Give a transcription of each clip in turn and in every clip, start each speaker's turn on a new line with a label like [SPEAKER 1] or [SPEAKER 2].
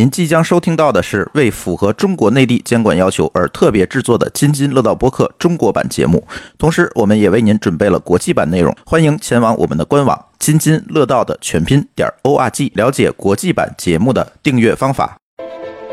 [SPEAKER 1] 您即将收听到的是为符合中国内地监管要求而特别制作的《津津乐道》播客中国版节目，同时我们也为您准备了国际版内容，欢迎前往我们的官网“津津乐道”的全拼点儿 org 了解国际版节目的订阅方法。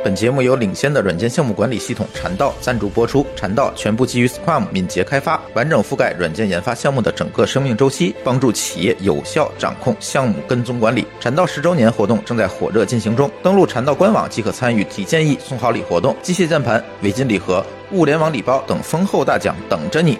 [SPEAKER 1] 本节目由领先的软件项目管理系统禅道赞助播出。禅道全部基于 Scrum 敏捷开发，完整覆盖软件研发项目的整个生命周期，帮助企业有效掌控项目跟踪管理。禅道十周年活动正在火热进行中，登录禅道官网即可参与提建议、送好礼活动、机械键盘、围巾礼盒、物联网礼包等丰厚大奖等着你。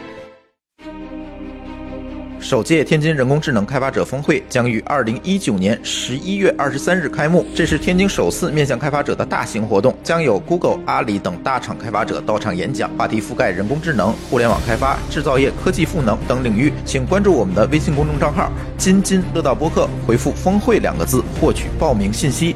[SPEAKER 1] 首届天津人工智能开发者峰会将于二零一九年十一月二十三日开幕，这是天津首次面向开发者的大型活动，将有 Google、阿里等大厂开发者到场演讲，话题覆盖人工智能、互联网开发、制造业、科技赋能等领域。请关注我们的微信公众账号“津津乐道播客”，回复“峰会”两个字获取报名信息。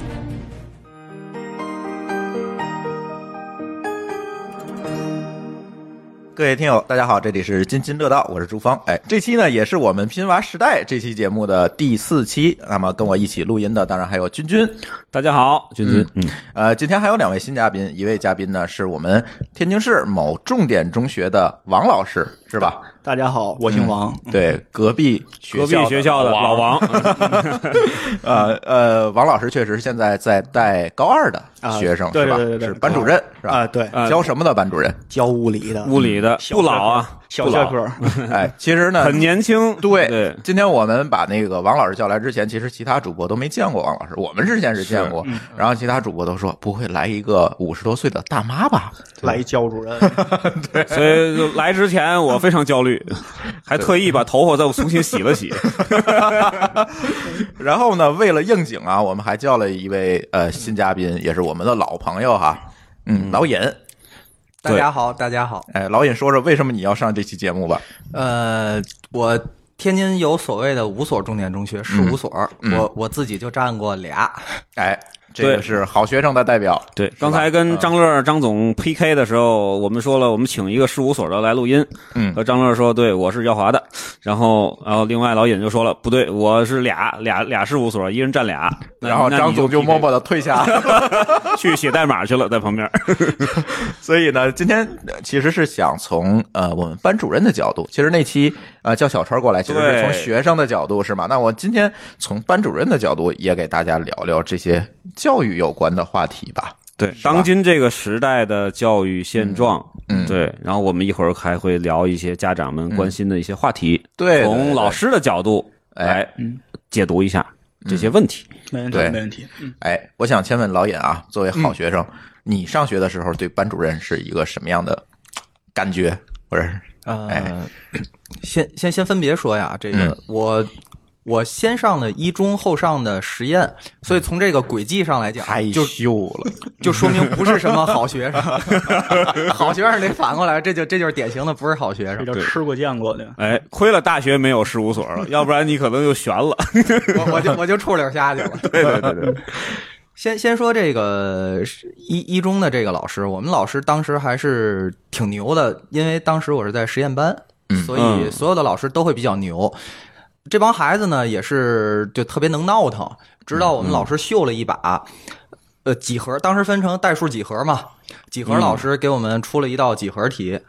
[SPEAKER 1] 各位听友，大家好，这里是津津乐道，我是朱芳。哎，这期呢也是我们拼娃时代这期节目的第四期。那么跟我一起录音的，当然还有君君。
[SPEAKER 2] 大家好，君君，嗯，
[SPEAKER 1] 呃，今天还有两位新嘉宾，一位嘉宾呢是我们天津市某重点中学的王老师，是吧？
[SPEAKER 3] 大家好，嗯我姓王。
[SPEAKER 1] 对，隔壁学
[SPEAKER 2] 隔
[SPEAKER 1] 校
[SPEAKER 2] 壁学校的老王，
[SPEAKER 1] 呃呃，王老师确实现在在带高二的
[SPEAKER 3] 啊
[SPEAKER 1] 学生，
[SPEAKER 3] 对
[SPEAKER 1] 是吧？
[SPEAKER 3] 对对对
[SPEAKER 1] 是班主任，是吧？
[SPEAKER 3] 啊，对，
[SPEAKER 2] 啊
[SPEAKER 1] 教什么的班主任？
[SPEAKER 3] 教物理的，
[SPEAKER 2] 屋里的
[SPEAKER 3] 小
[SPEAKER 2] 不老啊，
[SPEAKER 3] 小
[SPEAKER 2] 不
[SPEAKER 3] 学
[SPEAKER 2] 老，
[SPEAKER 3] 科，
[SPEAKER 1] 哎，其实呢，
[SPEAKER 2] 很年轻，
[SPEAKER 1] 对，
[SPEAKER 2] 对，
[SPEAKER 1] 今天我们把那个王老师叫来之前，其实其他主播都没见过王老师，我们之前是见过，然后其他主播都说不会来一个五十多岁的大妈吧？
[SPEAKER 3] 来一教主任，
[SPEAKER 2] 所以就来之前我非常 焦虑，还特意把头发再重新洗了洗，
[SPEAKER 1] 然后呢，为了应景啊，我们还叫了一位呃新嘉宾，也是我们的老朋友哈，嗯，老尹，
[SPEAKER 4] 大家好，大家好。
[SPEAKER 1] 哎，老尹说说为什么你要上这期节目吧？
[SPEAKER 4] 呃，我天津有所谓的五所重点中学，
[SPEAKER 2] 嗯
[SPEAKER 4] 十五所，我我自己就占过俩。
[SPEAKER 1] 哎，这个
[SPEAKER 2] 对
[SPEAKER 1] 是好学生的代表，
[SPEAKER 2] 对， 刚才跟张乐、张总 PK 的时候，我们说了，我们请一个事务所的来录音。
[SPEAKER 1] 嗯
[SPEAKER 2] 和张乐说，对我是耀华的。然后，然后另外老尹就说了，不对，我是俩俩俩事务所，一人占俩。那
[SPEAKER 1] 然后
[SPEAKER 2] 那你
[SPEAKER 1] 张总嗯就
[SPEAKER 2] PK
[SPEAKER 1] 默默的退下。
[SPEAKER 2] 去写代码去了，在旁边。
[SPEAKER 1] 所以呢，今天呃其实是想从呃我们班主任的角度，其实那期呃叫小川过来，其实是
[SPEAKER 2] 对
[SPEAKER 1] 从学生的角度是吗？那我今天从班主任的角度也给大家聊聊这些教育有关的话题吧。
[SPEAKER 2] 对，
[SPEAKER 1] 吧
[SPEAKER 2] 当今这个时代的教育现状，
[SPEAKER 1] 嗯嗯
[SPEAKER 2] 对。然后我们一会儿还会聊一些家长们关心的一些话题，
[SPEAKER 1] 对，对
[SPEAKER 2] 从
[SPEAKER 1] 对
[SPEAKER 2] 老师的角度
[SPEAKER 1] 哎
[SPEAKER 2] 来解读一下这些问题。
[SPEAKER 3] 没问题，
[SPEAKER 1] 对
[SPEAKER 3] 没问题。嗯
[SPEAKER 1] 哎，我想先问老尹啊，作为好学生，你上学的时候对班主任是一个什么样的感觉？或者是哎
[SPEAKER 4] 呃，先先先分别说呀，这个、
[SPEAKER 2] 嗯
[SPEAKER 4] 我我先上的一中，后上的实验，所以从这个轨迹上来讲，
[SPEAKER 2] 哎
[SPEAKER 1] 害
[SPEAKER 4] 就
[SPEAKER 1] 哎羞了？
[SPEAKER 4] 就说明不是什么好学 生。好学生得反过来，这就这就是典型的不是好学
[SPEAKER 3] 这
[SPEAKER 4] 生。
[SPEAKER 3] 叫吃过见过的。
[SPEAKER 2] 哎，亏了大学没有事务所 了，要不然你可能就悬了。
[SPEAKER 4] 我我就我就处溜下去了。
[SPEAKER 2] 对对对 对，
[SPEAKER 4] 先先说这个是一一中的这个老师，我们老师当时还是挺牛的，因为当时我是在实验班，所以
[SPEAKER 2] 嗯
[SPEAKER 4] 所有的老师都会比较牛。这帮孩子呢，也是就特别能闹腾，直到我们老师秀了一把，呃，几何，当时分成代数几何嘛，几
[SPEAKER 2] 嗯
[SPEAKER 4] 何老师给我们出了一道几何题，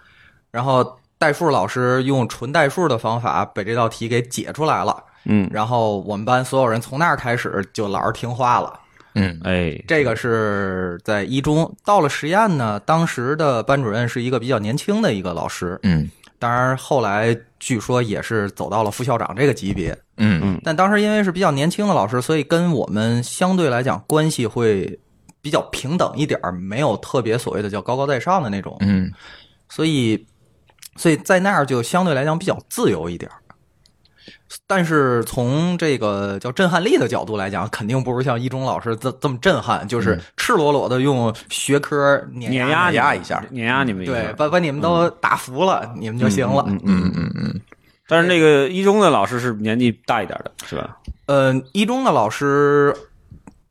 [SPEAKER 4] 然后代数老师用纯代数的方法把这道题给解出来了，
[SPEAKER 2] 嗯，
[SPEAKER 4] 然后我们班所有人从那儿开始就老是听话了。
[SPEAKER 1] 嗯，
[SPEAKER 2] 哎，
[SPEAKER 4] 这个是在一中，到了实验呢，当时的班主任是一个比较年轻的一个老师，
[SPEAKER 1] 嗯
[SPEAKER 4] 当然后来据说也是走到了副校长这个级别，
[SPEAKER 1] 嗯
[SPEAKER 4] 但当时因为是比较年轻的老师，所以跟我们相对来讲关系会比较平等一点儿，没有特别所谓的叫高高在上的那种，
[SPEAKER 1] 嗯
[SPEAKER 4] 所以，所以在那儿就相对来讲比较自由一点儿。但是从这个叫震撼力的角度来讲，肯定不如像一中老师这这么震撼，就是赤裸裸的用学科碾
[SPEAKER 2] 嗯碾
[SPEAKER 4] 压
[SPEAKER 1] 碾压
[SPEAKER 2] 压
[SPEAKER 1] 一
[SPEAKER 2] 你们
[SPEAKER 1] 下
[SPEAKER 2] 碾压你们一下。
[SPEAKER 4] 对，把把你们都打服了，你们就行了。
[SPEAKER 2] 嗯
[SPEAKER 1] 嗯
[SPEAKER 2] 嗯。
[SPEAKER 1] 嗯嗯，
[SPEAKER 2] 但是那个一中的老师是年纪大一点的，是吧？
[SPEAKER 4] 呃，一中的老师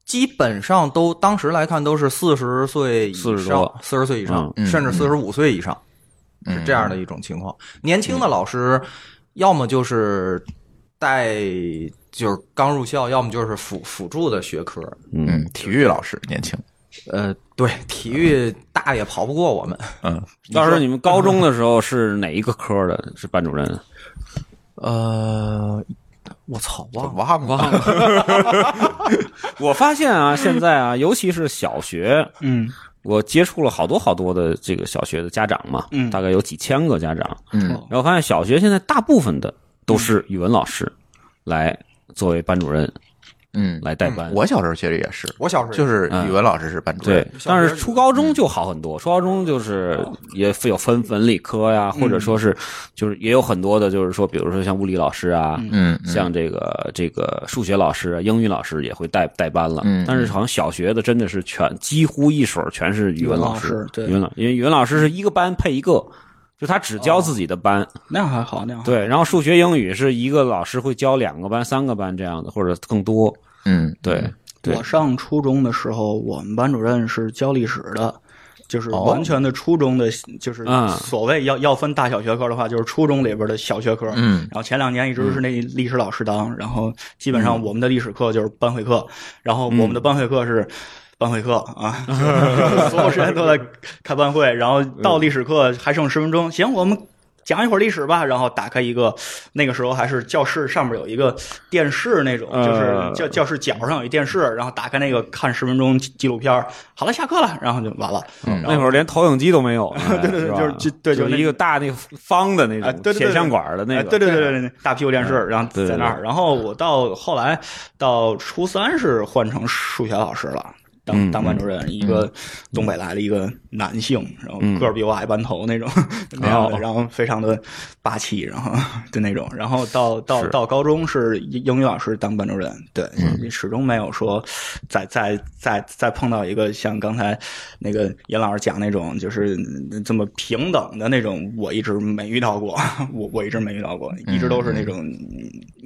[SPEAKER 4] 基本上都当时来看都是四十岁以
[SPEAKER 2] 40
[SPEAKER 4] 上
[SPEAKER 2] 多，
[SPEAKER 4] 四十岁以上，
[SPEAKER 1] 嗯
[SPEAKER 4] 甚至
[SPEAKER 1] 嗯
[SPEAKER 4] 四十五岁以上，是这样的一种情况。年轻的老师，要么就是带就是刚入校，要么就是辅辅助的学科。
[SPEAKER 1] 嗯，体育老师年轻，
[SPEAKER 4] 呃，对，体育大也跑不过我们。
[SPEAKER 1] 嗯，
[SPEAKER 2] 到时候你们高中的时候是哪一个科的？是班主任？
[SPEAKER 4] 呃，我操，忘了，
[SPEAKER 1] 哦忘了，
[SPEAKER 2] 我发现啊，现在啊，尤其是小学，
[SPEAKER 3] 嗯
[SPEAKER 2] 我接触了好多好多的这个小学的家长嘛，
[SPEAKER 3] 嗯
[SPEAKER 2] 大概有几千个家长，
[SPEAKER 1] 嗯
[SPEAKER 2] 然后发现小学现在大部分的都是语文老师来作为班主任
[SPEAKER 1] 嗯，
[SPEAKER 2] 来带班，
[SPEAKER 1] 我小时候其实也是，
[SPEAKER 4] 我小时候
[SPEAKER 1] 就
[SPEAKER 4] 也
[SPEAKER 1] 是语文老师是哦班主任
[SPEAKER 2] 对，，但是初高中就好很多，初高中就是也有分文理科呀，或者
[SPEAKER 1] 嗯
[SPEAKER 2] 说是就是也有很多的，就是说，比如说像物理老师啊，
[SPEAKER 1] 嗯，嗯
[SPEAKER 2] 像这个这个数学老师、啊英语老师也会带带班了
[SPEAKER 1] 嗯，
[SPEAKER 2] 但是好像小学的真的是全几乎一水儿全是语文老
[SPEAKER 3] 语文老
[SPEAKER 2] 师
[SPEAKER 3] 师，对
[SPEAKER 2] 语文老因为语文老师是一个班配一个，就他只
[SPEAKER 3] 哦
[SPEAKER 2] 教自己的班，
[SPEAKER 3] 那样还好，那样好。
[SPEAKER 2] 对，然后数学、英语是一个老师会教两个班、三个班这样的，或者更多，
[SPEAKER 1] 嗯，
[SPEAKER 2] 对，对
[SPEAKER 3] 我上初中的时候，我们班主任是教历史的，就是
[SPEAKER 1] 哦
[SPEAKER 3] 完全的初中的，就是
[SPEAKER 2] 啊
[SPEAKER 3] 所谓要要分大小学科的话，就是初中里边的小学科。
[SPEAKER 1] 嗯
[SPEAKER 3] 然后前两年一直是那历史老师当，然后基本上我们的历史课就是班会课，然后我们的班会课
[SPEAKER 1] 嗯
[SPEAKER 3] 是。班会课 啊，就是所有时间都在开班
[SPEAKER 1] 嗯
[SPEAKER 3] 会，然后到历史课还剩十分钟，行，我们讲一会儿历史吧。然后打开一个，那个时候还是教室上面有一个电视那种，
[SPEAKER 1] 嗯
[SPEAKER 3] 就是
[SPEAKER 2] 呃
[SPEAKER 3] 教教室角上有一电视，然后打开那个看十分钟纪录片儿，好了，下课了，然后就完了。然后
[SPEAKER 2] 那会儿连投影机都没有，对
[SPEAKER 3] 对对就是就对
[SPEAKER 2] 就
[SPEAKER 3] 就是那
[SPEAKER 2] 一个大那个方的那
[SPEAKER 3] 啊
[SPEAKER 2] 种
[SPEAKER 3] 对对对
[SPEAKER 2] 铁饭馆的那
[SPEAKER 3] 哎
[SPEAKER 2] 个，
[SPEAKER 3] 对对对对对，嗯大屁股电视，然后
[SPEAKER 2] 对对
[SPEAKER 3] 在那儿。然后我到后来到初三是换成数学老师了。
[SPEAKER 2] 嗯
[SPEAKER 3] 当当班主任，一个东北来的一个男性，然后个儿比我矮半头那种， 那样的，
[SPEAKER 2] 哦
[SPEAKER 3] 然后非常的霸气，然后的那种。然后到到
[SPEAKER 2] 是嗯
[SPEAKER 3] 到高中是英英语老师当班主任，对，始终没有说再再再再碰到一个像刚才那个严老师讲那种，就是这么平等的那种，我一直没遇到过， 我我一直没遇到过，一直都是那种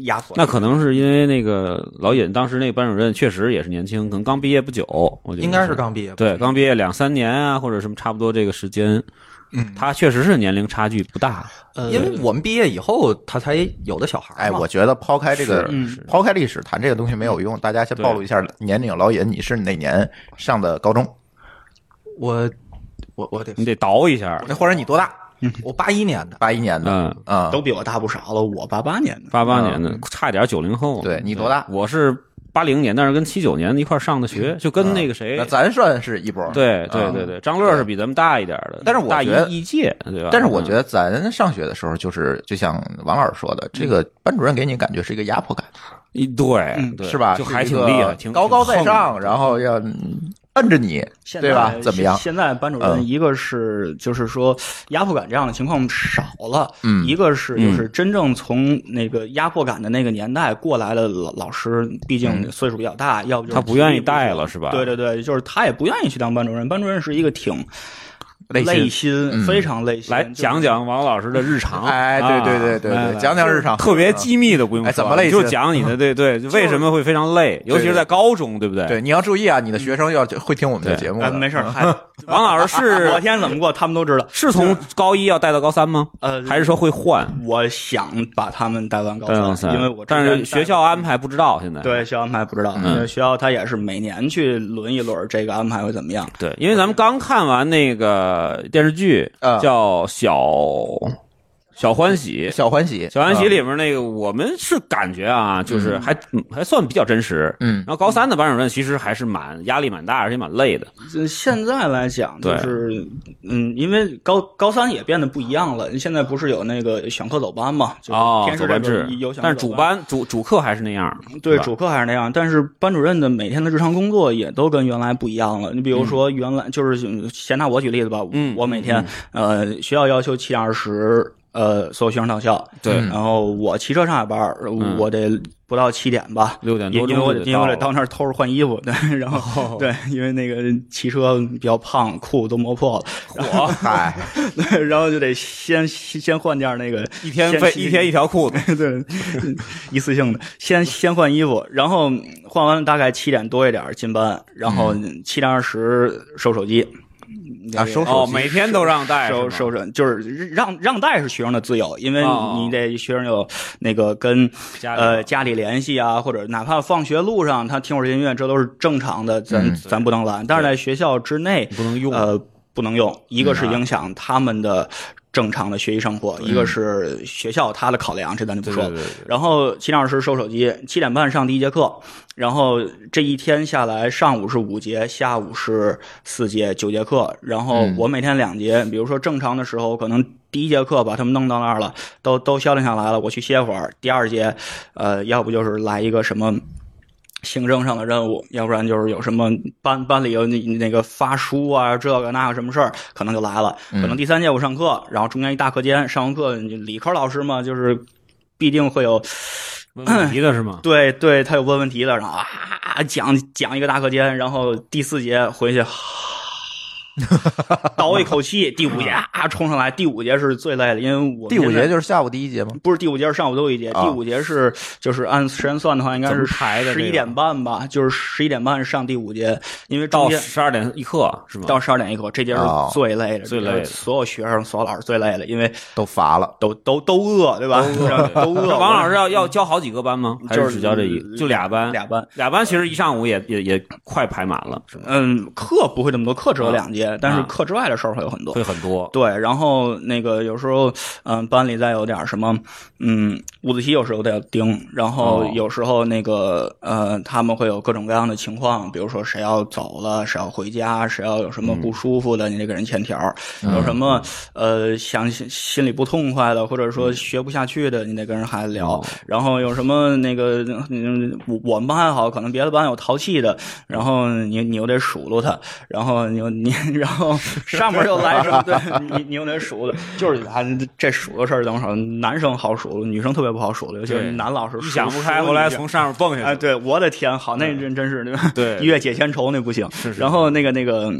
[SPEAKER 3] 压缩。
[SPEAKER 2] 嗯那可能是因为那个老尹当时那个班主任确实也是年轻，可能刚毕业不久，我觉得
[SPEAKER 4] 应呃该是刚毕业，
[SPEAKER 2] 对刚毕业两三年啊，或者什么差不多这个时间。嗯，他确实是年龄差距不大，
[SPEAKER 3] 呃
[SPEAKER 4] 因为我们毕业以后他才有的小孩儿
[SPEAKER 1] 哎，
[SPEAKER 4] 嘛
[SPEAKER 1] 我觉得抛开这个
[SPEAKER 2] 是嗯，
[SPEAKER 1] 抛开历史谈这个东西没有用，大家先暴露一下年龄。老尹，你是哪年上的高中？
[SPEAKER 4] 我我我得
[SPEAKER 2] 你得倒一下。
[SPEAKER 1] 那或者你多大？
[SPEAKER 4] 我八一年的，
[SPEAKER 1] 八一年的
[SPEAKER 2] 嗯，
[SPEAKER 1] 啊
[SPEAKER 3] 都，比我大不少了，我八八年的，
[SPEAKER 2] 八八年的，差点九零后。
[SPEAKER 1] 嗯对你多大
[SPEAKER 2] 我是八零年，但是跟七九年一块儿上的学，就跟那个谁
[SPEAKER 1] 嗯那，咱算是一波。
[SPEAKER 2] 哎对对
[SPEAKER 1] 啊
[SPEAKER 2] 对对，张乐是比咱们大一点的，
[SPEAKER 1] 但是我
[SPEAKER 2] 大
[SPEAKER 1] 觉得
[SPEAKER 2] 一一届，对吧？嗯
[SPEAKER 1] 但是我觉
[SPEAKER 2] 得
[SPEAKER 1] 得咱上学的时候，就是就像王老师说的，这个班主任给你感觉是一个压迫感，
[SPEAKER 2] 嗯对对
[SPEAKER 1] 嗯是吧？
[SPEAKER 2] 就还
[SPEAKER 1] 是一
[SPEAKER 2] 挺
[SPEAKER 1] 个
[SPEAKER 2] 厉害，挺
[SPEAKER 1] 高高在。
[SPEAKER 2] 挺横
[SPEAKER 1] 上，然后要嗯摁着你，
[SPEAKER 3] 现在
[SPEAKER 1] 对吧？怎么样？
[SPEAKER 3] 现在班主任
[SPEAKER 1] 嗯
[SPEAKER 3] 一个是就是说压迫感这样的情况少了，
[SPEAKER 1] 嗯
[SPEAKER 3] 一个是就是真正从那个压迫感的那个年代过来的老老师，毕
[SPEAKER 1] 嗯
[SPEAKER 3] 竟岁数比较大，要不就是
[SPEAKER 2] 他不愿意
[SPEAKER 3] 体力行
[SPEAKER 2] 带了是吧
[SPEAKER 3] 对对对，就是他也不愿意去当班主任，班主任是一个挺
[SPEAKER 1] 内心
[SPEAKER 3] 累心，
[SPEAKER 1] 嗯
[SPEAKER 3] 非常累心。
[SPEAKER 2] 来
[SPEAKER 3] 就是
[SPEAKER 2] 讲讲王老师的日常，
[SPEAKER 1] 哎，对对对
[SPEAKER 2] 啊
[SPEAKER 1] 对
[SPEAKER 2] 来
[SPEAKER 1] 对，
[SPEAKER 2] 来
[SPEAKER 1] 讲讲日常，
[SPEAKER 2] 特别机密的不用说，
[SPEAKER 1] 哎怎么累
[SPEAKER 2] 你就讲你的对对，为什么会非常累，尤其是在高中，对不对？
[SPEAKER 1] 对，你要注意啊，你的学生要会听我们的
[SPEAKER 2] 对
[SPEAKER 1] 节目
[SPEAKER 3] 哎，
[SPEAKER 1] 的。
[SPEAKER 3] 没事儿，嗨
[SPEAKER 2] 王老师
[SPEAKER 3] 我
[SPEAKER 2] 是
[SPEAKER 3] 天怎么过，他们都知道。
[SPEAKER 2] 是从高一要带到高三吗？
[SPEAKER 3] 呃，
[SPEAKER 2] 还是说会换？
[SPEAKER 3] 我想把他们带完高
[SPEAKER 2] 带到高
[SPEAKER 3] 三，
[SPEAKER 2] 三，
[SPEAKER 3] 因为我之
[SPEAKER 2] 但
[SPEAKER 3] 前
[SPEAKER 2] 是学校安排不知道现在。
[SPEAKER 3] 对学校安排不知
[SPEAKER 1] 嗯
[SPEAKER 3] 道，因为学校他也是每年去轮一轮，这个安排会怎么样？
[SPEAKER 2] 对，因为咱们刚看完那个电视剧
[SPEAKER 1] 啊
[SPEAKER 2] 叫《小小欢喜》，
[SPEAKER 1] 小欢喜，
[SPEAKER 2] 小欢喜
[SPEAKER 1] 嗯
[SPEAKER 2] 里面那个，我们是感觉啊，就是还还算比较真实。
[SPEAKER 1] 嗯
[SPEAKER 2] 然后高三的班主任其实还是蛮压力蛮大，而且蛮累的。
[SPEAKER 3] 呃现在来讲，就
[SPEAKER 2] 对
[SPEAKER 3] 是嗯，因为高高三也变得不一样了。现在不是有那个选课走班嘛？就是
[SPEAKER 2] 哦，
[SPEAKER 3] 天
[SPEAKER 2] 走
[SPEAKER 3] 师这
[SPEAKER 2] 班
[SPEAKER 3] 个
[SPEAKER 2] 制
[SPEAKER 3] 有，选课
[SPEAKER 2] 但是
[SPEAKER 3] 走
[SPEAKER 2] 主班主主课还是那样。
[SPEAKER 3] 对
[SPEAKER 2] 吧
[SPEAKER 3] 主课还是那样，但是班主任的每天的日常工作也都跟原来不一样了。你比如说，原来就是嗯先拿我举例子吧，
[SPEAKER 2] 嗯
[SPEAKER 3] 我每天呃学校要求七点二十。呃，所有学生到校，
[SPEAKER 2] 对
[SPEAKER 3] 然后我骑车上下班儿，
[SPEAKER 2] 嗯
[SPEAKER 3] 我得不到七点吧，
[SPEAKER 2] 六点
[SPEAKER 3] 因
[SPEAKER 2] 多
[SPEAKER 3] 因为
[SPEAKER 2] 钟
[SPEAKER 3] 我
[SPEAKER 2] 就
[SPEAKER 3] 得
[SPEAKER 2] 得
[SPEAKER 3] 因为我得
[SPEAKER 2] 到哦
[SPEAKER 3] 到那儿偷着换衣服，对，然后、对，因为那个骑车比较胖，裤子都磨破了，
[SPEAKER 2] 火哎
[SPEAKER 1] 嗨，
[SPEAKER 3] 对，然后就得先先换件儿那个
[SPEAKER 2] 一天
[SPEAKER 3] 先
[SPEAKER 2] 飞一天一条裤子，
[SPEAKER 3] 对，一次性的，先先换衣服，然后
[SPEAKER 2] 嗯
[SPEAKER 3] 换完了大概七点多一点儿进班，然后七点二十收手机，
[SPEAKER 1] 啊收手
[SPEAKER 2] 哦，
[SPEAKER 1] 机
[SPEAKER 2] 每天都让带
[SPEAKER 3] 收
[SPEAKER 2] 是吗
[SPEAKER 3] 收着，就是让让带是学生的自由，因为
[SPEAKER 2] 哦
[SPEAKER 3] 你得学生有那个跟
[SPEAKER 2] 家里
[SPEAKER 3] 呃家里联系啊，或者哪怕放学路上他听会儿音乐，这都是正常的，咱、
[SPEAKER 1] 嗯
[SPEAKER 3] 咱不能拦。但是在学校之内，
[SPEAKER 2] 不能用
[SPEAKER 3] 呃，不能用，一个是
[SPEAKER 2] 嗯啊
[SPEAKER 3] 影响他们的正常的学习生活，一个是学校他的考量，这咱就不
[SPEAKER 2] 对
[SPEAKER 3] 说。
[SPEAKER 2] 嗯对对对
[SPEAKER 3] 然后七点二十收手机，七点半上第一节课，然后这一天下来，上午是五节，下午是四节，九节课。然后我每天两节，比如说正常的时候，可能第一节课把他们弄到那儿了，都都消停下来了，我去歇会儿。第二节，呃，要不就是来一个什么。行政上的任务，要不然就是有什么班班里有那那个发书啊，这个那个什么事儿，可能就来了。可能第三节我上课，然后中间一大课间，上完课你理科老师嘛，就是必定会有
[SPEAKER 2] 问问题的是吗？
[SPEAKER 3] 对对，他有问问题的，然后啊讲讲一个大课间，然后第四节回去。 倒一口气，第 五节啊冲上来，第五节是最累的，因为我
[SPEAKER 1] 第五节
[SPEAKER 3] 就
[SPEAKER 1] 就是下午第一节吗？
[SPEAKER 3] 不是第五节是上午最后一节，
[SPEAKER 1] 啊
[SPEAKER 3] 第五节是就是按时间算的话，应该
[SPEAKER 2] 怎么
[SPEAKER 3] 是
[SPEAKER 2] 排的这
[SPEAKER 3] 十
[SPEAKER 2] 个
[SPEAKER 3] 一点半吧，就是十一点半上第五节，因为中
[SPEAKER 2] 到
[SPEAKER 3] 间
[SPEAKER 2] 十二点一刻是吗？
[SPEAKER 3] 到十二点一刻，这节是
[SPEAKER 1] 哦
[SPEAKER 3] 最累的，
[SPEAKER 2] 最累的
[SPEAKER 3] 所有学生、所有老师最累的，因为
[SPEAKER 1] 都乏了，
[SPEAKER 3] 都都都饿，对吧？ 都饿，都
[SPEAKER 2] 那
[SPEAKER 3] 饿。
[SPEAKER 2] 王老师要要教好几个班吗？还
[SPEAKER 3] 嗯就是嗯
[SPEAKER 2] 只教这一就俩班？
[SPEAKER 3] 俩班，
[SPEAKER 2] 俩班其实一上午也也也快排满了，是吧？
[SPEAKER 3] 嗯，课不会这么多，课只有两节，但是
[SPEAKER 2] 啊
[SPEAKER 3] 课之外的事儿会有很多。
[SPEAKER 2] 会很多。
[SPEAKER 3] 对，然后那个有时候，嗯，班里再有点什么，嗯，五子棋有时候得要盯，然后
[SPEAKER 2] 哦
[SPEAKER 3] 有时候那个呃，他们会有各种各样的情况，比如说谁要走了，谁要回家，谁要有什
[SPEAKER 2] 嗯
[SPEAKER 3] 么不舒服的，你得给人欠条儿；有什么呃想心心里不痛快的，或者说学不下去的，你得跟人孩子聊。
[SPEAKER 2] 嗯哦
[SPEAKER 3] 然后有什么那个，嗯，我我们班还好，可能别的班有淘气的，然后你你又得数落他，然后你又你 然后上面又来什么，对 你你又得数落，就是啊，这数落事儿怎么说？男生好数落，女生特别不好数落，尤其
[SPEAKER 2] 对
[SPEAKER 3] 是男老师
[SPEAKER 2] 一
[SPEAKER 3] 数
[SPEAKER 2] 想不开，
[SPEAKER 3] 数
[SPEAKER 2] 后来
[SPEAKER 3] 你
[SPEAKER 2] 从上面蹦下
[SPEAKER 3] 哎，
[SPEAKER 2] 去。
[SPEAKER 3] 对，我的天，好，那真真是对吧？
[SPEAKER 2] 对
[SPEAKER 3] 一月解千愁那不行。
[SPEAKER 2] 是
[SPEAKER 3] 然后那个那个，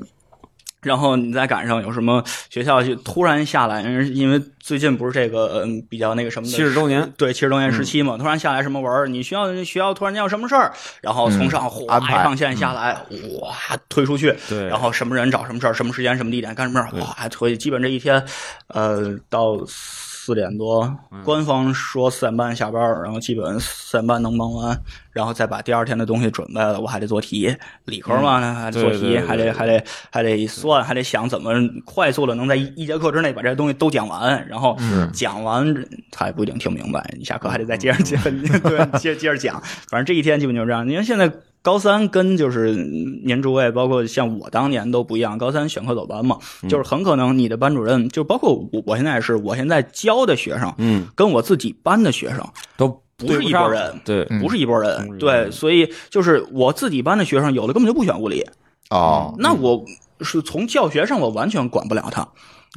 [SPEAKER 3] 然后你再赶上有什么学校就突然下来，因为因为最近不是这个嗯比较那个什么的
[SPEAKER 2] 七十周年，
[SPEAKER 3] 对，七十周
[SPEAKER 1] 嗯
[SPEAKER 3] 年时期嘛，突然下来什么玩意儿，你学校学校突然间有什么事儿，然后从上哗
[SPEAKER 1] 嗯安排嗯
[SPEAKER 3] 一上线下来，哇推出去，
[SPEAKER 2] 对
[SPEAKER 3] 然后什么人找什么事儿，什么时间什么地点干什么事儿，哗推，基本这一天，呃，到四点多，
[SPEAKER 1] 嗯
[SPEAKER 3] 官方说四点半下班儿，然后基本四点半能忙完，然后再把第二天的东西准备了，我还得做题，理科
[SPEAKER 1] 嗯
[SPEAKER 3] 嘛、还得做
[SPEAKER 2] 对对
[SPEAKER 3] 题，
[SPEAKER 2] 对
[SPEAKER 3] 还
[SPEAKER 2] 对
[SPEAKER 3] 得还得还得算，还得想怎么快速的能在一一节课之内把这些东西都讲完，然后
[SPEAKER 2] 嗯
[SPEAKER 3] 讲完他也不一定听明白，你下课还得再接着接对接接着讲，反正这一天基本就是这样。因为现在高三跟就是您诸位，包括像我当年都不一样，高三选课走班嘛，
[SPEAKER 2] 嗯
[SPEAKER 3] 就是很可能你的班主任，就包括我，我现在也是我现在教的学生，
[SPEAKER 2] 嗯，
[SPEAKER 3] 跟我自己班的学生
[SPEAKER 2] 都
[SPEAKER 3] 不是一拨人，
[SPEAKER 2] 对，
[SPEAKER 1] 嗯
[SPEAKER 3] 不是一拨人，
[SPEAKER 2] 不是一拨人
[SPEAKER 3] 对，所以就是我自己班的学生，有的根本就不选物理，
[SPEAKER 2] 嗯
[SPEAKER 1] 哦，
[SPEAKER 3] 那我是从教学上我完全管不了他。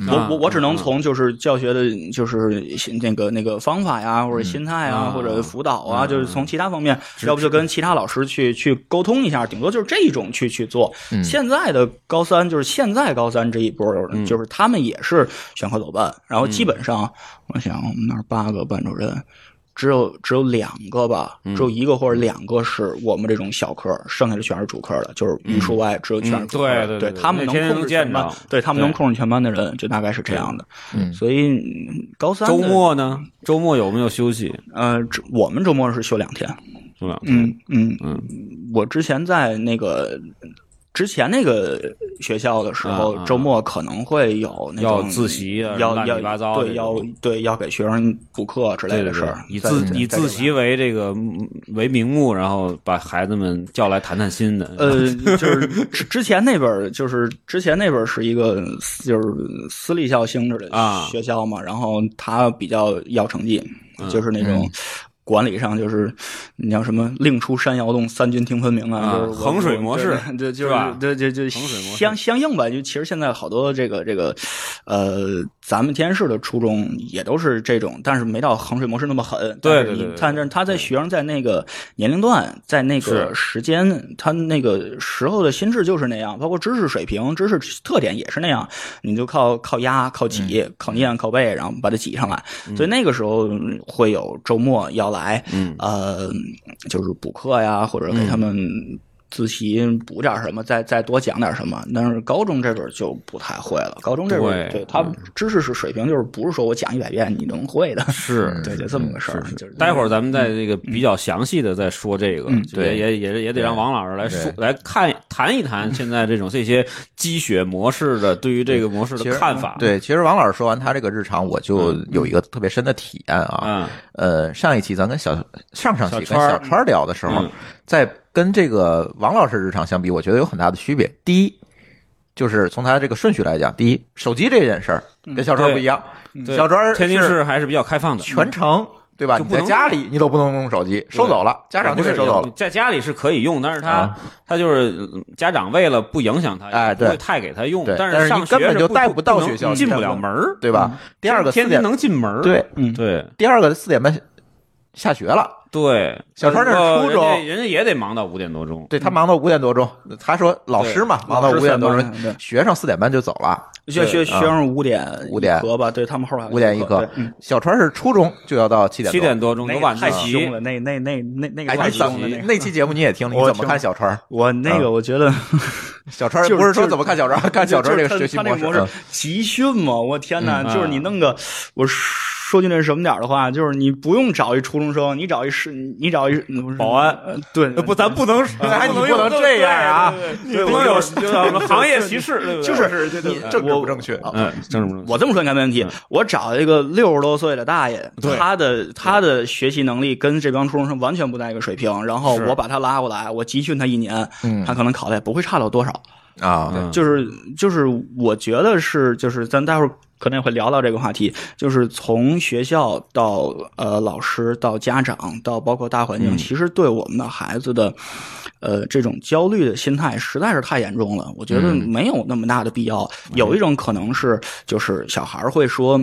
[SPEAKER 3] 我我我只能从就是教学的，就是那个那个方法呀，或者心态
[SPEAKER 2] 啊
[SPEAKER 3] 啊，或者辅导啊，
[SPEAKER 2] 嗯
[SPEAKER 3] 就是从其他方面，要不就跟其他老师去去沟通一下，顶多就是这一种去去做。现在的高三就是现在高三这一波人，就是他们也是选课走班，然后基本上我想我们那儿八个班主任，只有只有两个吧，
[SPEAKER 2] 嗯
[SPEAKER 3] 只有一个或者两个是我们这种小科，剩下的全是主科的，就是语数外只有全是主科
[SPEAKER 2] 嗯对
[SPEAKER 3] 的。
[SPEAKER 2] 对对对
[SPEAKER 3] 他们
[SPEAKER 2] 那天
[SPEAKER 3] 能控
[SPEAKER 2] 能
[SPEAKER 3] 制
[SPEAKER 2] 见
[SPEAKER 3] 全班
[SPEAKER 2] 着，
[SPEAKER 3] 对他们能
[SPEAKER 2] 对
[SPEAKER 3] 控制全班的人，就大概是这样的。
[SPEAKER 1] 嗯
[SPEAKER 3] 所以嗯高三的
[SPEAKER 2] 周，末呢？周末有没有休息？
[SPEAKER 3] 呃，这我们周末是休两天。
[SPEAKER 2] 周两天
[SPEAKER 3] 嗯嗯我之前在那个。之前那个学校的时候，
[SPEAKER 2] 啊啊
[SPEAKER 3] 周末可能会有那
[SPEAKER 2] 要
[SPEAKER 3] 种
[SPEAKER 2] 自习啊
[SPEAKER 3] 要
[SPEAKER 2] 乱七
[SPEAKER 3] 要
[SPEAKER 2] 八糟
[SPEAKER 3] 对，
[SPEAKER 2] 这
[SPEAKER 3] 要
[SPEAKER 2] 种
[SPEAKER 3] 对要给学生补课之类
[SPEAKER 2] 对
[SPEAKER 3] 的
[SPEAKER 2] 对
[SPEAKER 3] 事
[SPEAKER 2] 对
[SPEAKER 3] 儿，，
[SPEAKER 2] 以
[SPEAKER 3] 在
[SPEAKER 2] 自
[SPEAKER 3] 在
[SPEAKER 2] 以
[SPEAKER 3] 在
[SPEAKER 2] 自
[SPEAKER 3] 这
[SPEAKER 2] 习为这个嗯为名目，然后把孩子们叫来谈谈心的。
[SPEAKER 3] 呃，就是之之前那本儿，就是之前那本儿是一个就是私立校性质的
[SPEAKER 2] 啊
[SPEAKER 3] 学校嘛，然后他比较要成绩，
[SPEAKER 2] 嗯
[SPEAKER 3] 就是那种。管理上就是，你像什么“令出山摇动，三军听分明”
[SPEAKER 2] 啊
[SPEAKER 3] 就是我
[SPEAKER 2] 衡水模式
[SPEAKER 3] 对对，就是
[SPEAKER 2] 吧
[SPEAKER 3] 对对就
[SPEAKER 2] 衡水模式
[SPEAKER 3] 相相应吧。就其实现在好多这个这个，呃，咱们天市的初中也都是这种，但是没到衡水模式那么狠。
[SPEAKER 2] 对
[SPEAKER 3] 但是
[SPEAKER 2] 对
[SPEAKER 3] 你
[SPEAKER 2] 对对
[SPEAKER 3] 但是他在学生在那个年龄段，在那个时间，他那个时候的心智就是那样，包括知识水平、知识特点也是那样。你就靠靠压、靠挤、
[SPEAKER 2] 嗯
[SPEAKER 3] 靠念、靠背，然后把它挤上来。所以那个时候嗯会有周末要来，
[SPEAKER 2] 嗯
[SPEAKER 3] 呃，就是补课呀，或者给他们自习补点什么，再再多讲点什么。但是高中这边就不太会了，高中这边
[SPEAKER 2] 对
[SPEAKER 3] 对他知识是水平，就是不是说我讲一百遍你能会的，
[SPEAKER 2] 是
[SPEAKER 3] 对，就这么个事儿。就是
[SPEAKER 2] 待会儿咱们在这个比较详细的再说这个，就也
[SPEAKER 1] 嗯对
[SPEAKER 2] 也也也得让王老师来说来看谈一谈现在这种这些积雪模式的对于这个模式
[SPEAKER 1] 其
[SPEAKER 2] 的
[SPEAKER 1] 实
[SPEAKER 2] 看法。，
[SPEAKER 1] 对，其实王老师说完他这个日常，我就有一个特别深的体验啊。
[SPEAKER 2] 嗯
[SPEAKER 1] 呃，上一期咱跟小上上期
[SPEAKER 2] 小
[SPEAKER 1] 跟
[SPEAKER 2] 川儿
[SPEAKER 1] 小川儿聊的时候，
[SPEAKER 2] 嗯
[SPEAKER 1] 在跟这个王老师日常相比，我觉得有很大的区别。第一，就是从他这个顺序来讲，第一，手机这件事儿跟小川儿不一样，
[SPEAKER 2] 嗯对
[SPEAKER 1] 小川儿
[SPEAKER 2] 天津
[SPEAKER 1] 是
[SPEAKER 2] 市还是比较开放的，
[SPEAKER 1] 全程对吧？
[SPEAKER 2] 就
[SPEAKER 1] 你
[SPEAKER 2] 不
[SPEAKER 1] 在
[SPEAKER 2] 能
[SPEAKER 1] 家里你都不能用手机，收走了，家长就
[SPEAKER 2] 嗯不
[SPEAKER 1] 给
[SPEAKER 2] 是
[SPEAKER 1] 收走了。
[SPEAKER 2] 在家里是可以用，但是他、
[SPEAKER 1] 啊
[SPEAKER 2] 他就是嗯家长为了不影响他，
[SPEAKER 1] 哎
[SPEAKER 2] 不会
[SPEAKER 1] 对
[SPEAKER 2] 太给他用
[SPEAKER 1] 对，
[SPEAKER 2] 但
[SPEAKER 1] 但是
[SPEAKER 2] 上
[SPEAKER 1] 你
[SPEAKER 2] 学
[SPEAKER 1] 根本
[SPEAKER 2] 是
[SPEAKER 1] 就
[SPEAKER 2] 不
[SPEAKER 1] 带
[SPEAKER 2] 不
[SPEAKER 1] 不到
[SPEAKER 2] 能
[SPEAKER 1] 学校
[SPEAKER 2] 进不
[SPEAKER 1] 你
[SPEAKER 2] 了
[SPEAKER 1] 看
[SPEAKER 2] 门儿。
[SPEAKER 1] 对吧？第二个
[SPEAKER 2] 嗯天
[SPEAKER 1] 四
[SPEAKER 2] 津
[SPEAKER 1] 点，
[SPEAKER 2] 能进门儿，
[SPEAKER 1] 对，
[SPEAKER 3] 嗯，
[SPEAKER 2] 对
[SPEAKER 1] 第二个四点半下学了，
[SPEAKER 2] 对，
[SPEAKER 1] 小川这是
[SPEAKER 2] 呃
[SPEAKER 1] 初中
[SPEAKER 2] 人家人家也得忙到五点多钟。
[SPEAKER 1] 对他忙到五点多钟，他说老师嘛，忙到
[SPEAKER 3] 老师
[SPEAKER 1] 五点多
[SPEAKER 2] 嗯
[SPEAKER 3] 三班对
[SPEAKER 1] 钟，学生四点半就走了。
[SPEAKER 3] 学学学生五点
[SPEAKER 1] 五点
[SPEAKER 3] 一科吧，对他们后来
[SPEAKER 1] 五点一
[SPEAKER 3] 课
[SPEAKER 1] 刻，，小川是初中就要到七点
[SPEAKER 2] 七
[SPEAKER 1] 多。
[SPEAKER 2] 点多钟
[SPEAKER 3] 那
[SPEAKER 2] 有
[SPEAKER 3] 个
[SPEAKER 2] 晚自
[SPEAKER 3] 太凶
[SPEAKER 2] 习，
[SPEAKER 3] 了，那那那那那个
[SPEAKER 1] 哎，
[SPEAKER 3] 太
[SPEAKER 1] 你怎
[SPEAKER 3] 凶
[SPEAKER 1] 么
[SPEAKER 3] 了，那个嗯
[SPEAKER 1] 那期节目你也听了？你
[SPEAKER 3] 我
[SPEAKER 1] 怎么看小川？
[SPEAKER 3] 我那个我觉得。
[SPEAKER 1] 小川
[SPEAKER 3] 就是
[SPEAKER 1] 不是说
[SPEAKER 3] 就是
[SPEAKER 1] 怎么看小川， 看小川这个学习
[SPEAKER 3] 模
[SPEAKER 1] 模
[SPEAKER 3] 式，他嗯
[SPEAKER 1] 式嗯
[SPEAKER 3] 那个。集训嘛，我天哪！
[SPEAKER 2] 嗯
[SPEAKER 3] 就是你弄个，我说句那什么点儿的话，就是你不用找一初中生，你找一是，你找一
[SPEAKER 2] 保安，
[SPEAKER 3] 呃对，
[SPEAKER 2] 不，咱不 能，
[SPEAKER 4] 啊
[SPEAKER 1] 哎，
[SPEAKER 2] 咱
[SPEAKER 1] 你不能这样啊！
[SPEAKER 2] 不能有就是行业歧视，对不对？
[SPEAKER 1] 就是你政治不正确。
[SPEAKER 3] 啊
[SPEAKER 2] 嗯，正正
[SPEAKER 3] 我这么说应该没问题。我找一个六十多岁的大爷，
[SPEAKER 2] 对
[SPEAKER 3] 他的他的学习能力跟这帮初中生完全不在一个水平，然后
[SPEAKER 2] 是
[SPEAKER 3] 我把他拉过来，我集训他一年，
[SPEAKER 1] 嗯
[SPEAKER 3] 他可能考的也不会差到多少。
[SPEAKER 2] 嗯
[SPEAKER 1] 啊，
[SPEAKER 3] 就是就是，我觉得是就是，咱待会儿可能也会聊到这个话题，就是从学校到呃老师到家长到包括大环
[SPEAKER 2] 嗯
[SPEAKER 3] 境，其实对我们的孩子的呃这种焦虑的心态实在是太严重了。我觉得没有那么大的必要。
[SPEAKER 2] 嗯
[SPEAKER 3] 有一种可能是就是小孩儿会说，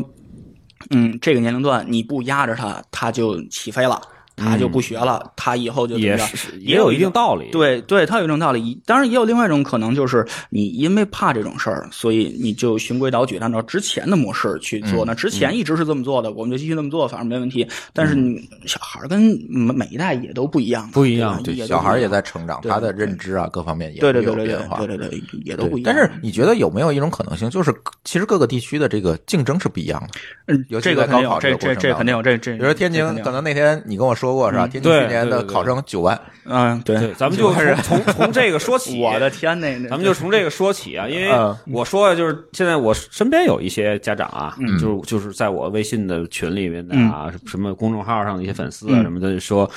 [SPEAKER 3] 嗯，这个年龄段你不压着他，他就起飞了。他就不学了，他以后就怎
[SPEAKER 2] 嗯
[SPEAKER 3] 么
[SPEAKER 2] 也
[SPEAKER 3] 样
[SPEAKER 2] 是也有一定道理，，
[SPEAKER 3] 对对，他有一种道理。当然，也有另外一种可能，就是你因为怕这种事儿，所以你就循规蹈矩，按照之前的模式去
[SPEAKER 1] 嗯
[SPEAKER 3] 做。那之前一直是这么做的，我们就继续这么做，反正没问题。但是
[SPEAKER 1] 嗯
[SPEAKER 3] 你小孩儿跟每每一代也都不一样，
[SPEAKER 2] 不一样
[SPEAKER 3] 对吧，也都
[SPEAKER 1] 小孩儿
[SPEAKER 3] 不一
[SPEAKER 1] 也
[SPEAKER 3] 样
[SPEAKER 1] 在成长，
[SPEAKER 3] 对
[SPEAKER 1] 他的认知啊各方面也
[SPEAKER 3] 对对
[SPEAKER 1] 会有
[SPEAKER 3] 对对
[SPEAKER 1] 变化
[SPEAKER 3] 对对对，对也都
[SPEAKER 1] 对
[SPEAKER 3] 不一
[SPEAKER 1] 但
[SPEAKER 3] 样。
[SPEAKER 1] 是你觉得有没有一种可能性，就是其实各个地区的这个竞争是不一样的？
[SPEAKER 3] 嗯
[SPEAKER 1] 尤其
[SPEAKER 3] 这个
[SPEAKER 1] 在
[SPEAKER 3] 肯定
[SPEAKER 1] 高考
[SPEAKER 3] 有，这
[SPEAKER 1] 这个
[SPEAKER 3] 这
[SPEAKER 1] 过程
[SPEAKER 3] 这
[SPEAKER 1] 当
[SPEAKER 3] 肯定有，这这
[SPEAKER 1] 比如说天津
[SPEAKER 3] 这肯，定
[SPEAKER 1] 可能那天你跟我说过是
[SPEAKER 4] 嗯
[SPEAKER 1] 吧？天津
[SPEAKER 2] 对
[SPEAKER 1] 去年的
[SPEAKER 2] 对对
[SPEAKER 1] 考生九万，
[SPEAKER 3] 嗯对，
[SPEAKER 2] 对，咱们就从从从这个说起，
[SPEAKER 3] 我的天那那
[SPEAKER 2] 咱们就从这个说起啊，因为
[SPEAKER 1] 嗯
[SPEAKER 2] 我说的就是现在我身边有一些家长啊，
[SPEAKER 3] 嗯
[SPEAKER 2] 就是就是在我微信的群里面的啊，什么公众号上的一些粉丝啊
[SPEAKER 3] 嗯
[SPEAKER 2] 什么的，说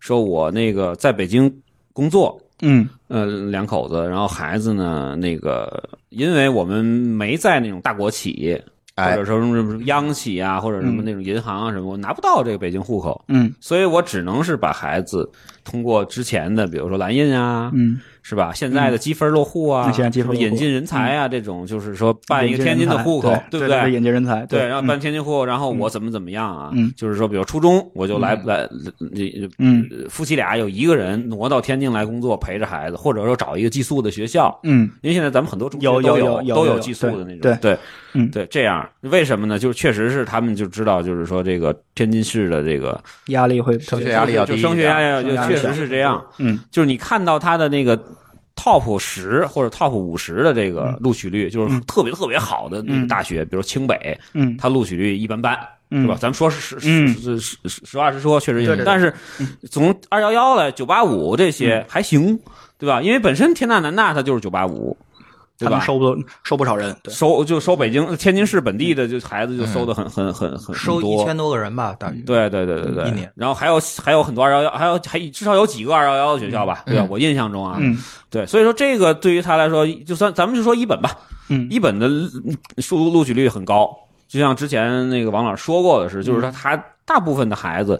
[SPEAKER 2] 说我那个在北京工作，
[SPEAKER 3] 嗯
[SPEAKER 2] 呃，两口子，然后孩子呢，那个因为我们没在那种大国企业，或
[SPEAKER 1] 哎
[SPEAKER 2] 者，说什么什么央企啊，或者什么
[SPEAKER 3] 嗯
[SPEAKER 2] 那种银行啊什么，我拿不到这个北京户口，
[SPEAKER 3] 嗯
[SPEAKER 2] 所以我只能是把孩子通过之前的，比如说蓝印啊，
[SPEAKER 3] 嗯
[SPEAKER 2] 是吧？现在的积分落户啊，
[SPEAKER 3] 嗯现在积分
[SPEAKER 2] 什么
[SPEAKER 3] 落户嗯
[SPEAKER 2] 引进人才啊，这种就是说办一个天津的户口，
[SPEAKER 3] 对
[SPEAKER 2] 不
[SPEAKER 3] 对？？引嗯进人才，
[SPEAKER 2] 对，然后办天津户口，然后我怎么怎么样啊？
[SPEAKER 3] 嗯
[SPEAKER 2] 就是说，比如初中我就来来，
[SPEAKER 3] 嗯
[SPEAKER 2] 呃夫妻俩有一个人挪到天津来工作，陪着孩子，或者说找一个寄宿的学校，
[SPEAKER 3] 嗯
[SPEAKER 2] 因为现在咱们很多中学
[SPEAKER 3] 有
[SPEAKER 2] 都
[SPEAKER 3] 有有有
[SPEAKER 2] 都
[SPEAKER 3] 有
[SPEAKER 2] 寄宿的那种，
[SPEAKER 3] 对
[SPEAKER 2] 对
[SPEAKER 3] 嗯
[SPEAKER 2] 对，这样为什么呢？就是确实是他们就知道，就是说这个天津市的这个
[SPEAKER 3] 压力会
[SPEAKER 1] 升学压力要低
[SPEAKER 2] 就
[SPEAKER 1] 一
[SPEAKER 2] 升学
[SPEAKER 1] 点
[SPEAKER 2] 压力要
[SPEAKER 3] 升学压力
[SPEAKER 2] 确
[SPEAKER 3] 小
[SPEAKER 2] 实是这样，
[SPEAKER 3] 嗯
[SPEAKER 2] 就是你看到他的那个 top 十或者 top 五十的这
[SPEAKER 3] 嗯
[SPEAKER 2] 个录取率，就是特别特别好的那个大学，比如清北，
[SPEAKER 3] 嗯
[SPEAKER 2] 它录取率一般般，是吧？咱们说实实
[SPEAKER 3] 嗯
[SPEAKER 2] 实实实实话实说，确实有
[SPEAKER 3] 对对对，嗯
[SPEAKER 2] 但是从二幺幺来九八五这些还行，对吧？因为本身天大南大它就是九八五。对
[SPEAKER 3] 他们
[SPEAKER 2] 吧？
[SPEAKER 3] 收不收不少人，对，嗯
[SPEAKER 2] 收就收北京、天津市本地的，就孩子就收的很很很很很
[SPEAKER 4] 收
[SPEAKER 2] 多
[SPEAKER 4] 一千多个人吧，
[SPEAKER 1] 嗯
[SPEAKER 4] 大约。
[SPEAKER 2] 对对
[SPEAKER 3] 嗯
[SPEAKER 2] 对对对，
[SPEAKER 4] 一年
[SPEAKER 2] 然后还有还有很多二幺幺，还有还至少有几个二幺幺的学校吧，对吧？
[SPEAKER 1] 嗯
[SPEAKER 2] 我印象中啊，
[SPEAKER 3] 嗯
[SPEAKER 2] 对，所以说这个对于他来说，就算咱们就说一本吧，
[SPEAKER 3] 嗯
[SPEAKER 2] 一本的数录取率很高，就像之前那个王老师说过的是，就是说他大部分的孩子。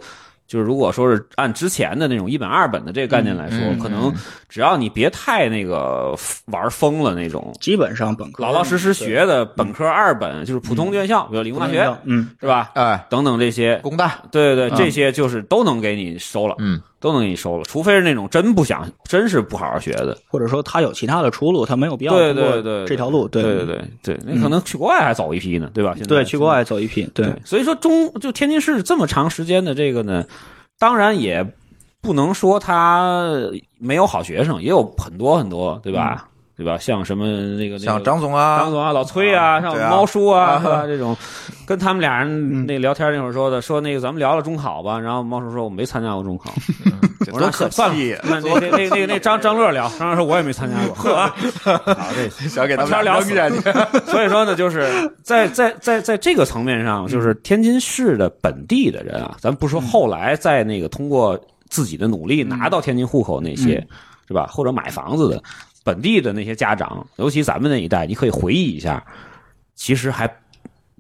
[SPEAKER 2] 就是如果说是按之前的那种一本二本的这个概念来说，
[SPEAKER 1] 嗯嗯
[SPEAKER 2] 可能只要你别太那个玩疯了那种，
[SPEAKER 3] 基本上本科
[SPEAKER 2] 老老实实学的本科二本，就是普通院校，比如理工大学
[SPEAKER 3] 嗯
[SPEAKER 2] 是吧？
[SPEAKER 1] 哎，
[SPEAKER 2] 等等这些，
[SPEAKER 1] 工大
[SPEAKER 2] 对对对，这些就是都能给你收了，
[SPEAKER 1] 嗯，
[SPEAKER 2] 都能给你收了，除非是那种真不想，真是不好好学的。
[SPEAKER 3] 或者说他有其他的出路，他没有必要
[SPEAKER 2] 对
[SPEAKER 3] 通
[SPEAKER 2] 对
[SPEAKER 3] 过
[SPEAKER 2] 对，
[SPEAKER 3] 这条路，
[SPEAKER 2] 对
[SPEAKER 3] 对
[SPEAKER 2] 对对，那可能去国外还早一批呢，对吧？现在
[SPEAKER 3] 对，去国。外走一批，对
[SPEAKER 2] 对，所以说中就天津市这么长时间的这个呢，当然也。不能说他没有好学生，也有很多很多，对吧？对吧？像什么那个那个
[SPEAKER 1] 像张总啊，
[SPEAKER 2] 张总啊，老崔啊，像
[SPEAKER 1] 对啊
[SPEAKER 2] 猫叔啊，
[SPEAKER 1] 啊
[SPEAKER 2] 是吧？这种，跟他们俩人那聊天那会儿说的，说那个咱们聊聊中考吧。然后猫叔说我没参加过中考，
[SPEAKER 1] 这多
[SPEAKER 2] 我说那
[SPEAKER 1] 可
[SPEAKER 2] 算了
[SPEAKER 1] 惜，
[SPEAKER 2] 那那那那那那张张乐聊，张乐说我也没参加过，呵啊，好这
[SPEAKER 1] 想给他们
[SPEAKER 2] 把
[SPEAKER 1] 俩
[SPEAKER 2] 天
[SPEAKER 1] 扔
[SPEAKER 2] 儿
[SPEAKER 1] 下去。
[SPEAKER 2] 所以说呢，就是在在在在这个层面上，就是天津市的本地的人啊，咱不说后来在那个通过自己的努力拿到天津户口那些，是吧？或者买房子的本地的那些家长，尤其咱们那一代，你可以回忆一下，其实还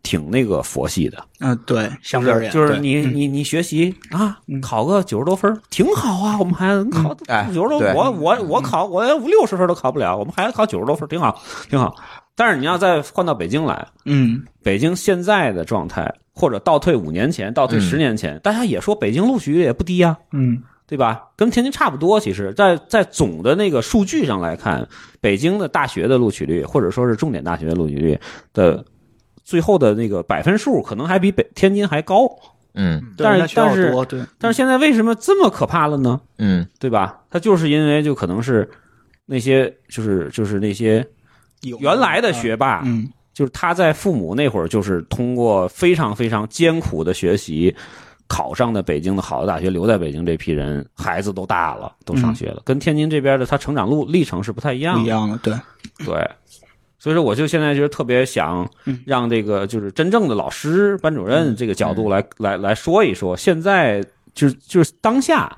[SPEAKER 2] 挺那个佛系的，
[SPEAKER 3] 嗯，对，相对而言，
[SPEAKER 2] 就是
[SPEAKER 3] 对
[SPEAKER 2] 你
[SPEAKER 1] 嗯
[SPEAKER 2] 你你学习啊，考个九十多分儿挺好啊，我们孩子考
[SPEAKER 1] 哎
[SPEAKER 2] 九十多，
[SPEAKER 1] 对
[SPEAKER 2] 我我我考我连五六十分都考不了，我们孩子考九十多分儿挺好挺好。但是你要再换到北京来，
[SPEAKER 3] 嗯，
[SPEAKER 2] 北京现在的状态，或者倒退五年前、倒退
[SPEAKER 1] 嗯
[SPEAKER 2] 十年前，大家也说北京录取率也不低啊呀、
[SPEAKER 3] 嗯，
[SPEAKER 2] 对吧？跟天津差不多。其实，在在总的那个数据上来看，北京的大学的录取率，或者说是重点大学的录取率的最后的那个百分数，可能还比北天津还高。
[SPEAKER 1] 嗯
[SPEAKER 3] 对
[SPEAKER 2] 但是
[SPEAKER 3] 那学校
[SPEAKER 2] 但是
[SPEAKER 3] 多对，
[SPEAKER 2] 但是现在为什么这么可怕了呢？
[SPEAKER 1] 嗯，
[SPEAKER 2] 对吧？它就是因为就可能是那些就是就是那些
[SPEAKER 3] 有
[SPEAKER 2] 原来的学霸，
[SPEAKER 3] 嗯
[SPEAKER 2] 就是他在父母那会儿，就是通过非常非常艰苦的学习，考上的北京的好的大学，留在北京这批人，孩子都大了，都上学了，跟天津这边的他成长路历程是不太一样
[SPEAKER 3] 嗯不
[SPEAKER 2] 的。
[SPEAKER 3] 一样了，对，
[SPEAKER 2] 对，所以说我就现在就是特别想
[SPEAKER 3] 嗯
[SPEAKER 2] 让这个就是真正的老师、班主任这个角
[SPEAKER 3] 嗯
[SPEAKER 2] 度来、来来说一说，现在就是就是当下，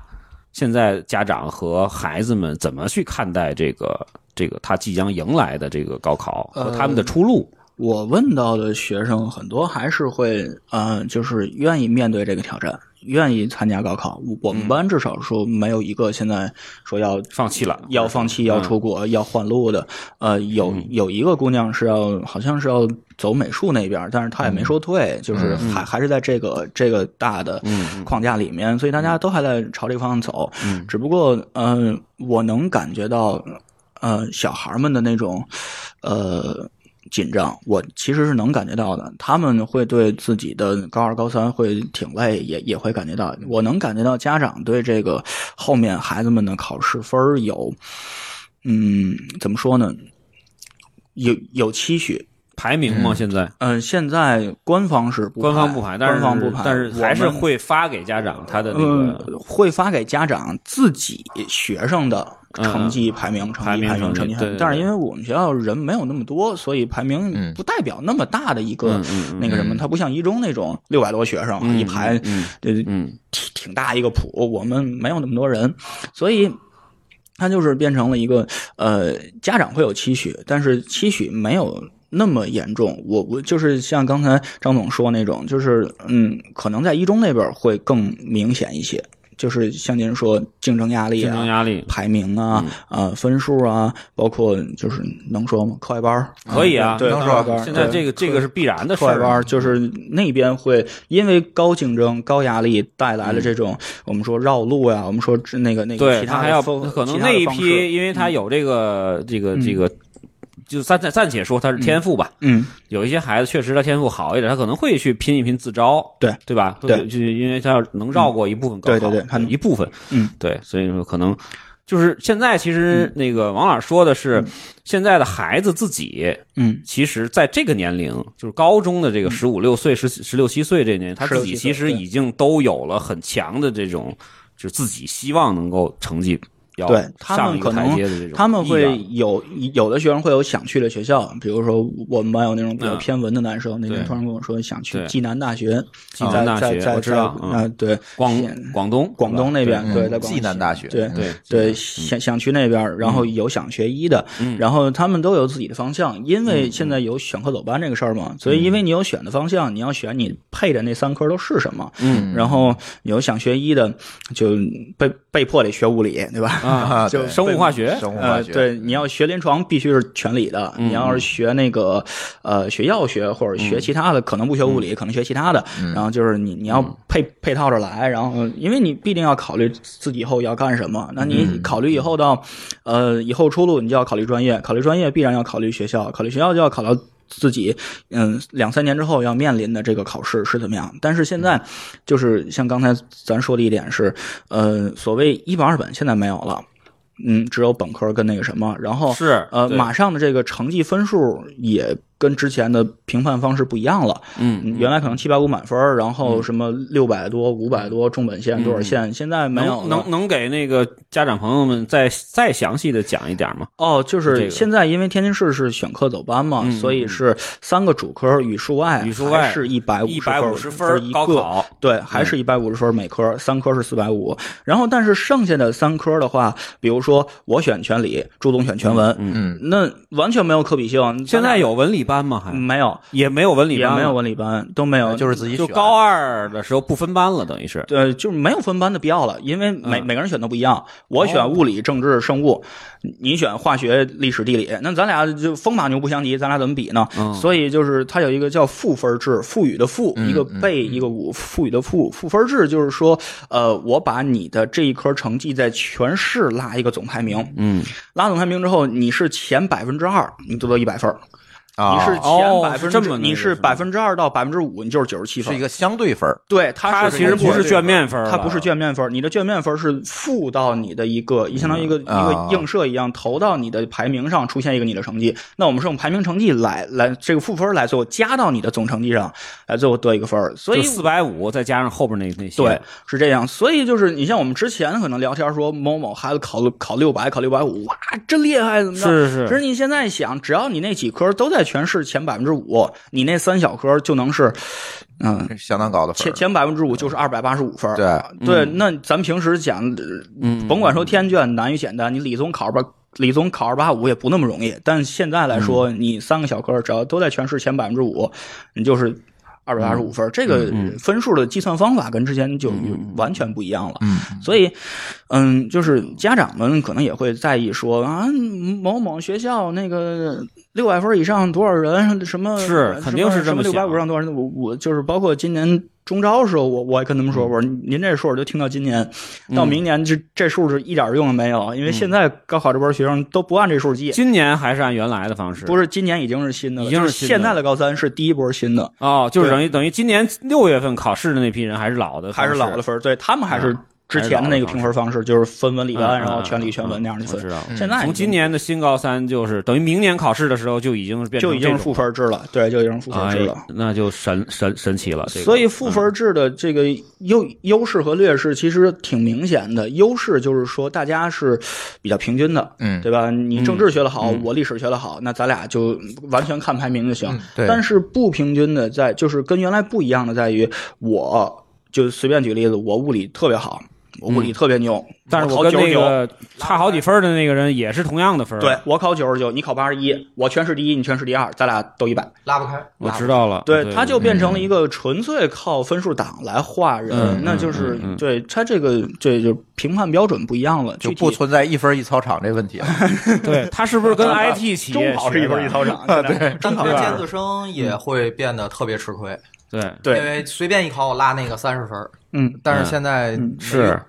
[SPEAKER 2] 现在家长和孩子们怎么去看待这个这个他即将迎来的这个高考和他们
[SPEAKER 3] 呃
[SPEAKER 2] 的出路。
[SPEAKER 3] 我问到的学生很多还是会，呃，就是愿意面对这个挑战，愿意参加高考。我我们班至少说没有一个现在说要
[SPEAKER 2] 嗯放弃了嗯
[SPEAKER 3] 要放弃、要出国、要换路的。呃，有有一个姑娘是要，好像是要走美术那边，但是她也没说退，就是还还是在这个这个大的框架里面，所以大家都还在朝这个方向走。只不过，嗯、我能感觉到，呃，小孩们的那种，呃。紧张，我其实是能感觉到的。他们会对自己的高二、高三会挺累，也也会感觉到。我能感觉到家长对这个后面孩子们的考试分儿有，嗯，怎么说呢？有有期许。
[SPEAKER 2] 排名吗？现在
[SPEAKER 3] 嗯、现在官方是不
[SPEAKER 2] 官方不排，但是
[SPEAKER 3] 官方不排，
[SPEAKER 2] 但是还是
[SPEAKER 3] 我们
[SPEAKER 2] 会发给家长他的那
[SPEAKER 3] 嗯
[SPEAKER 2] 个。
[SPEAKER 3] 会发给家长自己学生的成绩排名、成
[SPEAKER 2] 嗯排
[SPEAKER 3] 绩
[SPEAKER 2] 名
[SPEAKER 3] 排
[SPEAKER 2] 成
[SPEAKER 3] 名、
[SPEAKER 2] 绩
[SPEAKER 3] 成绩
[SPEAKER 2] 对
[SPEAKER 3] 排
[SPEAKER 2] 对
[SPEAKER 3] 名
[SPEAKER 2] 对。
[SPEAKER 3] 但是因为我们学校人没有那么多，所以排名
[SPEAKER 1] 嗯
[SPEAKER 3] 不代表那么大的一个
[SPEAKER 2] 嗯嗯嗯
[SPEAKER 3] 那个什么，
[SPEAKER 1] 嗯
[SPEAKER 3] 它不像一中那种六百多学生一排，
[SPEAKER 2] 嗯
[SPEAKER 3] 呃
[SPEAKER 2] 嗯
[SPEAKER 3] 挺挺大一个谱，我们没有那么多人，所以它就是变成了一个呃，家长会有期许，但是期许没有那么严重。我我就是像刚才张总说那种，就是嗯，可能在一中那边会更明显一些，就是像您说竞争压力
[SPEAKER 2] 竞争
[SPEAKER 3] 啊。
[SPEAKER 2] 压力嗯
[SPEAKER 3] 排名啊，呃，分数啊，包括就是能说吗？课外班儿
[SPEAKER 2] 可以啊，
[SPEAKER 3] 对，
[SPEAKER 1] 能
[SPEAKER 3] 课
[SPEAKER 1] 说
[SPEAKER 3] 外班儿
[SPEAKER 2] 现在
[SPEAKER 3] 对
[SPEAKER 2] 这个这个是必然的事
[SPEAKER 3] 课外
[SPEAKER 2] 儿
[SPEAKER 3] 班，儿就是那边会因为高竞争、高压力带来了这种、我们说绕路呀，我们说之那个那个
[SPEAKER 2] 嗯对
[SPEAKER 3] 其
[SPEAKER 2] 他
[SPEAKER 3] 他
[SPEAKER 2] 还
[SPEAKER 3] 的
[SPEAKER 2] 要
[SPEAKER 3] 方
[SPEAKER 2] 可能
[SPEAKER 3] 其他
[SPEAKER 2] 那
[SPEAKER 3] 的
[SPEAKER 2] 一
[SPEAKER 3] 方式嗯
[SPEAKER 2] 批，因为他有这个这个这个，就暂暂暂且说他是天赋吧。
[SPEAKER 3] 嗯
[SPEAKER 2] 有一些孩子确实他天赋好一点，他可能会去拼一拼自招，
[SPEAKER 3] 对
[SPEAKER 2] 对吧？
[SPEAKER 3] 对
[SPEAKER 2] 会就是因为他要能绕过一部分高考，
[SPEAKER 3] 对对对他能
[SPEAKER 2] 一部分，
[SPEAKER 3] 嗯，
[SPEAKER 2] 对，所以说可能就是现在其实那个王老师说的是，现在的孩子自己
[SPEAKER 3] 嗯
[SPEAKER 2] 其实在这个年龄，就是高中的这个十五六岁、十十六七岁这年，他自己
[SPEAKER 3] 16-17岁
[SPEAKER 2] 其实已经都有了很强的这种，就是自己希望能够成绩要
[SPEAKER 3] 对他
[SPEAKER 2] 上一
[SPEAKER 3] 们
[SPEAKER 2] 个
[SPEAKER 3] 可
[SPEAKER 2] 台
[SPEAKER 3] 能
[SPEAKER 2] 阶的这种，
[SPEAKER 3] 他们会。有有的学生会有想去的学校，比如说我们班有那种比较
[SPEAKER 2] 嗯
[SPEAKER 3] 偏文的男生，那
[SPEAKER 2] 对
[SPEAKER 3] 天突然跟我说想去
[SPEAKER 2] 对
[SPEAKER 3] 暨南大学，
[SPEAKER 2] 济南大学
[SPEAKER 3] 在在
[SPEAKER 2] 我知道
[SPEAKER 3] 在
[SPEAKER 2] 嗯
[SPEAKER 3] 啊对，
[SPEAKER 2] 广
[SPEAKER 3] 现
[SPEAKER 2] 广东，
[SPEAKER 3] 嗯广东那边
[SPEAKER 1] 嗯
[SPEAKER 3] 对，在广
[SPEAKER 1] 暨南大学，
[SPEAKER 3] 对
[SPEAKER 1] 嗯
[SPEAKER 2] 对嗯
[SPEAKER 3] 对，想想去那边儿，然后有想学医的，然后他们都有自己的方向，
[SPEAKER 2] 嗯
[SPEAKER 3] 因为现在有选课走班这个事儿嘛，所以因为你有选的方向，你要选你配的那三科都是什么，嗯，然后有想学医的，就被被迫得学物理，对吧？
[SPEAKER 2] 啊，
[SPEAKER 1] 就
[SPEAKER 2] 生物化学，
[SPEAKER 1] 生物化
[SPEAKER 3] 呃，
[SPEAKER 1] 学，
[SPEAKER 3] 对，你要学临床必须是全理的，你要是学那个呃学药学或者学其他的，可能不学物理，可能学其他的。然后就是你你要配配套着来，然后因为你必定要考虑自己以后要干什么，那你考虑以后到呃以后出路，你就要考虑专业，考虑专业必然要考虑学校，考虑学校就要考到。自己嗯两三年之后要面临的这个考试是怎么样。但是现在就是像刚才咱说的一点是，呃，所谓一本二本现在没有了。嗯，只有本科跟那个什么，然后
[SPEAKER 2] 是
[SPEAKER 3] 呃，
[SPEAKER 2] 对
[SPEAKER 3] 马上的这个成绩分数也跟之前的评判方式不一样了。
[SPEAKER 2] 嗯，
[SPEAKER 3] 嗯原来可能七八五满分儿，然后什么六百多、五百多重本线多少线，现在没有
[SPEAKER 2] 嗯
[SPEAKER 3] 嗯
[SPEAKER 2] 能
[SPEAKER 3] 了
[SPEAKER 2] 能能给那个家长朋友们再再详细的讲一点吗？
[SPEAKER 3] 哦，
[SPEAKER 2] 这
[SPEAKER 3] 就是
[SPEAKER 2] 个
[SPEAKER 3] 现在因为天津市是选课走班嘛，
[SPEAKER 2] 嗯
[SPEAKER 3] 所以是三个主科语数外，
[SPEAKER 2] 语数外
[SPEAKER 3] 还是一百
[SPEAKER 2] 一百
[SPEAKER 3] 哎五
[SPEAKER 2] 五十
[SPEAKER 3] 分儿
[SPEAKER 2] 分
[SPEAKER 3] 一
[SPEAKER 2] 高
[SPEAKER 3] 个。
[SPEAKER 2] 考，
[SPEAKER 3] 对，还
[SPEAKER 2] 嗯
[SPEAKER 3] 是一百五十分每科，三科是四百五。然后，但是剩下的三科的话，比如说我选全理，朱总选全文，
[SPEAKER 4] 嗯，
[SPEAKER 3] 那完全没有可比性。
[SPEAKER 2] 现在有文理班吗？还
[SPEAKER 3] 咱俩没有？
[SPEAKER 2] 也没有文理
[SPEAKER 3] 嗯也
[SPEAKER 2] 班，
[SPEAKER 3] 没有，文理班，都没有，
[SPEAKER 4] 就是自己
[SPEAKER 2] 就
[SPEAKER 4] 选
[SPEAKER 2] 高二的时候不分班了，等于是。
[SPEAKER 3] 呃，就是没有分班的必要了，因为每、
[SPEAKER 2] 嗯哦
[SPEAKER 3] 每个人选的不一样。我选物理、政治、生物，你选化学、历史、地理，那咱俩就风马牛不相及，咱俩怎么比呢？
[SPEAKER 2] 嗯
[SPEAKER 3] 所以就是它有一个叫赋分制，赋予的赋，
[SPEAKER 4] 嗯
[SPEAKER 3] 一个被，一个五，赋予的赋。赋分制就是说，呃，我把你的这一科成绩在全市拉一个总排名，
[SPEAKER 2] 嗯，
[SPEAKER 3] 拉总排名之后，你是前百分之二，你得到一百分儿；
[SPEAKER 1] 啊
[SPEAKER 3] 你是前
[SPEAKER 2] 哦
[SPEAKER 3] 百分
[SPEAKER 2] 是
[SPEAKER 3] 之，
[SPEAKER 2] 这么那
[SPEAKER 3] 你
[SPEAKER 2] 个
[SPEAKER 3] 是
[SPEAKER 2] 是吗
[SPEAKER 3] 百分之二到百分之五，你就是九十七分
[SPEAKER 4] 是一。个相对分儿，
[SPEAKER 3] 对，它
[SPEAKER 2] 它
[SPEAKER 3] 是
[SPEAKER 2] 其实
[SPEAKER 3] 通
[SPEAKER 2] 不
[SPEAKER 3] 过
[SPEAKER 2] 是
[SPEAKER 3] 这个
[SPEAKER 2] 卷面分了，
[SPEAKER 3] 它不是卷面分儿，你的卷面分儿是附到你的一个，相当于一个、
[SPEAKER 2] 嗯
[SPEAKER 4] 啊
[SPEAKER 3] 一个映射一样，投到你的排名上，出现一个你的成绩。那我们是用排名成绩来来这个赋分儿来最后加到你的总成绩上，来最后得一个分儿。所以
[SPEAKER 2] 四百五再加上后边那那些，
[SPEAKER 3] 对，是这样。所以就是你像我们之前可能聊天说某某孩子考了考六百，考六百五，哇，真厉害，怎么着？
[SPEAKER 2] 是是
[SPEAKER 3] 可是你现在想，只要你那几科都在全市前百分之五，你那三小科就能是，嗯，
[SPEAKER 4] 相当高的分
[SPEAKER 3] 前
[SPEAKER 4] 儿。
[SPEAKER 3] 前百分之五就是二百八十五分儿。啊对，
[SPEAKER 4] 对
[SPEAKER 3] 那咱平时讲，呃
[SPEAKER 2] 嗯
[SPEAKER 3] 甭管说天卷难与简单，你理综考吧。理综考二八五也不那么容易，但现在来
[SPEAKER 2] 嗯
[SPEAKER 3] 说，你三个小科只要都在全市前百分之五，你就是二百八十五分儿。这个
[SPEAKER 2] 嗯
[SPEAKER 3] 分数的计算方法跟之前就完全不一样了。
[SPEAKER 4] 嗯，
[SPEAKER 3] 所以，嗯，就是家长们可能也会在意说啊，某某学校那个六百分以上多少人，什么
[SPEAKER 2] 是肯定是这么
[SPEAKER 3] 六百
[SPEAKER 2] 想
[SPEAKER 3] 五上多少人，我我就是包括今年中招的时候，我我也跟他
[SPEAKER 2] 嗯
[SPEAKER 3] 们说，我说您这数我就听到今年，到明年这这数是一点用都没有，因为现在高考这波学生都不按这数记。
[SPEAKER 2] 今年嗯还是按原来的方式，
[SPEAKER 3] 不是，今年已经是新的了，
[SPEAKER 2] 已经是
[SPEAKER 3] 就是
[SPEAKER 2] 新的
[SPEAKER 3] 现在
[SPEAKER 2] 了
[SPEAKER 3] 的高三是第一波新的，
[SPEAKER 2] 哦，就是等于等于今年六月份考试的那批人还是老的方
[SPEAKER 3] 还
[SPEAKER 2] 式，
[SPEAKER 3] 是老的分儿，对他们还是
[SPEAKER 2] 嗯
[SPEAKER 3] 之前的那
[SPEAKER 2] 还是老
[SPEAKER 3] 个
[SPEAKER 2] 的
[SPEAKER 3] 评分方式，就是分文理
[SPEAKER 2] 嗯，
[SPEAKER 3] 班，
[SPEAKER 2] 嗯
[SPEAKER 3] 然后全理
[SPEAKER 2] 嗯
[SPEAKER 3] 全文那样的
[SPEAKER 2] 嗯
[SPEAKER 3] 分
[SPEAKER 2] 我。知道。
[SPEAKER 3] 现在
[SPEAKER 2] 从
[SPEAKER 3] 已经
[SPEAKER 2] 今年的新高三就是等于明年考试的时候就已经变成
[SPEAKER 3] 就已经
[SPEAKER 2] 这
[SPEAKER 3] 是
[SPEAKER 2] 种
[SPEAKER 3] 赋分制了，对，就已经是赋分
[SPEAKER 2] 哎
[SPEAKER 3] 制了。，
[SPEAKER 2] 那就神神神奇了。这个嗯
[SPEAKER 3] 所以赋分制的这个优优势和劣势其实挺明显的。优势就是说大家是比较平均的，
[SPEAKER 4] 嗯
[SPEAKER 3] 对吧？你政治学
[SPEAKER 2] 嗯
[SPEAKER 3] 得好，我历史学得好，那咱俩就完全看排名就行。
[SPEAKER 4] 对
[SPEAKER 3] 但是不平均的在就是跟原来不一样的在于，我就随便举例子，我物理特别好，我物理特别牛，
[SPEAKER 2] 嗯但是我
[SPEAKER 3] 我考
[SPEAKER 2] 跟
[SPEAKER 3] 九十
[SPEAKER 2] 那
[SPEAKER 3] 九，
[SPEAKER 2] 个差好几分的那个人也是同样的分儿
[SPEAKER 3] 对，我考九十九，你考八十一，我全市第一，你全市第二，咱俩都一百。
[SPEAKER 4] 拉不开，
[SPEAKER 2] 我知道了。
[SPEAKER 3] 对，它就变成了一个纯粹靠分数党来划人，
[SPEAKER 2] 嗯
[SPEAKER 3] 那就是、
[SPEAKER 2] 嗯嗯嗯
[SPEAKER 3] 对它这个这就评判标准不一样了，
[SPEAKER 4] 就
[SPEAKER 3] 具体
[SPEAKER 4] 不存在一分一操场这问 题了。
[SPEAKER 2] 对，他是不是跟 IT 企业
[SPEAKER 3] 中考是一分一
[SPEAKER 2] 套？
[SPEAKER 3] 操场，对
[SPEAKER 4] 单科
[SPEAKER 2] 对
[SPEAKER 1] 啊
[SPEAKER 2] 吧
[SPEAKER 4] 尖子生也会变得特别吃亏，
[SPEAKER 2] 对，
[SPEAKER 4] 因
[SPEAKER 3] 对，
[SPEAKER 4] 为随便一考我拉那个三十分儿，
[SPEAKER 3] 嗯，
[SPEAKER 4] 但
[SPEAKER 2] 嗯
[SPEAKER 4] 是现在
[SPEAKER 3] 嗯
[SPEAKER 4] 没
[SPEAKER 2] 是。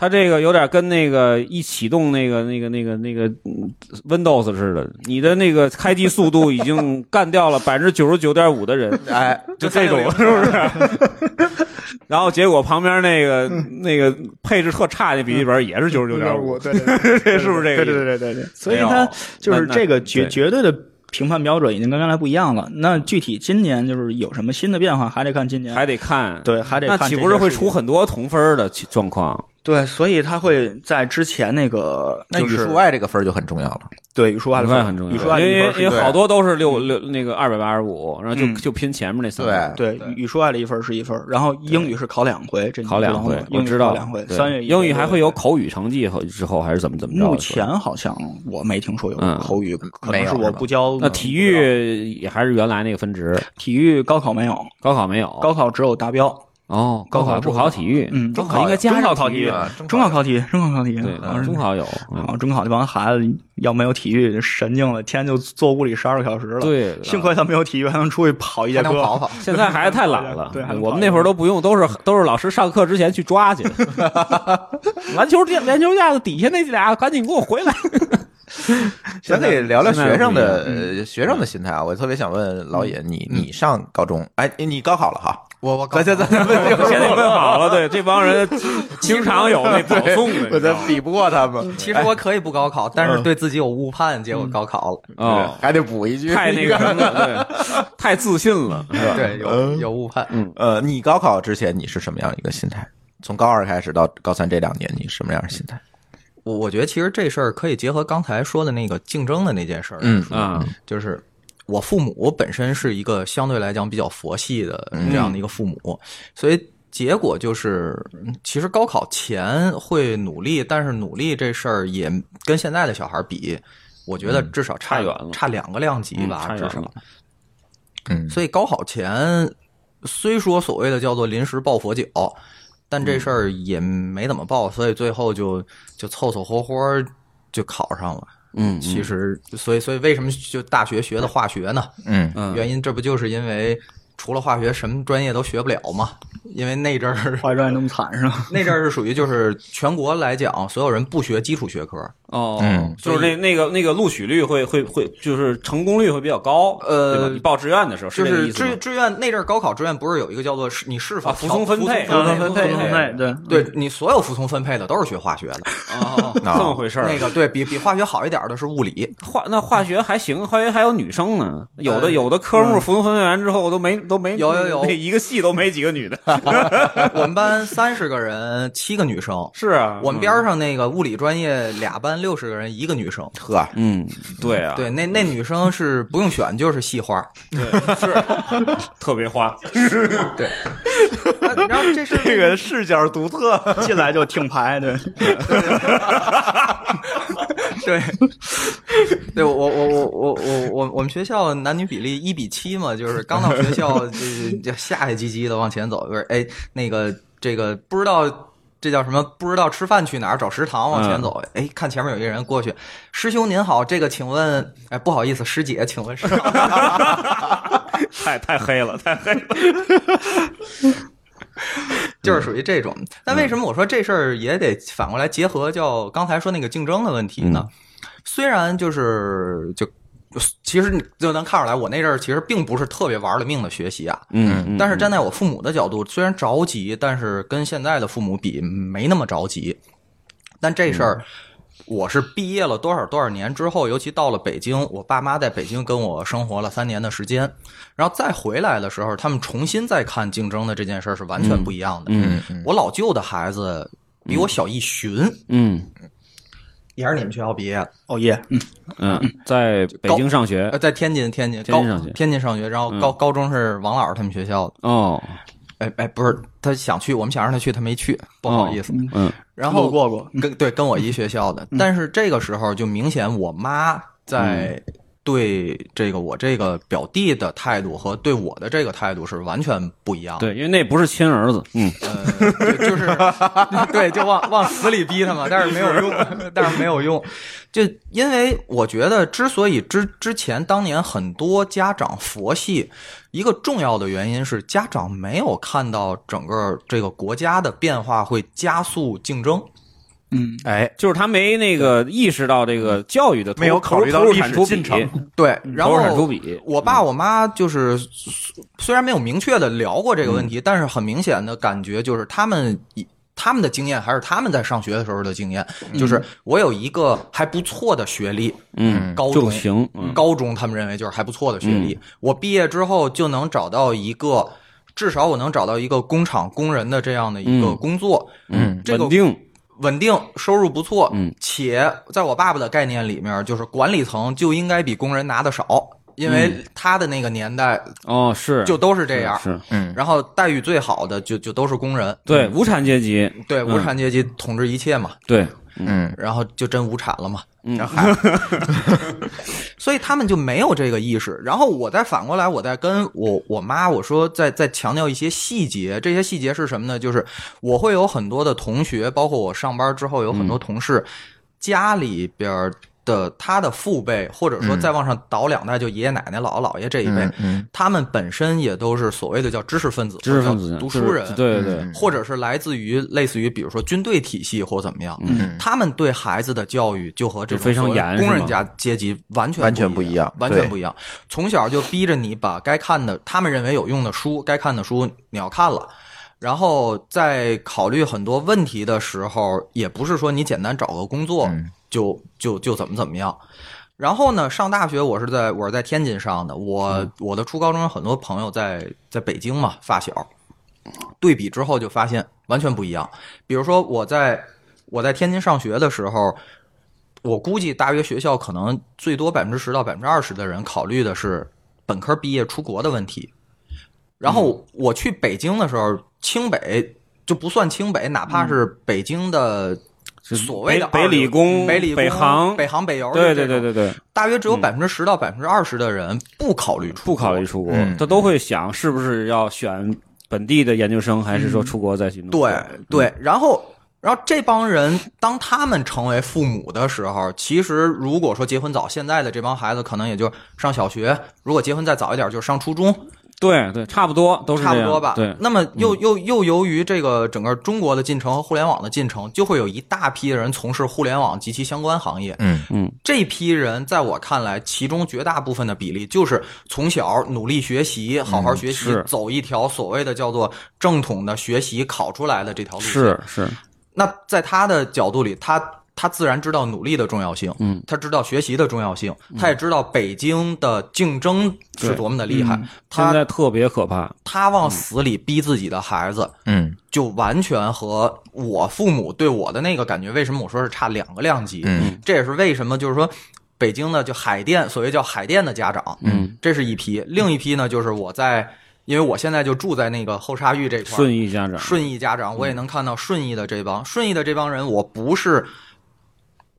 [SPEAKER 2] 他这个有点跟那个一启动那个那个那个那个嗯 Windows 似的，你的那个开机速度已经干掉了百分之九十九点五的人，
[SPEAKER 4] 哎，
[SPEAKER 2] 就这种是不 是？然后结果旁边那个那个配置特差那笔记本也是九十九点五，
[SPEAKER 3] 对对对，
[SPEAKER 2] 是不是这个意思？
[SPEAKER 3] 对对对对对，所以
[SPEAKER 2] 哎呦
[SPEAKER 3] 它就是
[SPEAKER 2] 那
[SPEAKER 3] 这个
[SPEAKER 2] 那嗯
[SPEAKER 3] 绝
[SPEAKER 2] 对
[SPEAKER 3] 绝对的评判标准已经跟原来不一样了。那具体今年就是有什么新的变化，还得看今年，
[SPEAKER 2] 还得看，
[SPEAKER 3] 对，还得
[SPEAKER 2] 那
[SPEAKER 3] 看
[SPEAKER 2] 岂
[SPEAKER 3] 这
[SPEAKER 2] 不是
[SPEAKER 3] 些
[SPEAKER 2] 会
[SPEAKER 3] 数
[SPEAKER 2] 出
[SPEAKER 3] 据
[SPEAKER 2] 很多同分儿的情状况？
[SPEAKER 3] 对，所以它会在之前那个
[SPEAKER 4] 那
[SPEAKER 3] 就
[SPEAKER 4] 语
[SPEAKER 3] 是
[SPEAKER 4] 数外这个分儿就很重要了。
[SPEAKER 3] 对语数啊外
[SPEAKER 2] 啊语
[SPEAKER 3] 的分
[SPEAKER 2] 外
[SPEAKER 3] 儿
[SPEAKER 2] 很重要，
[SPEAKER 3] 语数外的
[SPEAKER 2] 因
[SPEAKER 3] 一分
[SPEAKER 2] 为
[SPEAKER 3] 儿是
[SPEAKER 2] 因为
[SPEAKER 4] 对
[SPEAKER 2] 好多都是六六那个二百八十五，然后就、
[SPEAKER 3] 嗯
[SPEAKER 2] 就拼前面那三
[SPEAKER 4] 对
[SPEAKER 2] 个。
[SPEAKER 3] 对，语数外的一分儿是一分儿，然后英语是考两回，这你
[SPEAKER 2] 考
[SPEAKER 3] 知道
[SPEAKER 2] 两回
[SPEAKER 3] 吗，
[SPEAKER 2] 我
[SPEAKER 3] 英语
[SPEAKER 2] 知
[SPEAKER 3] 是
[SPEAKER 2] 道
[SPEAKER 3] 考两回，
[SPEAKER 2] 对
[SPEAKER 3] 三月一
[SPEAKER 2] 英语
[SPEAKER 3] 回
[SPEAKER 2] 还会有口语成绩和之后还是怎么怎么着的？
[SPEAKER 3] 目前好像我没听说有
[SPEAKER 2] 嗯
[SPEAKER 3] 口语，可
[SPEAKER 4] 没
[SPEAKER 3] 能
[SPEAKER 4] 有
[SPEAKER 3] 是我
[SPEAKER 4] 是吧
[SPEAKER 3] 不教。
[SPEAKER 2] 那体
[SPEAKER 3] 不知道
[SPEAKER 2] 育也还是原来那个分值，
[SPEAKER 3] 体育高考没有，
[SPEAKER 2] 高考没有。
[SPEAKER 3] 高考只有达标。
[SPEAKER 2] 哦，高考不考体育，
[SPEAKER 3] 嗯
[SPEAKER 2] 中考应该加
[SPEAKER 3] 中考
[SPEAKER 2] 上
[SPEAKER 3] 考
[SPEAKER 2] 体
[SPEAKER 3] 体育
[SPEAKER 2] 育。
[SPEAKER 4] 啊
[SPEAKER 3] 中考考体育，啊中考考体育，
[SPEAKER 2] 对，
[SPEAKER 3] 好像是
[SPEAKER 2] 中。考有。嗯
[SPEAKER 3] 啊，中考这帮孩子要没有体育，神经了，天天就坐屋里十二个小时了。，
[SPEAKER 2] 对，
[SPEAKER 3] 幸亏他没有体育，还能出去跑一节
[SPEAKER 4] 还能
[SPEAKER 3] 课。
[SPEAKER 4] 跑跑，
[SPEAKER 2] 现在孩子太懒了。
[SPEAKER 3] 对还能
[SPEAKER 2] 我
[SPEAKER 3] 跑
[SPEAKER 2] 们那会儿都不用，都是都是老师上课之前去抓去。篮球垫、篮球架子底下那俩，赶紧给我回来！
[SPEAKER 1] 咱可以聊聊
[SPEAKER 2] 现在
[SPEAKER 1] 学生的
[SPEAKER 2] 不一样嗯
[SPEAKER 1] 呃学生的心态啊。我特别想问老野，你你上高中，哎，你高考了哈？
[SPEAKER 4] 我我
[SPEAKER 1] 咱咱
[SPEAKER 4] 刚
[SPEAKER 1] 咱咱问这个
[SPEAKER 2] 现在问好了，对这帮人经常有那保送的，
[SPEAKER 1] 我
[SPEAKER 2] 你知
[SPEAKER 1] 咱
[SPEAKER 2] 道吗
[SPEAKER 1] 比不过他们，
[SPEAKER 4] 嗯
[SPEAKER 1] 哎
[SPEAKER 4] 其实我可以不高考，但
[SPEAKER 1] 嗯
[SPEAKER 4] 是对自己有误判，结果高考了。
[SPEAKER 2] 哦，
[SPEAKER 1] 还得补一句，
[SPEAKER 2] 太那个什么了，对，太自信了，是吧？
[SPEAKER 4] 对，有
[SPEAKER 1] 嗯
[SPEAKER 4] 有误判。
[SPEAKER 1] 呃，你高考之前你是什么样一个心态？从高二开始到高三这两年，你什么样的心态？
[SPEAKER 4] 我我觉得其实这事儿可以结合刚才说的那个竞争的那件事儿，
[SPEAKER 1] 嗯
[SPEAKER 2] 啊，
[SPEAKER 4] 就是我父母本身是一个相对来讲比较佛系的这样的一个父母，所以结果就是，嗯其实高考前会努力，但是努力这事儿也跟现在的小孩比，我觉得至少差、
[SPEAKER 2] 差远了
[SPEAKER 4] 差两个量级吧，
[SPEAKER 2] 嗯差远
[SPEAKER 4] 至少
[SPEAKER 2] 了。
[SPEAKER 1] 嗯，
[SPEAKER 4] 所以高考前虽说所谓的叫做临时抱佛脚，但
[SPEAKER 2] 嗯
[SPEAKER 4] 这事儿也没怎么抱，所以最后就就凑凑合合就考上了。
[SPEAKER 2] 嗯
[SPEAKER 4] 其实，所以所以为什么就大学学的化学呢？
[SPEAKER 1] 嗯
[SPEAKER 2] 嗯
[SPEAKER 4] 原因这不就是因为除了化学什么专业都学不了吗？因为那阵儿
[SPEAKER 3] 化妆那么惨是吧？
[SPEAKER 4] 那阵儿是属于就是全国来讲，所有人不学基础学科，
[SPEAKER 2] 哦，
[SPEAKER 1] 嗯
[SPEAKER 2] 就是那那个那个录取率会会会，就是成功率会比较高，
[SPEAKER 4] 呃
[SPEAKER 2] 对吧你报志愿的时候
[SPEAKER 4] 就
[SPEAKER 2] 这个
[SPEAKER 4] 是
[SPEAKER 2] 意思
[SPEAKER 4] 志
[SPEAKER 2] 吗？
[SPEAKER 4] 志愿那阵儿高考志愿不是有一个叫做是你是否
[SPEAKER 2] 啊服从
[SPEAKER 4] 调
[SPEAKER 2] 分配
[SPEAKER 4] 服从
[SPEAKER 2] 啊
[SPEAKER 4] 分配
[SPEAKER 2] 服从分配嗯
[SPEAKER 3] 对，
[SPEAKER 4] 对你所有服从分配的都是学化学的，
[SPEAKER 2] 哦，这么回事儿。
[SPEAKER 4] 那个对比比化学好一点的是物 理，
[SPEAKER 2] 化那化学还行，化学还有女生呢，有的
[SPEAKER 4] 呃
[SPEAKER 2] 有的科目服从分配完之后都没都没
[SPEAKER 4] 有有有
[SPEAKER 2] 那 一个系都没几个女的，
[SPEAKER 4] 我们班三十个人，七个女生。
[SPEAKER 2] 是啊，
[SPEAKER 4] 我们边儿上那个物理专业俩班六十个人，一个 女生。
[SPEAKER 1] 呵，
[SPEAKER 2] 嗯，对啊，
[SPEAKER 4] 对，那那女生是不用选，就是系花。
[SPEAKER 2] 特别花，
[SPEAKER 4] 然后这是
[SPEAKER 1] 这个视角独特，
[SPEAKER 3] 进来就听牌，对，
[SPEAKER 4] 对，对我我我我我我我们学校男女比例一比七嘛，就是刚到学校就就下下唧唧的往前走，就是哎那个这个不知道这叫什么，不知道吃饭去哪儿找食堂往前走，哎看前面有一个人过去，师兄您好，这个请问哎不好意思师姐，请问是
[SPEAKER 2] 太太黑了，太黑了。
[SPEAKER 4] 就是属于这种。但为什么我说这事儿也得反过来结合叫刚才说那个竞争的问题呢？
[SPEAKER 2] 嗯
[SPEAKER 4] 虽然就是就。其实你就能看出来，我那阵儿其实并不是特别玩了命的学习啊。
[SPEAKER 2] 嗯
[SPEAKER 4] 但是站在我父母的角度，虽然着急，但是跟现在的父母比没那么着急。但这事儿，
[SPEAKER 2] 嗯
[SPEAKER 4] 我是毕业了多少多少年之后，尤其到了北京，我爸妈在北京跟我生活了三年的时间，然后再回来的时候，他们重新再看竞争的这件事儿是完全不一样的。
[SPEAKER 2] 嗯
[SPEAKER 4] 我老舅的孩子比我小一旬，
[SPEAKER 2] 嗯
[SPEAKER 4] 也是你们学校毕业的，
[SPEAKER 3] 哦耶，嗯，
[SPEAKER 2] 嗯，在北京上学
[SPEAKER 4] 呃，在天津，天津
[SPEAKER 2] 天津
[SPEAKER 4] 高
[SPEAKER 2] 上学嗯
[SPEAKER 4] 天津上学，然后高、高中是王老师他们学校的。
[SPEAKER 2] 哦，
[SPEAKER 4] 哎哎，不是，他想去，我们想让他去，他没去，不好意思。
[SPEAKER 2] 嗯
[SPEAKER 4] 然后
[SPEAKER 3] 路 过过
[SPEAKER 4] 跟对跟我一学校的，但是这个时候就明显我妈在对这个我这个表弟的态度和对我的这个态度是完全不一样的。
[SPEAKER 2] 对，因为那不是亲儿子， 嗯，
[SPEAKER 4] 呃，就就是对，就往往死里逼他嘛，但是没有用，但是没有用。就因为我觉得，之所以之之前当年很多家长佛系，一个重要的原因是家长没有看到整个这个国家的变化会加速竞争。
[SPEAKER 3] 嗯，
[SPEAKER 4] 哎，
[SPEAKER 2] 就是他没那个意识到这个教育的投
[SPEAKER 1] 没有
[SPEAKER 2] 投
[SPEAKER 1] 考虑到
[SPEAKER 2] 投入
[SPEAKER 1] 历史
[SPEAKER 2] 产出比
[SPEAKER 1] 进程
[SPEAKER 4] 对，然
[SPEAKER 2] 投
[SPEAKER 4] 后
[SPEAKER 2] 入产出比
[SPEAKER 4] 我爸我妈就是虽虽然没有明确的聊过这个问
[SPEAKER 2] 嗯
[SPEAKER 4] 题，但是很明显的感觉就是他们以他们的经验还是他们在上学的时候的经验，就是我有一个还不错的学历，
[SPEAKER 2] 嗯
[SPEAKER 4] 高
[SPEAKER 2] 就
[SPEAKER 4] 中
[SPEAKER 2] 行嗯
[SPEAKER 4] 高中他们认为就是还不错的学历，我毕业之后就能找到一个。至少我能找到一个工厂工人的这样的一个
[SPEAKER 2] 嗯
[SPEAKER 4] 工作，
[SPEAKER 2] 嗯，
[SPEAKER 4] 这个
[SPEAKER 2] 稳定，
[SPEAKER 4] 稳定，收入不错，
[SPEAKER 2] 嗯，
[SPEAKER 4] 且在我爸爸的概念里面，就是管理层就应该比工人拿的少，因为他的那个年代
[SPEAKER 2] 哦，嗯是
[SPEAKER 4] 就都是这样，
[SPEAKER 2] 是，
[SPEAKER 1] 嗯
[SPEAKER 4] 然后待遇最好的就就都是工人，
[SPEAKER 2] 对，无产阶级，
[SPEAKER 4] 对，
[SPEAKER 2] 嗯
[SPEAKER 4] 无产阶级统治一切嘛，
[SPEAKER 2] 对，
[SPEAKER 1] 嗯
[SPEAKER 4] 然后就真无产了嘛，
[SPEAKER 2] 嗯，
[SPEAKER 4] 所以他们就没有这个意识。然后我再反过来，我再跟我我妈我说再，再强调一些细节，这些细节是什么呢？就是我会
[SPEAKER 1] 嗯
[SPEAKER 4] 有很多的同学，包括我上班之后有很多同事，家里边儿的他的父辈，或者说
[SPEAKER 1] 嗯
[SPEAKER 4] 再往上倒两代，就爷爷奶奶、姥姥姥爷这一辈
[SPEAKER 1] 嗯，嗯
[SPEAKER 4] 他们本身也都是所谓的叫知识分子、
[SPEAKER 2] 知识分
[SPEAKER 4] 或者
[SPEAKER 2] 子、
[SPEAKER 4] 叫读书人，
[SPEAKER 2] 对对对，
[SPEAKER 1] 嗯
[SPEAKER 4] 或者是来自于类似于比如说军队体系或怎么样，
[SPEAKER 1] 嗯
[SPEAKER 4] 他们对孩子的教育就和这
[SPEAKER 2] 就
[SPEAKER 4] 种
[SPEAKER 2] 非常
[SPEAKER 4] 所谓
[SPEAKER 2] 严
[SPEAKER 4] 工
[SPEAKER 2] 是
[SPEAKER 4] 人
[SPEAKER 2] 吗
[SPEAKER 4] 家阶级完全
[SPEAKER 1] 完全不
[SPEAKER 4] 一
[SPEAKER 1] 一样
[SPEAKER 4] 完
[SPEAKER 1] 对
[SPEAKER 4] 全不一样。从小就逼着你把该看的，他们认为有用的书，该看的书你要看了。然后在考虑很多问题的时候，也不是说你简单找个工作、
[SPEAKER 1] 嗯
[SPEAKER 4] 就就就怎么怎么样。然后呢，上大学我是在我是在天津上的，我、
[SPEAKER 1] 嗯
[SPEAKER 4] 我的初高中有很多朋友在在北京嘛，发小，对比之后就发现完全不一样。比如说我在我在天津上学的时候，我估计大约学校可能最多百分之十到百分之二十的人考虑的是本科毕业出国的问题。然后我去北京的时候，清北就不算清北，哪怕是北京的所谓的
[SPEAKER 2] 嗯北
[SPEAKER 4] 二流
[SPEAKER 2] 北理工
[SPEAKER 4] 北理工、
[SPEAKER 2] 北航
[SPEAKER 4] 北航、北邮，
[SPEAKER 2] 对对对，对对，
[SPEAKER 4] 大约只有
[SPEAKER 2] 嗯
[SPEAKER 4] 百分之十到百分之二十的人不考虑出
[SPEAKER 2] 不
[SPEAKER 4] 国
[SPEAKER 2] 考虑。出国
[SPEAKER 1] 嗯，
[SPEAKER 2] 他都会想是不是要选本地的研究生，还是说出国再去弄？
[SPEAKER 4] 对对，然后然后这帮人当他们成为父母的时候，其实如果说结婚早，现在的这帮孩子可能也就上小学，如果结婚再早一点，就上初中，
[SPEAKER 2] 对对，差不多都是
[SPEAKER 4] 差
[SPEAKER 2] 这
[SPEAKER 4] 不
[SPEAKER 2] 样
[SPEAKER 4] 多吧。
[SPEAKER 2] 对，嗯
[SPEAKER 4] 那么又又又由于这个整个中国的进程和互联网的进程，就会有一大批人从事互联网及其相关行业。
[SPEAKER 1] 嗯
[SPEAKER 4] 这批人在我看来，其中绝大部分的比例就是从小努力学习，好好学习，
[SPEAKER 2] 嗯是
[SPEAKER 4] 走一条所谓的叫做正统的学习考出来的这条路线。
[SPEAKER 2] 是是，
[SPEAKER 4] 那在他的角度里，他他自然知道努力的重要性，
[SPEAKER 2] 嗯，
[SPEAKER 4] 他知道学习的重要性，他也知道北京的竞争是多么的厉害，
[SPEAKER 2] 嗯现
[SPEAKER 4] 他
[SPEAKER 2] 在嗯特别可怕。
[SPEAKER 4] 他往死里逼自己的孩子，
[SPEAKER 1] 嗯
[SPEAKER 4] 就完全和我父母对我的那个感觉，为什么我说是差两个量级？
[SPEAKER 1] 嗯
[SPEAKER 4] 这也是为什么就是说。北京呢，就海淀，所谓叫海淀的家长，
[SPEAKER 2] 嗯，
[SPEAKER 4] 这是一批；另一批呢，就是我在，因为我现在就住在那个后沙峪这块儿，
[SPEAKER 2] 顺义家长，
[SPEAKER 4] 顺义家长，我也能看到顺义的这帮顺义的这帮人，我不是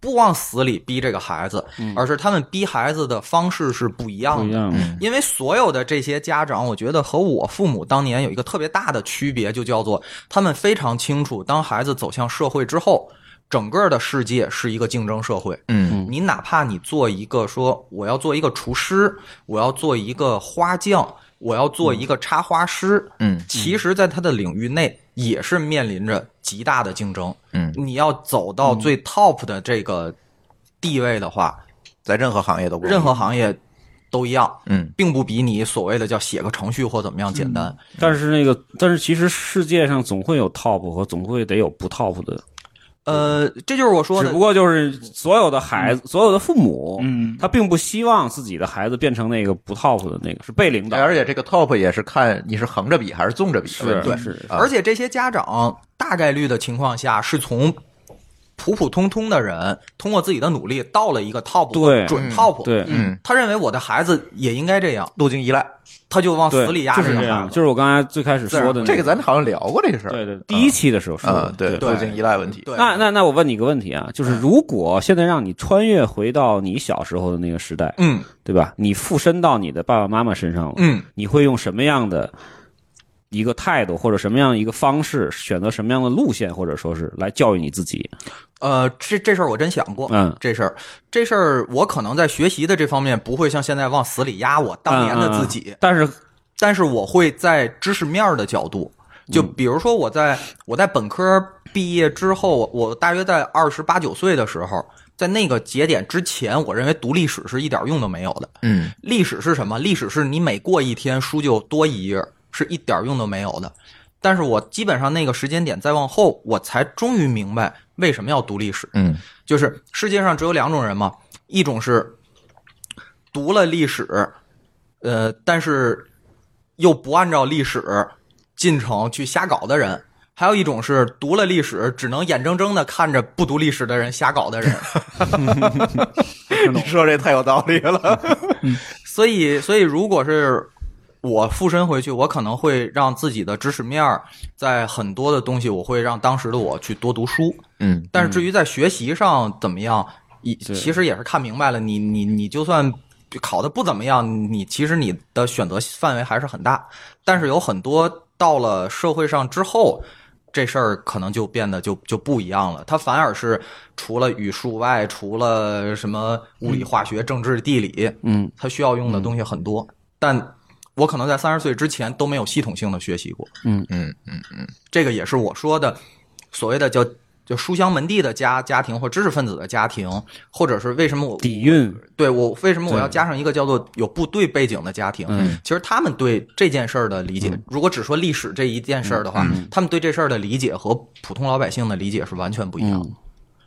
[SPEAKER 4] 不往死里逼这个孩子，而是他们逼孩子的方式是不一
[SPEAKER 2] 不
[SPEAKER 4] 样
[SPEAKER 2] 一
[SPEAKER 4] 的。
[SPEAKER 2] 样，
[SPEAKER 1] 嗯
[SPEAKER 4] 因为所有的这些家长，我觉得和我父母当年有一个特别大的区别，就叫做他们非常清楚，当孩子走向社会之后，整个的世界是一个竞争社会。
[SPEAKER 1] 嗯
[SPEAKER 4] 你哪怕你做一个说我要做一个厨师，我要做一个花匠，我要做一个插花师，
[SPEAKER 1] 嗯
[SPEAKER 4] 其实，在它的领域内也是面临着极大的竞争。
[SPEAKER 1] 嗯，
[SPEAKER 4] 你要走到最 top 的这个地位的话，
[SPEAKER 1] 在任何行业都不容易
[SPEAKER 4] 任何行业都一样，
[SPEAKER 1] 嗯
[SPEAKER 4] 并不比你所谓的叫写个程序或怎么样简单。
[SPEAKER 2] 但是那个，但是其实世界上总会有 top 和总会得有不 top 的，
[SPEAKER 4] 呃，这就是我说
[SPEAKER 2] 嗯只
[SPEAKER 4] 的
[SPEAKER 2] 不。过就是所有的孩子，所有的父母，
[SPEAKER 3] 嗯
[SPEAKER 2] 他并不希望自己的孩子变成那个不 top 的那个，是被领导，
[SPEAKER 1] 哎而且这个 top 也是看你是横着比还是纵着比的
[SPEAKER 2] 是
[SPEAKER 1] 问题，
[SPEAKER 2] 对是，
[SPEAKER 1] 啊
[SPEAKER 4] 而且这些家长大概率的情况下是从。普普通通的人通过自己的努力到了一个 top，
[SPEAKER 2] 对
[SPEAKER 4] 准 top，
[SPEAKER 2] 对，
[SPEAKER 1] 嗯，
[SPEAKER 4] 他认为我的孩子也应该这样，
[SPEAKER 1] 路径依赖，
[SPEAKER 4] 他就往
[SPEAKER 2] 对，
[SPEAKER 4] 死里压
[SPEAKER 2] 就是这
[SPEAKER 4] 个孩
[SPEAKER 2] 样，
[SPEAKER 4] 子。
[SPEAKER 2] 就是我刚才最开始说的那
[SPEAKER 1] 啊这个咱好像聊过这个事儿，
[SPEAKER 2] 对对，第一期的时候说
[SPEAKER 1] 啊
[SPEAKER 2] 的，，
[SPEAKER 1] 对，
[SPEAKER 4] 对嗯
[SPEAKER 1] 路径依赖问题，
[SPEAKER 4] 对，
[SPEAKER 2] 那那那我问你一个问题啊，就是如果现在让你穿越回到你小时候的那个时代，
[SPEAKER 4] 嗯
[SPEAKER 2] 对吧？你附身到你的爸爸妈妈身上了，
[SPEAKER 4] 嗯，
[SPEAKER 2] 你会用什么样的一个态度，或者什么样一个方式，选择什么样的路线，或者说是来教育你自己？
[SPEAKER 4] 呃，这这事儿我真想过，
[SPEAKER 2] 嗯
[SPEAKER 4] 这事儿这事儿我可能在学习的这方面不会像现在往死里压我当年的自己，
[SPEAKER 2] 嗯嗯嗯但是
[SPEAKER 4] 但是我会在知识面儿的角度，就
[SPEAKER 2] 嗯
[SPEAKER 4] 比如说我在我在本科毕业之后，我大约在二十八九岁的时候，在那个节点之前，我认为读历史是一点用都没有的。
[SPEAKER 1] 嗯
[SPEAKER 4] 历史是什么？历史是你每过一天书就多一页，是一点用都没有的。但是我基本上那个时间点再往后，我才终于明白为什么要读历史。
[SPEAKER 1] 嗯
[SPEAKER 4] 就是世界上只有两种人嘛，一种是读了历史，呃，但是又不按照历史进程去瞎搞的人。还有一种是读了历史，只能眼睁睁的看着不读历史的人瞎搞的人，
[SPEAKER 1] 你说这太有道理了，
[SPEAKER 4] 所以，所以如果是我附身回去，我可能会让自己的知识面儿在很多的东西，我会让当时的我去多读书。
[SPEAKER 1] 嗯
[SPEAKER 4] 但是至于在学习上怎么样，也
[SPEAKER 2] 对
[SPEAKER 4] 其实也是看明白了，你你你就算考的不怎么样，你其实你的选择范围还是很大。但是有很多到了社会上之后，这事儿可能就变得就就不一样了。它反而是除了语数外，除了什么物理、化学、政治、地理，
[SPEAKER 3] 嗯，
[SPEAKER 4] 它需要用的东西很多，但我可能在三十岁之前都没有系统性的学习过。
[SPEAKER 1] 嗯
[SPEAKER 4] 这个也是我说的所谓的叫就书香门第的家家庭或知识分子的家庭，或者是为什么我
[SPEAKER 2] 底蕴，
[SPEAKER 4] 对我为什么我要加上一个叫做有部队背景的家庭？
[SPEAKER 2] 嗯
[SPEAKER 4] 其实他们对这件事儿的理解，如果只说历史这一件事儿的话，他们对这事儿的理解和普通老百姓的理解是完全不一样的。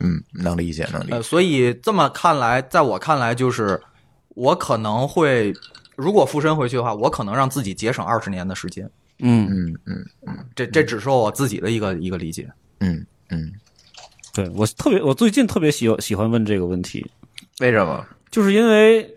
[SPEAKER 1] 嗯，能理解，能理解
[SPEAKER 4] 呃，。所以这么看来，在我看来，就是我可能会，如果附身回去的话，我可能让自己节省二十年的时间。
[SPEAKER 2] 嗯，
[SPEAKER 1] 嗯嗯
[SPEAKER 4] 这这只是我自己的一个一个理解。
[SPEAKER 1] 嗯嗯，
[SPEAKER 2] 对我特别，我最近特别喜喜欢问这个问题，
[SPEAKER 1] 为什么？
[SPEAKER 2] 就是因为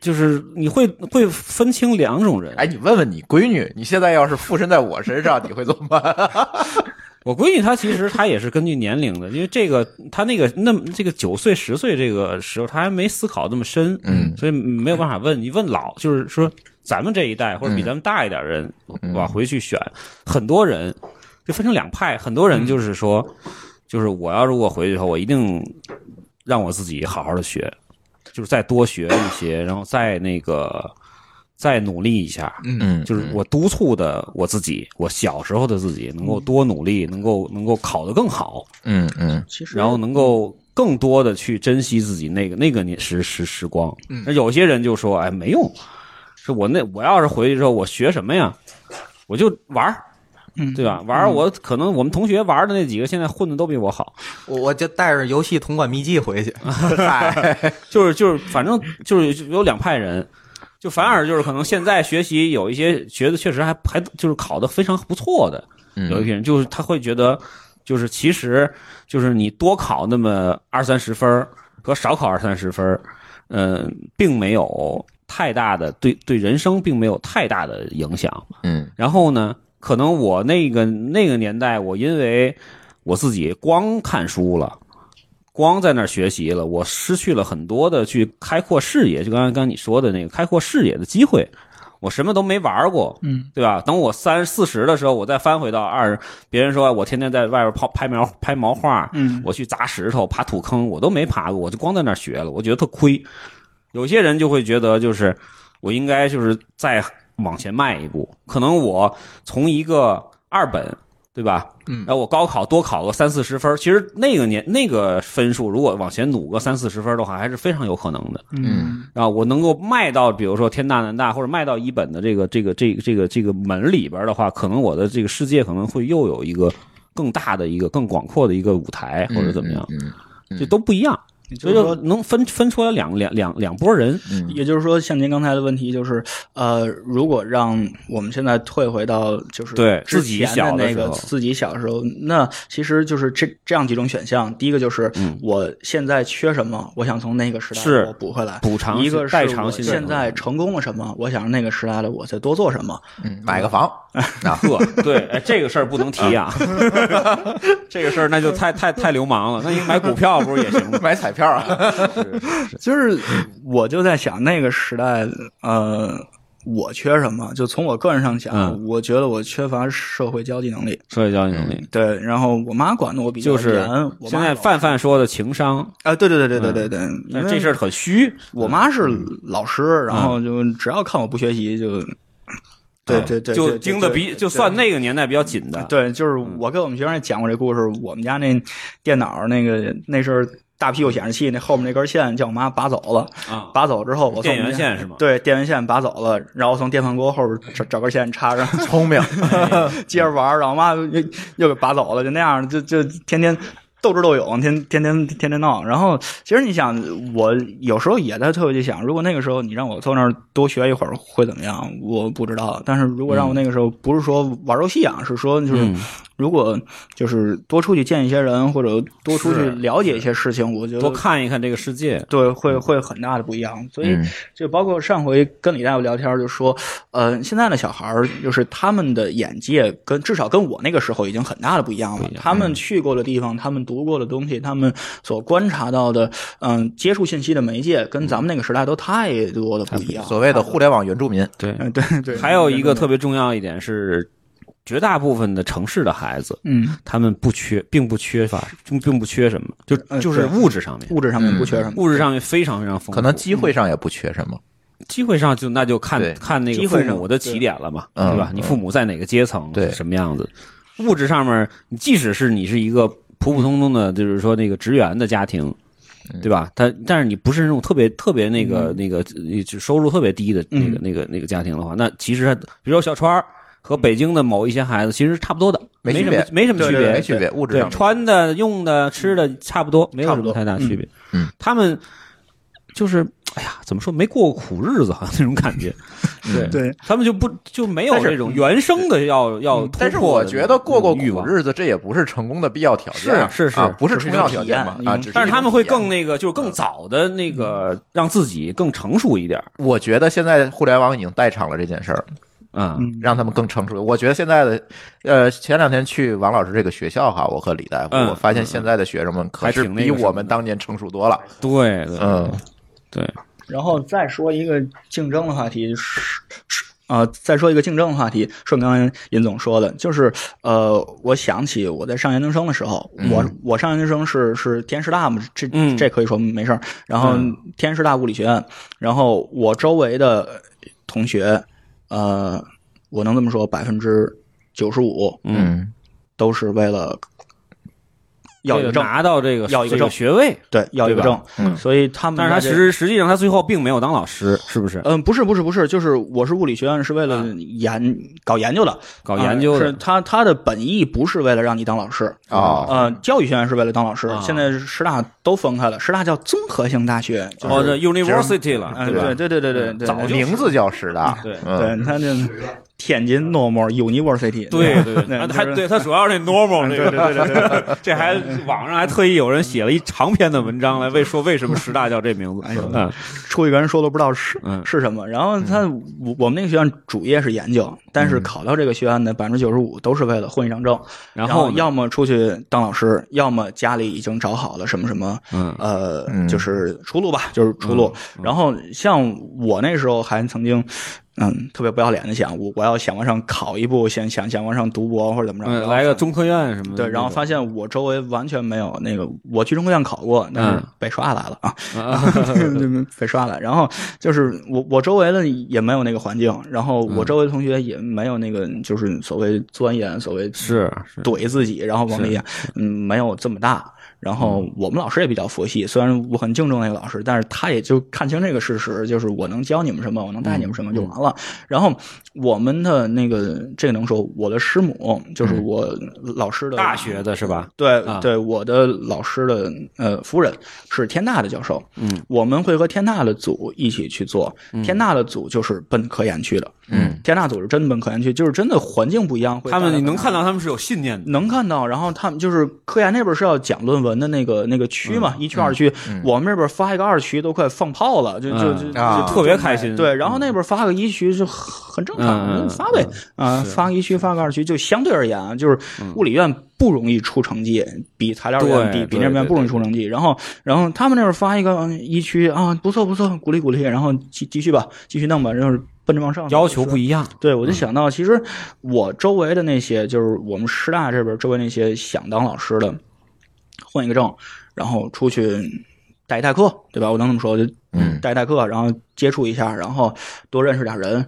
[SPEAKER 2] 就是你会会分清两种人。
[SPEAKER 1] 哎，你问问你闺女，你现在要是附身在我身上，你会怎么办？
[SPEAKER 2] 我闺女她其实她也是根据年龄的，因为这个她那个那么这个九岁十岁这个时候，她还没思考那么深，
[SPEAKER 1] 嗯
[SPEAKER 2] 所以没有办法问。你问老，就是说咱们这一代或者比咱们大一点的人往回去选，很多人就分成两派，很多人就是说，就是我要如果回去以后，我一定让我自己好好的学，就是再多学一些，然后再那个再努力一下，
[SPEAKER 1] 嗯
[SPEAKER 2] 就是我督促的我自己，我小时候的自己能够
[SPEAKER 3] 嗯
[SPEAKER 2] 多努力，能够能够考得更好，
[SPEAKER 1] 嗯嗯
[SPEAKER 3] 其实
[SPEAKER 2] 然后能够更多的去珍惜自己那个那个年时时时光。
[SPEAKER 3] 嗯
[SPEAKER 2] 那有些人就说：“哎，没用，是我那我要是回去之后，我学什么呀？我就玩儿，
[SPEAKER 3] 嗯
[SPEAKER 2] 对吧？玩儿我可能我们同学玩儿的那几个现在混的都比我好，
[SPEAKER 4] 我我就带着游戏同款秘籍回去。
[SPEAKER 3] 啊
[SPEAKER 2] 就是就是，反正就是有两派人，就反而就是可能现在学习有一些学的确实还还就是考得非常不错的，
[SPEAKER 1] 嗯
[SPEAKER 2] 有一批人就是他会觉得，就是其实就是你多考那么二三十分儿和少考二三十分儿，嗯、并没有太大的对对人生并没有太大的影响。
[SPEAKER 1] 嗯
[SPEAKER 2] 然后呢，可能我那个那个年代，我因为我自己光看书了。光在那儿学习了，我失去了很多的去开阔视野，就刚才刚才你说的那个开阔视野的机会，我什么都没玩过，
[SPEAKER 3] 嗯，
[SPEAKER 2] 对吧？等我三四十的时候，我再翻回到二，别人说我天天在外边跑拍苗拍毛画，
[SPEAKER 3] 嗯
[SPEAKER 2] 我去砸石头、爬土坑，我都没爬过，我就光在那儿学了，我觉得特亏。有些人就会觉得，就是我应该就是再往前迈一步，可能我从一个二本，对吧？
[SPEAKER 4] 嗯
[SPEAKER 2] 然后我高考多考个三四十分儿，其实那个年那个分数，如果往前努个三四十分儿的话，还是非常有可能的。
[SPEAKER 1] 嗯
[SPEAKER 2] 啊，我能够卖到，比如说天大南大，或者卖到一本的这个这个这个这个这个门里边的话，可能我的这个世界可能会又有一个更大的一个更广阔的一个舞台，或者怎么样，
[SPEAKER 1] 嗯
[SPEAKER 2] 这都不一样。
[SPEAKER 3] 也
[SPEAKER 2] 所
[SPEAKER 3] 就
[SPEAKER 2] 以
[SPEAKER 3] 是
[SPEAKER 2] 说
[SPEAKER 3] 说，
[SPEAKER 2] 能分分出来两两两两拨人，
[SPEAKER 1] 嗯
[SPEAKER 3] 也就是说，像您刚才的问题，就是呃，如果让我们现在退回到就是
[SPEAKER 2] 对
[SPEAKER 3] 之
[SPEAKER 2] 自己
[SPEAKER 3] 前
[SPEAKER 2] 小的
[SPEAKER 3] 那
[SPEAKER 2] 时
[SPEAKER 3] 个
[SPEAKER 2] 候
[SPEAKER 3] 自己小的时候，那其实就是这这样几种选项。第一个就是我现在缺什么，我想从那个时代
[SPEAKER 2] 嗯是
[SPEAKER 3] 我补回来。
[SPEAKER 2] 补偿
[SPEAKER 3] 一个是
[SPEAKER 2] 代偿
[SPEAKER 3] 我
[SPEAKER 2] 性的
[SPEAKER 3] 现在成功了什么，我想让那个时代的我再多做什么。
[SPEAKER 1] 嗯，买个房，
[SPEAKER 2] 呵， 对，哎，这个事儿不能提 啊，这个事儿那就太太太流氓了。那你买股票不是也 行吗？
[SPEAKER 1] 买彩票啊，
[SPEAKER 3] 就是我就在想那个时代，呃，我缺什么？就从我个人上讲，
[SPEAKER 2] 嗯
[SPEAKER 3] 我觉得我缺乏社会交际能力。
[SPEAKER 2] 社会教育能力
[SPEAKER 3] 对，然后我妈管的我比较
[SPEAKER 2] 就
[SPEAKER 3] 严，
[SPEAKER 2] 是
[SPEAKER 3] 嗯我
[SPEAKER 2] 现
[SPEAKER 3] 妈
[SPEAKER 2] 在
[SPEAKER 3] 老
[SPEAKER 2] 范范说的情商，
[SPEAKER 3] 啊，对对对对对对对，因
[SPEAKER 2] 但是
[SPEAKER 3] 为
[SPEAKER 2] 这事儿嗯很虚，
[SPEAKER 3] 我妈是老师，然后就只要看我不学习就，对对对，
[SPEAKER 2] 就
[SPEAKER 3] 对
[SPEAKER 2] 盯的比就算。那个嗯年代比较紧的，
[SPEAKER 3] 对对，就是我给我们学生也讲过这故事。我们家那电脑那个那是大屁股显示器，那后面那根线叫我妈拔走了。
[SPEAKER 2] 啊，
[SPEAKER 3] 拔走之后，我从
[SPEAKER 2] 电源线是吗
[SPEAKER 3] 对，电源线拔走了，然后从电饭锅后边找找根线插上，
[SPEAKER 1] 聪 明，
[SPEAKER 3] 接着玩儿。然后我妈又又给拔走了，就那样，就就天天斗智斗勇，天天天天天闹。然后其实你想，我有时候也在特别去想，如果那个时候你让我坐那儿多学一会儿会怎么样？我不知道。但是如果让我那个时候，不是说玩游戏啊，是说就是
[SPEAKER 2] 嗯
[SPEAKER 3] 如果就是多出去见一些人，或者多出去
[SPEAKER 2] 是
[SPEAKER 3] 了解一些事情，我觉
[SPEAKER 2] 多
[SPEAKER 3] 得
[SPEAKER 2] 看一看这个世界。
[SPEAKER 3] 对，会会很大的不一样。所以
[SPEAKER 1] 嗯
[SPEAKER 3] 就包括上回跟李大夫聊天，就说，呃，现在的小孩儿就是他们的眼界跟至少跟我那个时候已经很大的不一样嗯了。他们去过的地方，他们读过的东西，他们所观察到的，嗯、接触信息的媒介，跟咱们那个时代都嗯太多的不一样。嗯
[SPEAKER 1] 所谓的互联网原住民，
[SPEAKER 2] 对，
[SPEAKER 3] 嗯，对对，
[SPEAKER 2] 还有一个特别重要一点是，绝大部分的城市的孩子，
[SPEAKER 3] 嗯，
[SPEAKER 2] 他们不缺，并不缺乏，并并不缺什么，就
[SPEAKER 3] 呃
[SPEAKER 2] 就是
[SPEAKER 3] 对
[SPEAKER 2] 物质上面，
[SPEAKER 3] 物质上面不缺什么，
[SPEAKER 2] 物质上面非常非常丰富，
[SPEAKER 1] 可能机会上也不缺什么。
[SPEAKER 2] 机会上就那就看
[SPEAKER 1] 对
[SPEAKER 2] 看那个
[SPEAKER 3] 机
[SPEAKER 2] 父
[SPEAKER 3] 会上
[SPEAKER 2] 母的起点了嘛，
[SPEAKER 1] 对
[SPEAKER 2] 对吧？
[SPEAKER 1] 嗯
[SPEAKER 2] 你父母在哪个阶层，
[SPEAKER 1] 对
[SPEAKER 2] 什么样子？物质上面，你即使是你是一个普普通通的，就是说那个职员的家庭，对吧？但但是你不是那种特别特别那个、那个呃就收入特别低的那个、
[SPEAKER 3] 嗯
[SPEAKER 2] 那个那个家庭的话，那其实比如说小川儿和北京的某一些孩子其实是差不多的，
[SPEAKER 1] 没
[SPEAKER 2] 没
[SPEAKER 1] 区
[SPEAKER 2] 什
[SPEAKER 1] 别
[SPEAKER 2] 么没什么
[SPEAKER 3] 对
[SPEAKER 2] 区
[SPEAKER 3] 对
[SPEAKER 2] 别，
[SPEAKER 1] 没嗯区别，物质
[SPEAKER 2] 对
[SPEAKER 1] 上，面
[SPEAKER 2] 穿的、用的、吃的差不多，没有
[SPEAKER 3] 差
[SPEAKER 2] 什
[SPEAKER 3] 不
[SPEAKER 2] 么
[SPEAKER 3] 多
[SPEAKER 2] 太大区别。
[SPEAKER 1] 嗯，
[SPEAKER 2] 他们就是哎呀，怎么说没过过苦日子，好像那种感觉。对，
[SPEAKER 3] 对，
[SPEAKER 2] 他们就不就没有
[SPEAKER 1] 但是
[SPEAKER 2] 这种原生的要要突破
[SPEAKER 1] 但
[SPEAKER 2] 的那种欲望。
[SPEAKER 1] 是我觉得过过苦日子，这也不是成功的必要条件啊，
[SPEAKER 2] 是是是
[SPEAKER 1] 啊不是
[SPEAKER 3] 就是
[SPEAKER 1] 重
[SPEAKER 3] 一
[SPEAKER 1] 要
[SPEAKER 3] 种
[SPEAKER 1] 条
[SPEAKER 3] 体
[SPEAKER 1] 件
[SPEAKER 3] 验
[SPEAKER 1] 嘛
[SPEAKER 3] 嗯
[SPEAKER 1] 啊，只是
[SPEAKER 2] 但是
[SPEAKER 1] 一
[SPEAKER 2] 他
[SPEAKER 1] 种
[SPEAKER 2] 们会
[SPEAKER 1] 体验
[SPEAKER 2] 更那个，就是更早的那个，让自己更成熟一点儿
[SPEAKER 1] 我觉得现在互联网已经代偿了这件事儿，
[SPEAKER 2] 啊。
[SPEAKER 3] 嗯
[SPEAKER 1] 让他们更成熟。我觉得现在的，呃，前两天去王老师这个学校哈，我和李大夫，
[SPEAKER 2] 嗯
[SPEAKER 1] 我发现现在的学生们可
[SPEAKER 2] 还
[SPEAKER 1] 是
[SPEAKER 2] 挺那个
[SPEAKER 1] 比
[SPEAKER 2] 什么
[SPEAKER 1] 我们
[SPEAKER 2] 的
[SPEAKER 1] 当年成熟多了。
[SPEAKER 2] 对，对
[SPEAKER 1] 嗯，
[SPEAKER 2] 对，
[SPEAKER 3] 然后再说一个竞争的话题，是是呃，再说一个竞争的话题，顺刚才尹总说的，就是呃，我想起我在上研究生的时候，我我上研究生是是天师大嘛，这、
[SPEAKER 2] 嗯
[SPEAKER 3] 这可以说没事儿。然后
[SPEAKER 2] 嗯
[SPEAKER 3] 天师大物理学院，然后我周围的同学，呃，我能这么说，百分之九十五
[SPEAKER 1] 嗯
[SPEAKER 3] 都是为了要一
[SPEAKER 2] 为
[SPEAKER 3] 个
[SPEAKER 2] 了
[SPEAKER 3] 证，
[SPEAKER 2] 拿到这个
[SPEAKER 3] 要一个
[SPEAKER 2] 这
[SPEAKER 3] 证
[SPEAKER 2] 学位，
[SPEAKER 3] 对，要一个
[SPEAKER 2] 对
[SPEAKER 3] 证
[SPEAKER 2] 吧，
[SPEAKER 1] 嗯
[SPEAKER 3] 所以他们
[SPEAKER 2] 但是他
[SPEAKER 3] 在
[SPEAKER 2] 实
[SPEAKER 3] 这
[SPEAKER 2] 实际上他最后并没有当老师，是不是？
[SPEAKER 3] 嗯，不是不是不是，就是我是物理学院是为了研搞研究的，
[SPEAKER 2] 啊搞研究
[SPEAKER 3] 呃是
[SPEAKER 2] 的，
[SPEAKER 3] 他他的本意不是为了让你当老师
[SPEAKER 2] 嗯
[SPEAKER 1] 哦
[SPEAKER 3] 呃，教育学院是为了当老师
[SPEAKER 2] 啊，
[SPEAKER 3] 现在师大都分开了，师大叫综合性大学，就
[SPEAKER 2] 哦，
[SPEAKER 3] 是
[SPEAKER 2] 这 university 了，
[SPEAKER 3] 嗯
[SPEAKER 2] 对吧
[SPEAKER 3] 对？对对对对对，
[SPEAKER 2] 早就
[SPEAKER 1] 名字叫师大，
[SPEAKER 2] 对
[SPEAKER 1] 嗯
[SPEAKER 3] 对他那天津诺莫 University，
[SPEAKER 2] 对对
[SPEAKER 3] 对
[SPEAKER 2] 对，
[SPEAKER 3] 就是
[SPEAKER 2] 还对他主要是那 normal 那
[SPEAKER 3] 对
[SPEAKER 2] 个，
[SPEAKER 3] 对对对对，
[SPEAKER 2] 这还网上还特意有人写了一长篇的文章来为说为什么师大叫这名字。
[SPEAKER 3] 哎呦
[SPEAKER 2] 嗯
[SPEAKER 3] 出一个人说都不知道是
[SPEAKER 2] 嗯
[SPEAKER 3] 是什么，然后他我我们那个学院主业是研究，但
[SPEAKER 2] 嗯
[SPEAKER 3] 是考到这个学院的百分之九十五都是为了混一张证，
[SPEAKER 2] 然
[SPEAKER 3] 后
[SPEAKER 2] 后呢
[SPEAKER 3] 要么出去当老师，要么家里已经找好了什么什么，
[SPEAKER 2] 嗯
[SPEAKER 3] 呃，
[SPEAKER 1] 嗯
[SPEAKER 3] 就是出路吧，就是出路。然后像我那时候还曾经。嗯，特别不要脸的想，我我要想往上考一步，想想想往上读博或者怎么着，
[SPEAKER 2] 嗯，
[SPEAKER 3] 然后
[SPEAKER 2] 来个中科院什么的那种。
[SPEAKER 3] 对，然后发现我周围完全没有那个，我去中科院考过，但是
[SPEAKER 2] 嗯
[SPEAKER 3] 被刷来了啊，
[SPEAKER 2] 啊
[SPEAKER 3] 被刷了。然后就是我我周围的也没有那个环境，然后
[SPEAKER 2] 嗯
[SPEAKER 3] 我周围的同学也没有那个就是所谓钻研，所谓
[SPEAKER 2] 是是
[SPEAKER 3] 怼自己，然后往里嗯没有这么大。然后
[SPEAKER 2] 嗯
[SPEAKER 3] 我们老师也比较佛系，虽然我很敬重那个老师，但是他也就看清这个事实，就是我能教你们什么，我能带你们什么
[SPEAKER 2] 嗯
[SPEAKER 3] 就完了。然后我们的那个这个能说，我的师母就是我老师的
[SPEAKER 2] 大学的是吧？
[SPEAKER 3] 对
[SPEAKER 2] 嗯啊
[SPEAKER 3] 对，我的老师的呃夫人是天大的教授，
[SPEAKER 2] 嗯，
[SPEAKER 3] 我们会和天大的组一起去做，天大的组就是奔科研去的，
[SPEAKER 1] 嗯，
[SPEAKER 3] 天大组是真奔科研去，就是真的环境不一样，会
[SPEAKER 2] 他们
[SPEAKER 3] 带来
[SPEAKER 2] 你能
[SPEAKER 3] 很大
[SPEAKER 2] 看到他们是有信念的。
[SPEAKER 3] 能看到，然后他们就是科研那边是要讲论文的那个那个区嘛，一区二区，我们这边发一个二区都快放炮了，就就就
[SPEAKER 2] 嗯
[SPEAKER 3] 就
[SPEAKER 1] 啊
[SPEAKER 2] 特别开心嗯
[SPEAKER 3] 对，然后那边发个一区就很正
[SPEAKER 2] 嗯嗯
[SPEAKER 3] 常，
[SPEAKER 2] 嗯嗯
[SPEAKER 3] 那发呗啊，发个一区发个二区，就相对而言啊，就是物理院不容易出成绩，比材料院
[SPEAKER 2] 对
[SPEAKER 3] 比比
[SPEAKER 2] 对
[SPEAKER 3] 那
[SPEAKER 2] 对
[SPEAKER 3] 边不容易出成绩。然后然后他们那边发一个嗯一区啊，不错不错，鼓励鼓励，然后继继续吧，继续弄吧，然后奔着往上走
[SPEAKER 2] 要求
[SPEAKER 3] 是
[SPEAKER 2] 不一样，
[SPEAKER 3] 对，我就想到，其实我周围的那些，就是我们师大这边周围那些想当老师的，混一个证，然后出去代一代课，对吧？我能这么说，就
[SPEAKER 1] 嗯
[SPEAKER 3] 代一代课，然后接触一下，然后多认识点人，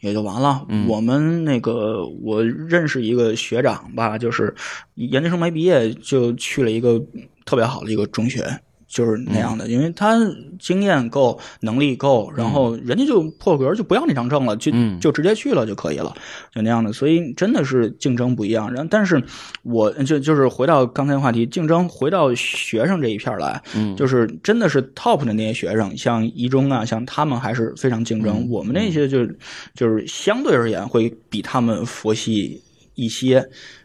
[SPEAKER 3] 也就完了。
[SPEAKER 2] 嗯
[SPEAKER 3] 我们那个我认识一个学长吧，就是研究生没毕业就去了一个特别好的一个中学。就是那样
[SPEAKER 2] 嗯
[SPEAKER 3] 的，因为他经验够，能力够，然后人家就破格就不要那张证了，就
[SPEAKER 2] 嗯
[SPEAKER 3] 就直接去了就可以了，就那样的。所以真的是竞争不一样。然后，但是我就就是回到刚才的话题，竞争回到学生这一片儿来，
[SPEAKER 2] 嗯
[SPEAKER 3] 就是真的是 top 的那些学生，像一中啊，像他们还是非常竞争。
[SPEAKER 2] 嗯
[SPEAKER 3] 我们那些就就是相对而言会比他们佛系一些，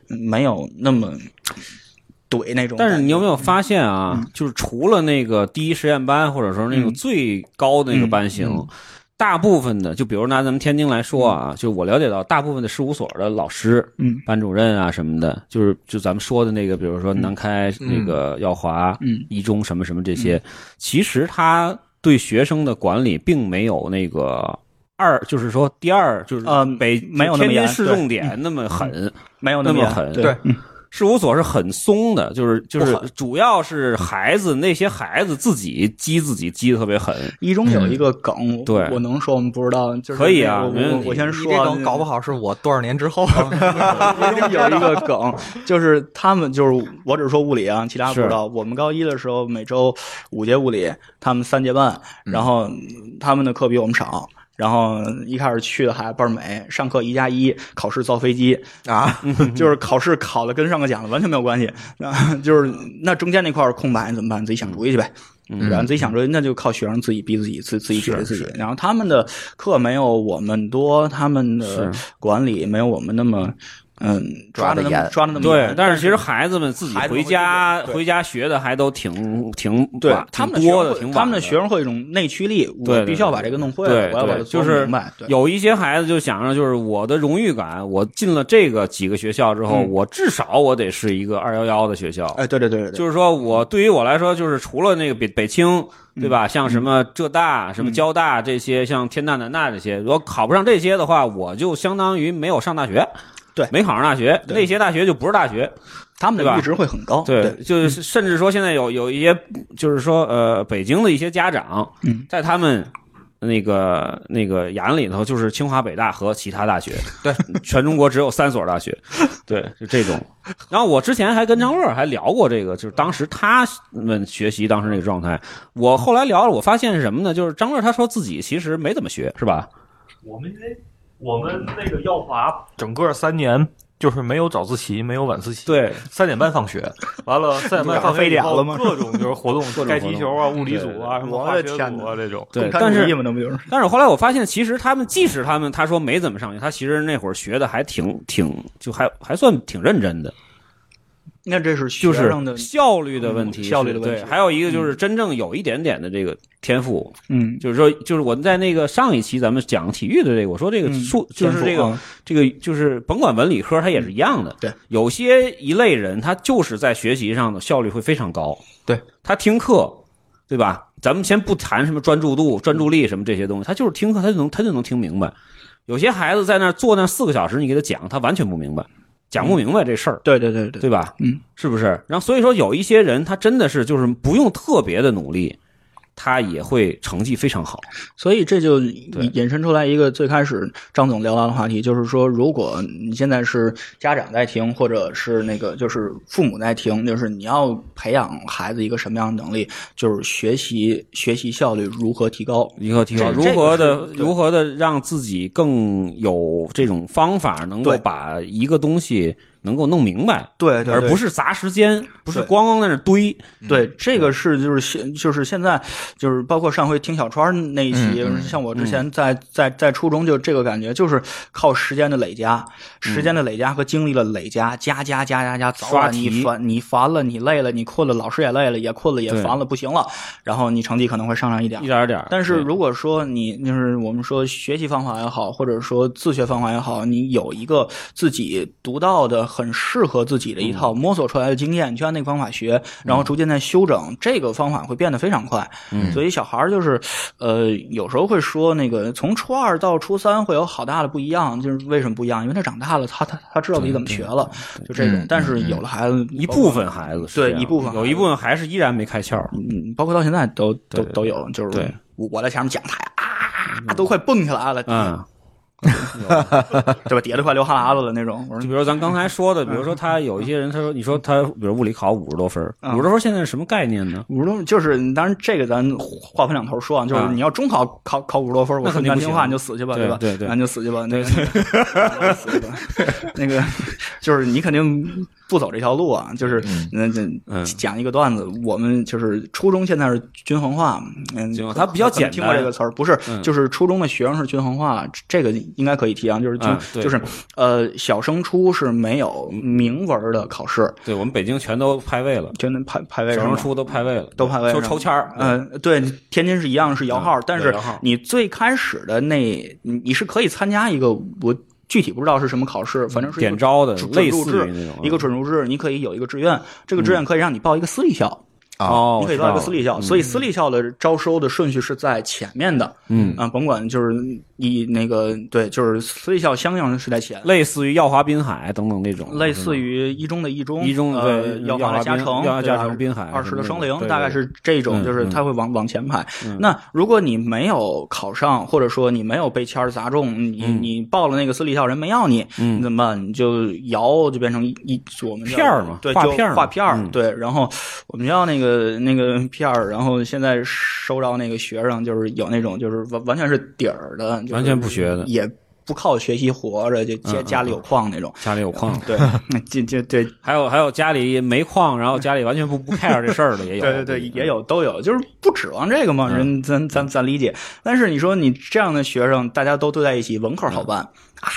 [SPEAKER 3] 嗯没有那么怼那种感觉。
[SPEAKER 2] 但
[SPEAKER 3] 嗯
[SPEAKER 2] 是你有没有发现啊？就是除了那个第一实验班，或者说那个
[SPEAKER 3] 嗯
[SPEAKER 2] 最高的那个班型，大部分的，就比如拿咱们天津来说啊，就我了解到，大部分的事务所的老师、
[SPEAKER 3] 嗯
[SPEAKER 2] 班主任啊什么的，就是就咱们说的那个，比如说南开、
[SPEAKER 1] 嗯
[SPEAKER 2] 那个耀华、
[SPEAKER 3] 嗯
[SPEAKER 2] 一中什么什么这些，其实他对学生的管理并没有那个二就是说第二就是
[SPEAKER 3] 呃
[SPEAKER 2] 北
[SPEAKER 3] 没有那么
[SPEAKER 2] 天津
[SPEAKER 3] 严
[SPEAKER 2] 市
[SPEAKER 3] 对嗯
[SPEAKER 2] 重点那么狠，
[SPEAKER 3] 没有
[SPEAKER 2] 那
[SPEAKER 3] 么
[SPEAKER 2] 么
[SPEAKER 3] 严
[SPEAKER 2] 狠，
[SPEAKER 3] 对，
[SPEAKER 2] 事务所是很松的，就是就是
[SPEAKER 4] 不，
[SPEAKER 2] 主要是孩子那些孩子自己激自己激的特别狠，
[SPEAKER 3] 一中有一个梗，
[SPEAKER 2] 嗯对
[SPEAKER 3] 我能说吗？不知道，就是
[SPEAKER 2] 可以啊
[SPEAKER 3] 我
[SPEAKER 2] 没问
[SPEAKER 3] 我
[SPEAKER 2] 题
[SPEAKER 3] 我先
[SPEAKER 4] 你
[SPEAKER 3] 说
[SPEAKER 4] 这
[SPEAKER 3] 啊，嗯
[SPEAKER 4] 种搞不好是我多少年之后，
[SPEAKER 3] 一中有一个梗，就是他们就是我只是说物理啊，其他不知道。我们高一的时候每周五节物理，他们三节半，然后他们的课比我们少。然后一开始去的还倍儿美，上课一加一，考试造飞机啊，就是考试考的跟上个讲的完全没有关系。那就是那中间那块儿空白怎么办？你自己想主意去呗。然后自己想着，那就靠学生自己逼自己，自自己解决自己。然后他们的课没有我们多，他们的管理没有我们那么，嗯，
[SPEAKER 1] 抓
[SPEAKER 3] 抓
[SPEAKER 1] 得
[SPEAKER 3] 的
[SPEAKER 1] 严
[SPEAKER 3] 抓的那么
[SPEAKER 2] 对
[SPEAKER 3] 严，
[SPEAKER 2] 但是其实孩子们自己
[SPEAKER 4] 孩子们
[SPEAKER 2] 回
[SPEAKER 4] 会
[SPEAKER 2] 家
[SPEAKER 4] 自己对
[SPEAKER 2] 回家学的还都挺挺
[SPEAKER 3] 对
[SPEAKER 2] 晚
[SPEAKER 3] 他们
[SPEAKER 2] 挺
[SPEAKER 3] 学
[SPEAKER 2] 多
[SPEAKER 3] 生
[SPEAKER 2] 的，
[SPEAKER 3] 会
[SPEAKER 2] 挺晚
[SPEAKER 3] 他们的学生会有一种内驱力，
[SPEAKER 2] 对
[SPEAKER 3] 我
[SPEAKER 2] 对
[SPEAKER 3] 必须要把这个弄会
[SPEAKER 2] 对
[SPEAKER 3] 了，我要把
[SPEAKER 2] 对
[SPEAKER 3] 它
[SPEAKER 2] 就
[SPEAKER 3] 做
[SPEAKER 2] 是
[SPEAKER 3] 明白。对，
[SPEAKER 2] 有一些孩子就想着，就是我的荣誉感，我进了这个几个学校之后，
[SPEAKER 3] 嗯
[SPEAKER 2] 我至少我得是一个二幺幺的学校。
[SPEAKER 3] 哎，对对对对，对
[SPEAKER 2] 就是说我对于我来说，就是除了那个北北清，
[SPEAKER 3] 嗯
[SPEAKER 2] 对吧？像什么浙大、什么交大这些，像天大、南大这些，如果考不上这些的话，我就相当于没有上大学。
[SPEAKER 3] 对
[SPEAKER 2] 没考上大学，
[SPEAKER 3] 对
[SPEAKER 2] 那些大学就不是大学。
[SPEAKER 3] 他们
[SPEAKER 2] 对吧
[SPEAKER 3] 的阈值会很高。
[SPEAKER 2] 对，
[SPEAKER 3] 嗯
[SPEAKER 2] 就是甚至说现在有有一些，就是说呃，北京的一些家长，
[SPEAKER 3] 嗯
[SPEAKER 2] 在他们那个那个眼里头，就是清华、北大和其他大学，
[SPEAKER 4] 对，
[SPEAKER 2] 全中国只有三所大学，对，就这种。然后我之前还跟张乐还聊过这个，就是当时他们学习当时那个状态。我后来聊了，我发现是什么呢？就是张乐他说自己其实没怎么学，是吧？
[SPEAKER 5] 我们因为我们那个耀华整个三年就是没有早自习，没有晚自习，，
[SPEAKER 2] 对，
[SPEAKER 5] 三点半放学，完了三点半放学以后
[SPEAKER 3] 非典了吗
[SPEAKER 5] 各种就是活动，
[SPEAKER 2] 种
[SPEAKER 5] 盖皮球啊、物理组啊、什么
[SPEAKER 3] 我
[SPEAKER 5] 化
[SPEAKER 3] 的
[SPEAKER 5] 学组
[SPEAKER 3] 天
[SPEAKER 5] 啊这种。
[SPEAKER 2] 对
[SPEAKER 3] 共产
[SPEAKER 2] 但是
[SPEAKER 3] 主义嘛，那不就是
[SPEAKER 2] 但是后来我发现，其实他们即使他们他说没怎么上学，他其实那会儿学的还挺挺就还还算挺认真的，
[SPEAKER 3] 那这是
[SPEAKER 2] 就
[SPEAKER 3] 学
[SPEAKER 2] 是
[SPEAKER 3] 生的，
[SPEAKER 2] 效率的问题
[SPEAKER 3] 嗯
[SPEAKER 2] 是，
[SPEAKER 3] 效率的问题
[SPEAKER 2] 对，还嗯有一个就是真正有一点点的这个天赋，
[SPEAKER 3] 嗯，
[SPEAKER 2] 就是说，就是我在那个上一期咱们讲体育的这个，我说这个
[SPEAKER 3] 嗯
[SPEAKER 2] 数、就是这
[SPEAKER 3] 天赋
[SPEAKER 2] 个
[SPEAKER 3] 啊
[SPEAKER 2] 这个就是甭管文理科，它也是一样的。
[SPEAKER 3] 嗯对，
[SPEAKER 2] 有些一类人他就是在学习上的效率会非常高，
[SPEAKER 4] 对
[SPEAKER 2] 他听课，对吧？咱们先不谈什么专注度、专注力什么这些东西，他就是听课，他就能他就能听明白。有些孩子在那儿坐那儿四个小时，你给他讲，他完全不明白，讲不明白这事儿。
[SPEAKER 3] 对对对对，
[SPEAKER 2] 对吧？
[SPEAKER 3] 嗯，
[SPEAKER 2] 是不是？然后所以说，有一些人他真的是就是不用特别的努力，他也会成绩非常好。
[SPEAKER 3] 所以这就引申出来一个最开始张总聊到的话题，就是说，如果你现在是家长在听，或者是那个就是父母在听，就是你要培养孩子一个什么样的能力，就是学习学习效率如何提高。
[SPEAKER 2] 一个提高
[SPEAKER 3] 这
[SPEAKER 2] 如何的
[SPEAKER 3] 这个是对
[SPEAKER 2] 如何的让自己更有这种方法，能够
[SPEAKER 3] 对
[SPEAKER 2] 把一个东西能够弄明白，
[SPEAKER 3] 对
[SPEAKER 2] 而不是砸时间，不是
[SPEAKER 3] 对
[SPEAKER 2] 光光在那堆。
[SPEAKER 3] 对，这个是就是现就是现在就是包括上回听小川那一期，
[SPEAKER 1] 嗯嗯
[SPEAKER 3] 像我之前在在在初中就这个感觉，就是靠时间的累加，时间的累加和精力的累加，加加加加加，早
[SPEAKER 2] 刷
[SPEAKER 3] 晚
[SPEAKER 2] 题
[SPEAKER 3] 你烦你烦了，你累了，你困了，老师也累了，也困了，也
[SPEAKER 2] 对
[SPEAKER 3] 烦了，不行了，然后你成绩可能会上上一点
[SPEAKER 2] 一。点儿点儿。
[SPEAKER 3] 但是
[SPEAKER 2] 对
[SPEAKER 3] 如果说你就是我们说学习方法也好，或者说自学方法也好，你有一个自己独到的、很适合自己的一套
[SPEAKER 2] 嗯
[SPEAKER 3] 摸索出来的经验，你就按那个方法学，然后逐渐在修整，这个方法会变得非常快。
[SPEAKER 2] 嗯
[SPEAKER 3] 所以小孩儿就是，呃，有时候会说那个从初二到初三会有好大的不一样，就是为什么不一样？因为他长大了，他他他知道自己怎么学了，就这种
[SPEAKER 1] 嗯。
[SPEAKER 3] 但是有了孩子，
[SPEAKER 2] 一部分孩子是
[SPEAKER 3] 对
[SPEAKER 2] 这样
[SPEAKER 3] 一部分孩子
[SPEAKER 2] 有一部分还是依然没开窍。
[SPEAKER 3] 嗯，包括到现在都都
[SPEAKER 2] 对
[SPEAKER 3] 都有，就是
[SPEAKER 2] 对
[SPEAKER 3] 我我在前面讲台啊，都快蹦起来了，
[SPEAKER 2] 嗯，
[SPEAKER 3] 对吧？叠得快流哈喇子了那种。我
[SPEAKER 2] 就
[SPEAKER 3] 说
[SPEAKER 2] 比如咱刚才说的，比如说他有一些人，他说你说他比如物理考五十多分儿，
[SPEAKER 3] 嗯
[SPEAKER 2] 五十多分儿现在是什么概念呢？
[SPEAKER 3] 五十多，就是当然这个咱话分两头说啊，就是
[SPEAKER 2] 啊
[SPEAKER 3] 你要中考考考五十多分，我
[SPEAKER 2] 那
[SPEAKER 3] 说
[SPEAKER 2] 肯
[SPEAKER 3] 你
[SPEAKER 2] 定
[SPEAKER 3] 难
[SPEAKER 2] 不
[SPEAKER 3] 听
[SPEAKER 2] 行
[SPEAKER 3] 话你就死去吧，
[SPEAKER 2] 对
[SPEAKER 3] 吧？嗯
[SPEAKER 2] 对对
[SPEAKER 3] 那你就死去吧，那个那就死去吧，那个就是你肯定不走这条路啊。就是那那
[SPEAKER 2] 嗯
[SPEAKER 3] 讲一个段子，我们就是初中现在是均衡化，嗯
[SPEAKER 2] 均衡，它比较
[SPEAKER 3] 可能
[SPEAKER 2] 简单
[SPEAKER 3] 听过这个词儿不是
[SPEAKER 2] 嗯？
[SPEAKER 3] 就是初中的学生是均衡化，这个应该可以提啊，就是
[SPEAKER 2] 嗯
[SPEAKER 3] 就
[SPEAKER 2] 对
[SPEAKER 3] 就是呃，小升初是没有明文儿的考试，
[SPEAKER 2] 对我们北京全都派位了，
[SPEAKER 3] 就那排排位
[SPEAKER 2] 小
[SPEAKER 3] 上
[SPEAKER 2] 升
[SPEAKER 3] 嘛
[SPEAKER 2] 初都派位了，
[SPEAKER 3] 都排位
[SPEAKER 2] 就
[SPEAKER 3] 上
[SPEAKER 2] 抽签儿。
[SPEAKER 3] 嗯、对，天津是一样是摇号，
[SPEAKER 2] 嗯
[SPEAKER 3] 但
[SPEAKER 2] 对
[SPEAKER 3] 是
[SPEAKER 2] 摇号
[SPEAKER 3] 你最开始的那，你你是可以参加一个，我具体不知道是什么考试，反正是一个
[SPEAKER 2] 嗯点招的
[SPEAKER 3] 准
[SPEAKER 2] 类
[SPEAKER 3] 入
[SPEAKER 2] 似于
[SPEAKER 3] 制
[SPEAKER 2] 那种啊
[SPEAKER 3] 一个准入制，你可以有一个志愿，这个志愿可以让你报一个私立校。
[SPEAKER 1] 啊，
[SPEAKER 2] 嗯哦，
[SPEAKER 3] 你可以
[SPEAKER 2] 我知道
[SPEAKER 3] 到一个私立校，
[SPEAKER 2] 了
[SPEAKER 3] 所以私立校的招收的顺序是在前面的。
[SPEAKER 2] 嗯，
[SPEAKER 3] 啊，甭管就是你那个对，就是私立校相应是在前，
[SPEAKER 2] 类似于耀华滨海等等那种，
[SPEAKER 3] 类似于一中的一中，
[SPEAKER 2] 一中的
[SPEAKER 3] 呃，
[SPEAKER 2] 对
[SPEAKER 3] 耀
[SPEAKER 2] 耀华
[SPEAKER 3] 华的嘉
[SPEAKER 2] 滨
[SPEAKER 3] 诚，
[SPEAKER 2] 耀华
[SPEAKER 3] 对
[SPEAKER 2] 嘉诚
[SPEAKER 3] 二
[SPEAKER 2] 滨海
[SPEAKER 3] 二
[SPEAKER 2] 什
[SPEAKER 3] 十
[SPEAKER 2] 么
[SPEAKER 3] 的
[SPEAKER 2] 那
[SPEAKER 3] 双
[SPEAKER 2] 种
[SPEAKER 3] 零，
[SPEAKER 2] 对
[SPEAKER 3] 大概
[SPEAKER 2] 对
[SPEAKER 3] 是这种，
[SPEAKER 2] 嗯
[SPEAKER 3] 就是
[SPEAKER 2] 嗯
[SPEAKER 3] 他会往往前排
[SPEAKER 2] 嗯。
[SPEAKER 3] 那如果你没有考上，或者说你没有被签儿砸中，你
[SPEAKER 2] 嗯
[SPEAKER 3] 你报了那个私立校，人没要你，
[SPEAKER 2] 嗯
[SPEAKER 3] 你怎么办？你就摇就变成一一我们叫
[SPEAKER 2] 片儿嘛
[SPEAKER 3] 对，
[SPEAKER 2] 画
[SPEAKER 3] 就
[SPEAKER 2] 片儿嘛
[SPEAKER 3] 画片儿
[SPEAKER 2] 嗯，
[SPEAKER 3] 对，然后我们要那个那个片儿，然后现在收到那个学生，就是有那种就是完完全是底儿的，就是
[SPEAKER 2] 完全不学的
[SPEAKER 3] 也不靠学习活着，就家
[SPEAKER 2] 嗯嗯
[SPEAKER 3] 家里有矿那种。
[SPEAKER 2] 家里有矿，
[SPEAKER 3] 对，这这对
[SPEAKER 2] 还有还有家里没矿，然后家里完全不 不 care 这事儿的也有，
[SPEAKER 3] 对对对，也有都有，就是不指望这个嘛，
[SPEAKER 2] 嗯
[SPEAKER 3] 人咱咱咱理解。但是你说你这样的学生，大家都对在一起，文科好
[SPEAKER 2] 嗯
[SPEAKER 3] 办、啊，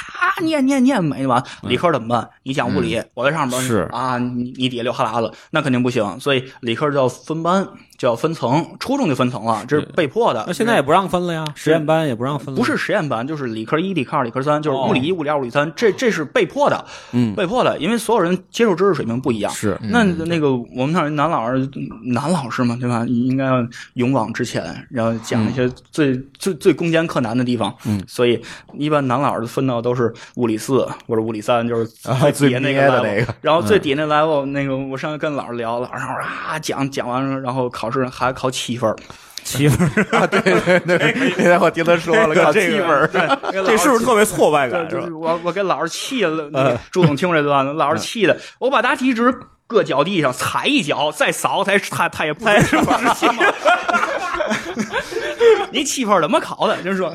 [SPEAKER 3] 念念念没完，理科怎么办？你讲物理，我在上边
[SPEAKER 2] 嗯是
[SPEAKER 3] 啊，你你底下流哈喇子，那肯定不行。所以理科就要分班，就要分层，初中就分层了，这是被迫的。
[SPEAKER 2] 那现在也不让分了呀，实验班也不让分了，
[SPEAKER 3] 不是实验班，就是理科一、理科二、理科三，就是
[SPEAKER 2] 哦
[SPEAKER 3] 物理一、物理二、物理三，这这是被迫的，
[SPEAKER 2] 嗯
[SPEAKER 3] 被迫的，因为所有人接受知识水平不一样。
[SPEAKER 2] 是
[SPEAKER 3] 那那个我们那儿男老师，男老师嘛，对吧？应该要勇往直前，然后讲一些最、最最攻坚克难的地方。
[SPEAKER 2] 嗯，
[SPEAKER 3] 所以一般男老师分到都是物理四或者物理三，就是
[SPEAKER 4] 啊
[SPEAKER 3] 最底下那个 level，
[SPEAKER 4] 最憋的那
[SPEAKER 3] 然后
[SPEAKER 2] 嗯
[SPEAKER 3] 最底下那 level，、那个我上次跟老师聊，老师说啊讲讲完了，然后考试还考七分儿，
[SPEAKER 2] 七分儿，
[SPEAKER 4] 啊，对对对，那天我听他说 了，靠气氛儿，
[SPEAKER 2] 这是不是特别挫败
[SPEAKER 3] 对，
[SPEAKER 2] 感？
[SPEAKER 3] 就是
[SPEAKER 2] 吧
[SPEAKER 3] 是我我给老师气了，那个朱总听这段子，老师气的，我把答题纸搁脚地上踩一脚，再扫才他他也不知道是气氛。 你气氛怎么考的？就是说，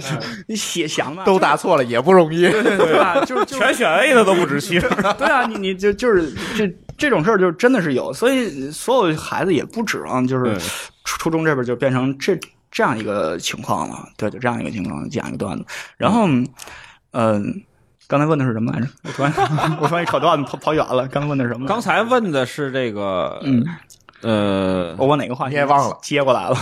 [SPEAKER 3] 你写想吧，
[SPEAKER 4] 都答错了也不容易。
[SPEAKER 3] 对对吧？就是就是
[SPEAKER 2] 全选 A 的都不止七分儿，
[SPEAKER 3] 对啊，你你就就是这这种事儿，就是真的是有，所以所有孩子也不指望就是
[SPEAKER 2] 对
[SPEAKER 3] 初初中这边就变成这这样一个情况了，对，就这样一个情况讲一个段子，然后嗯、呃刚才问的是什么来着？我突然我突然一 扯段子跑跑远了，刚才问的是什么来着？
[SPEAKER 2] 刚才问的是这个，
[SPEAKER 3] 嗯，
[SPEAKER 2] 呃，
[SPEAKER 3] 我往哪个话题
[SPEAKER 4] 你也忘了
[SPEAKER 3] 接过来了？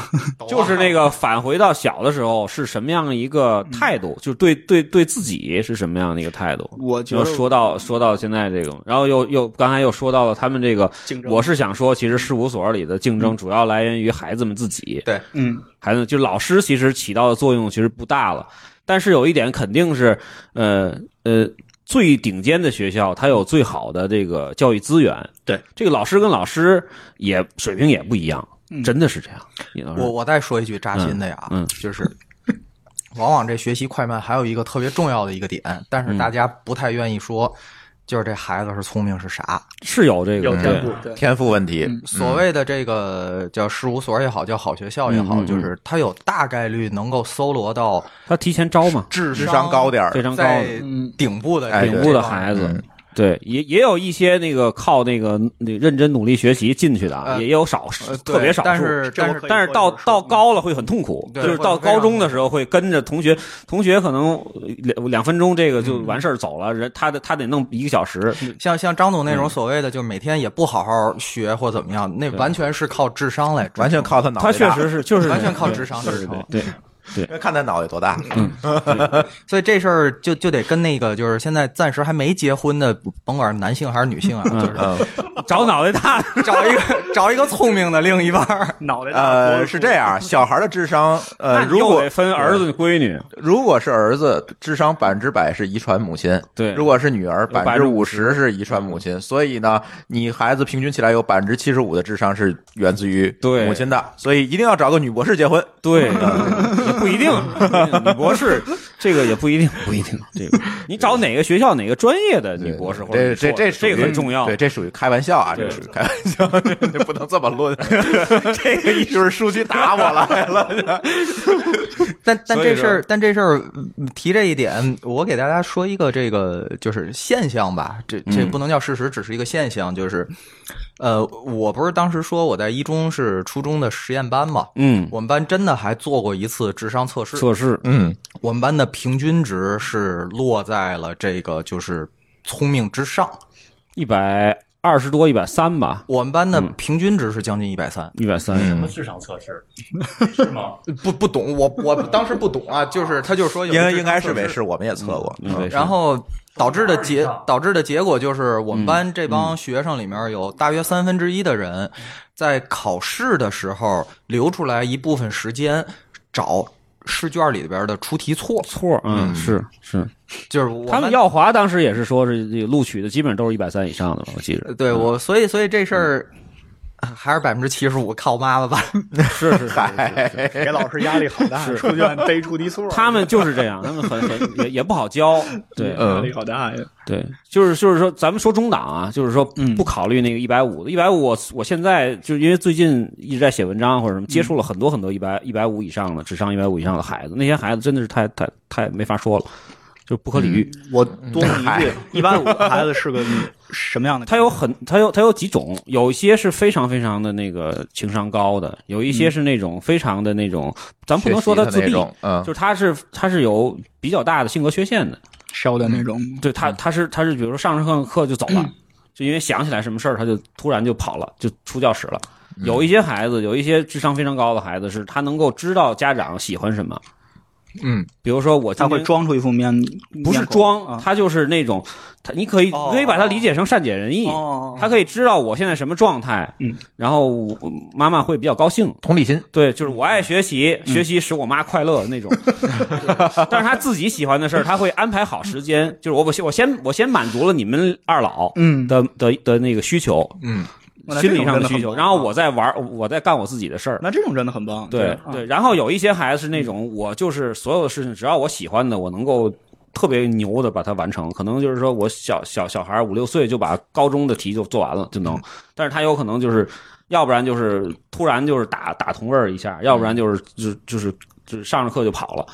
[SPEAKER 2] 就是那个返回到小的时候是什么样一个
[SPEAKER 3] 嗯
[SPEAKER 2] 态度，就对对对自己是什么样的一个态度。
[SPEAKER 3] 我觉
[SPEAKER 2] 然
[SPEAKER 3] 得
[SPEAKER 2] 后说到说到现在这种，然后又又刚才又说到了他们这个，
[SPEAKER 3] 竞争，
[SPEAKER 2] 我是想说，其实事务所里的竞
[SPEAKER 4] 嗯
[SPEAKER 2] 争主要来源于孩子们自己，
[SPEAKER 3] 嗯
[SPEAKER 2] 孩子就老师其实起到的作用其实不大了，但是有一点肯定是，呃呃。最顶尖的学校，它有最好的这个教育资源。
[SPEAKER 3] 对，
[SPEAKER 2] 这个老师跟老师也水平也不一样，
[SPEAKER 3] 嗯
[SPEAKER 2] 真的是这样。你能
[SPEAKER 4] 我
[SPEAKER 2] 说
[SPEAKER 4] 我再说一句扎心的呀，
[SPEAKER 2] 嗯嗯
[SPEAKER 4] 就是往往这学习快慢还有一个特别重要的一个点，但
[SPEAKER 3] 嗯
[SPEAKER 4] 是大家不太愿意说，就是这孩子是聪明是傻。
[SPEAKER 2] 是嗯有这个
[SPEAKER 3] 有
[SPEAKER 2] 对
[SPEAKER 3] 天赋，对，
[SPEAKER 1] 天赋问题，嗯
[SPEAKER 2] 嗯
[SPEAKER 4] 所谓的这个叫事务所也好，叫好学校也
[SPEAKER 2] 嗯
[SPEAKER 4] 好，
[SPEAKER 2] 嗯嗯
[SPEAKER 4] 就是他有大概率能够搜罗到
[SPEAKER 2] 他提前招嘛，
[SPEAKER 4] 智
[SPEAKER 1] 智商高点儿
[SPEAKER 2] 非，常高
[SPEAKER 4] 在
[SPEAKER 2] 的
[SPEAKER 3] 嗯
[SPEAKER 4] 顶部的
[SPEAKER 1] 哎
[SPEAKER 4] 这
[SPEAKER 1] 对
[SPEAKER 2] 顶部的孩子。
[SPEAKER 1] 嗯
[SPEAKER 2] 对，也也有一些那个靠那个那认真努力学习进去的啊，
[SPEAKER 4] 呃
[SPEAKER 2] 也有少
[SPEAKER 4] 呃对
[SPEAKER 2] 特别少数。
[SPEAKER 4] 但是
[SPEAKER 3] 这
[SPEAKER 4] 但
[SPEAKER 3] 我
[SPEAKER 4] 是
[SPEAKER 3] 可以
[SPEAKER 2] 但是
[SPEAKER 3] 说
[SPEAKER 2] 到
[SPEAKER 3] 一说
[SPEAKER 2] 到
[SPEAKER 1] 嗯
[SPEAKER 2] 高了会很痛苦，就
[SPEAKER 4] 对
[SPEAKER 2] 是到高中的时候会跟着同学，同学可能呃两两分钟这个
[SPEAKER 1] 嗯
[SPEAKER 2] 就完事儿走了，人他得他得弄一个小时，
[SPEAKER 4] 像像张总那
[SPEAKER 2] 嗯
[SPEAKER 4] 种所谓的，就是每天也不好好学或怎么样，那完全是靠智商来支撑，
[SPEAKER 1] 完全靠他脑
[SPEAKER 2] 他
[SPEAKER 1] 袋
[SPEAKER 2] 确
[SPEAKER 1] 大，
[SPEAKER 2] 实是就是
[SPEAKER 4] 完全靠智商
[SPEAKER 2] 对
[SPEAKER 4] 支撑
[SPEAKER 2] 对对
[SPEAKER 1] 看他脑袋多大。
[SPEAKER 4] 所以这事儿就就得跟那个就是现在暂时还没结婚的，甭管是男性还是女性啊， 就
[SPEAKER 1] 嗯，
[SPEAKER 2] 对，找脑袋大，
[SPEAKER 4] 是找一个找一个聪明的另一半儿。
[SPEAKER 3] 脑袋大
[SPEAKER 1] 呃，是这，样，小孩的智商，呃，
[SPEAKER 2] 那你
[SPEAKER 1] 如
[SPEAKER 2] 又
[SPEAKER 1] 果
[SPEAKER 2] 得分儿子闺女，
[SPEAKER 1] 如果是儿子，智商百分之百是遗传母亲；
[SPEAKER 2] 对，
[SPEAKER 1] 如果是女儿，
[SPEAKER 2] 百
[SPEAKER 1] 百
[SPEAKER 2] 分
[SPEAKER 1] 分
[SPEAKER 2] 之
[SPEAKER 1] 之
[SPEAKER 2] 五
[SPEAKER 1] 五
[SPEAKER 2] 十
[SPEAKER 1] 十是遗传母亲。所以呢，你孩子平均起来有百分之七十五的智商是源自于
[SPEAKER 2] 对
[SPEAKER 1] 母亲的，所以一定要找个女博士结婚。
[SPEAKER 2] 对，也不一定，女博士这个也不一定，不一定。这个你找哪个学校哪个专业的女博士或者
[SPEAKER 1] 这
[SPEAKER 2] 女硕
[SPEAKER 1] 这
[SPEAKER 2] 士
[SPEAKER 1] 这
[SPEAKER 2] 这个
[SPEAKER 1] 属于
[SPEAKER 2] 很重要
[SPEAKER 1] 对，。这属于开玩笑啊，
[SPEAKER 2] 对
[SPEAKER 1] 这属于开玩笑， 这不能这么 论。这个一就是书记打我了来了，
[SPEAKER 4] 但但
[SPEAKER 2] 所以
[SPEAKER 4] 这
[SPEAKER 2] 说
[SPEAKER 4] 事儿，但这事儿嗯提这一点，我给大家说一个这个就是现象吧，这这不能叫事实，只是一个现象，就是，呃，我不是当时说我在一中是初中的实验班嘛，
[SPEAKER 2] 嗯，
[SPEAKER 4] 我们班真的还做过一次智商测试，
[SPEAKER 2] 测试
[SPEAKER 1] 嗯，
[SPEAKER 4] 我们班的平均值是落在了这个就是聪明之上。
[SPEAKER 2] 一百二十多一百三吧，
[SPEAKER 4] 我们班的
[SPEAKER 2] 嗯
[SPEAKER 4] 平均值是将近一百三，
[SPEAKER 2] 一百三。
[SPEAKER 1] 嗯
[SPEAKER 5] 什么智商测试？是吗？
[SPEAKER 4] 不不懂，我我当时不懂啊，就是他就说有
[SPEAKER 1] 应该
[SPEAKER 4] 智商
[SPEAKER 1] 应该是
[SPEAKER 4] 测试
[SPEAKER 1] 没事，我们也测过。
[SPEAKER 2] 嗯对是
[SPEAKER 4] 然后导致的结
[SPEAKER 5] 从哪儿上
[SPEAKER 4] 导致的结果就是，我
[SPEAKER 2] 嗯
[SPEAKER 4] 们班这帮学生里面有大约三分之一的人，在考试的时候留出来一部分时间找试卷里边的出题错，
[SPEAKER 2] 错，嗯，是是，
[SPEAKER 4] 就是我
[SPEAKER 2] 他们耀华当时也是说是这个录取的基本上都是一百三以上的嘛，我记着。
[SPEAKER 4] 对我，所以所以这事儿。还是百分之七十五靠妈妈吧，
[SPEAKER 2] 是是是，
[SPEAKER 3] 给老师压力好大，出卷背出题错，
[SPEAKER 2] 他们就是这样，他们很很也也不好教， 对
[SPEAKER 1] 嗯
[SPEAKER 3] 压力好大呀。
[SPEAKER 2] 对，就是就是说，咱们说中档啊，就是说不考虑那个一百五的，一百五我我现在就是因为最近一直在写文章或者什么，接触了很多很多一百一百五以上的，智商一百五以上的孩子，那些孩子真的是太太太没法说了，就不可理喻。
[SPEAKER 3] 我多问一句，一般五个孩子是个什么样的？
[SPEAKER 2] 它有很，它有它有几种，有一些是非常非常的那个情商高的，有一些是那种非常的那种，
[SPEAKER 3] 嗯
[SPEAKER 2] 咱不能说他
[SPEAKER 1] 他
[SPEAKER 2] 自闭，就
[SPEAKER 1] 嗯，
[SPEAKER 2] 是他是他是有比较大的性格缺陷的，
[SPEAKER 3] 烧的那种，
[SPEAKER 2] 对
[SPEAKER 3] 嗯
[SPEAKER 2] 他他是他是比如说上着课课就走了，就因为想起来什么事儿他就突然就跑了，就出教室了。
[SPEAKER 3] 嗯
[SPEAKER 2] 有一些孩子，有一些智商非常高的孩子，是他能够知道家长喜欢什么，
[SPEAKER 4] 嗯，
[SPEAKER 2] 比如说我今
[SPEAKER 3] 他会
[SPEAKER 2] 天
[SPEAKER 3] 装出一副面，
[SPEAKER 2] 不是
[SPEAKER 3] 面孔
[SPEAKER 2] 装，
[SPEAKER 3] 啊。
[SPEAKER 2] 他就是那种他你可以
[SPEAKER 4] 哦
[SPEAKER 2] 你可以把他理解成善解人意，
[SPEAKER 3] 哦
[SPEAKER 2] 他可以知道我现在什么状态，
[SPEAKER 3] 嗯，
[SPEAKER 2] 然后我妈妈会比较高兴，
[SPEAKER 1] 同理心，
[SPEAKER 2] 对，就是我
[SPEAKER 3] 嗯
[SPEAKER 2] 爱学习，学习使我妈快乐那 种。但是他自己喜欢的事儿，他会安排好时间，就是我我先我先我先满足了你们二老
[SPEAKER 3] 嗯
[SPEAKER 2] 的的的那个需求，
[SPEAKER 4] 嗯，
[SPEAKER 3] 哇那
[SPEAKER 2] 心理
[SPEAKER 3] 这种
[SPEAKER 2] 上
[SPEAKER 3] 真
[SPEAKER 2] 的
[SPEAKER 3] 的
[SPEAKER 2] 需
[SPEAKER 3] 很
[SPEAKER 2] 求，
[SPEAKER 3] 棒
[SPEAKER 2] 然后
[SPEAKER 3] 啊
[SPEAKER 2] 我再玩，我再干我自己的事儿。
[SPEAKER 3] 那这种真的很棒，
[SPEAKER 2] 对
[SPEAKER 3] 啊
[SPEAKER 2] 对，然后有一些孩子是那种，我就是所有的事情，只要我喜欢的，我能够特别牛的把它完成。可能就是说我小小小孩儿五六岁就把高中的题就做完了，就能。但是他有可能就是，要不然就是突然就是打打同位儿一下，要不然就是就就是就是上着课就跑了。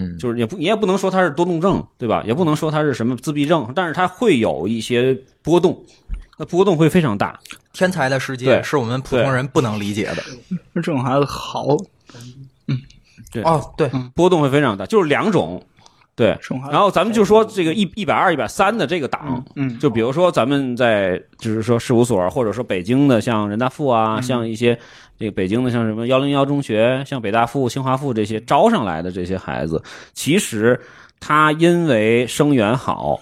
[SPEAKER 1] 嗯
[SPEAKER 2] 就是也不你也不能说他是多动症，对吧？也不能说他是什么自闭症，但是他会有一些波动，那波动会非常大。
[SPEAKER 4] 天才的世界
[SPEAKER 2] 对
[SPEAKER 4] 是我们普通人不能理解的。
[SPEAKER 3] 这种孩子好，
[SPEAKER 2] 对
[SPEAKER 4] 哦，对，
[SPEAKER 2] 波动会非常大，就是两种。对
[SPEAKER 3] 生，化
[SPEAKER 2] 然后咱们就说这个一一百二、一百三的这个档，
[SPEAKER 3] 嗯嗯
[SPEAKER 2] 就比如说咱们在就是说事务所，或者说北京的像人大附
[SPEAKER 3] 嗯
[SPEAKER 2] 啊，像一些这个北京的像什么幺零幺中学、像北大附、清华附这些招上来的这些孩子，其实他因为生源好，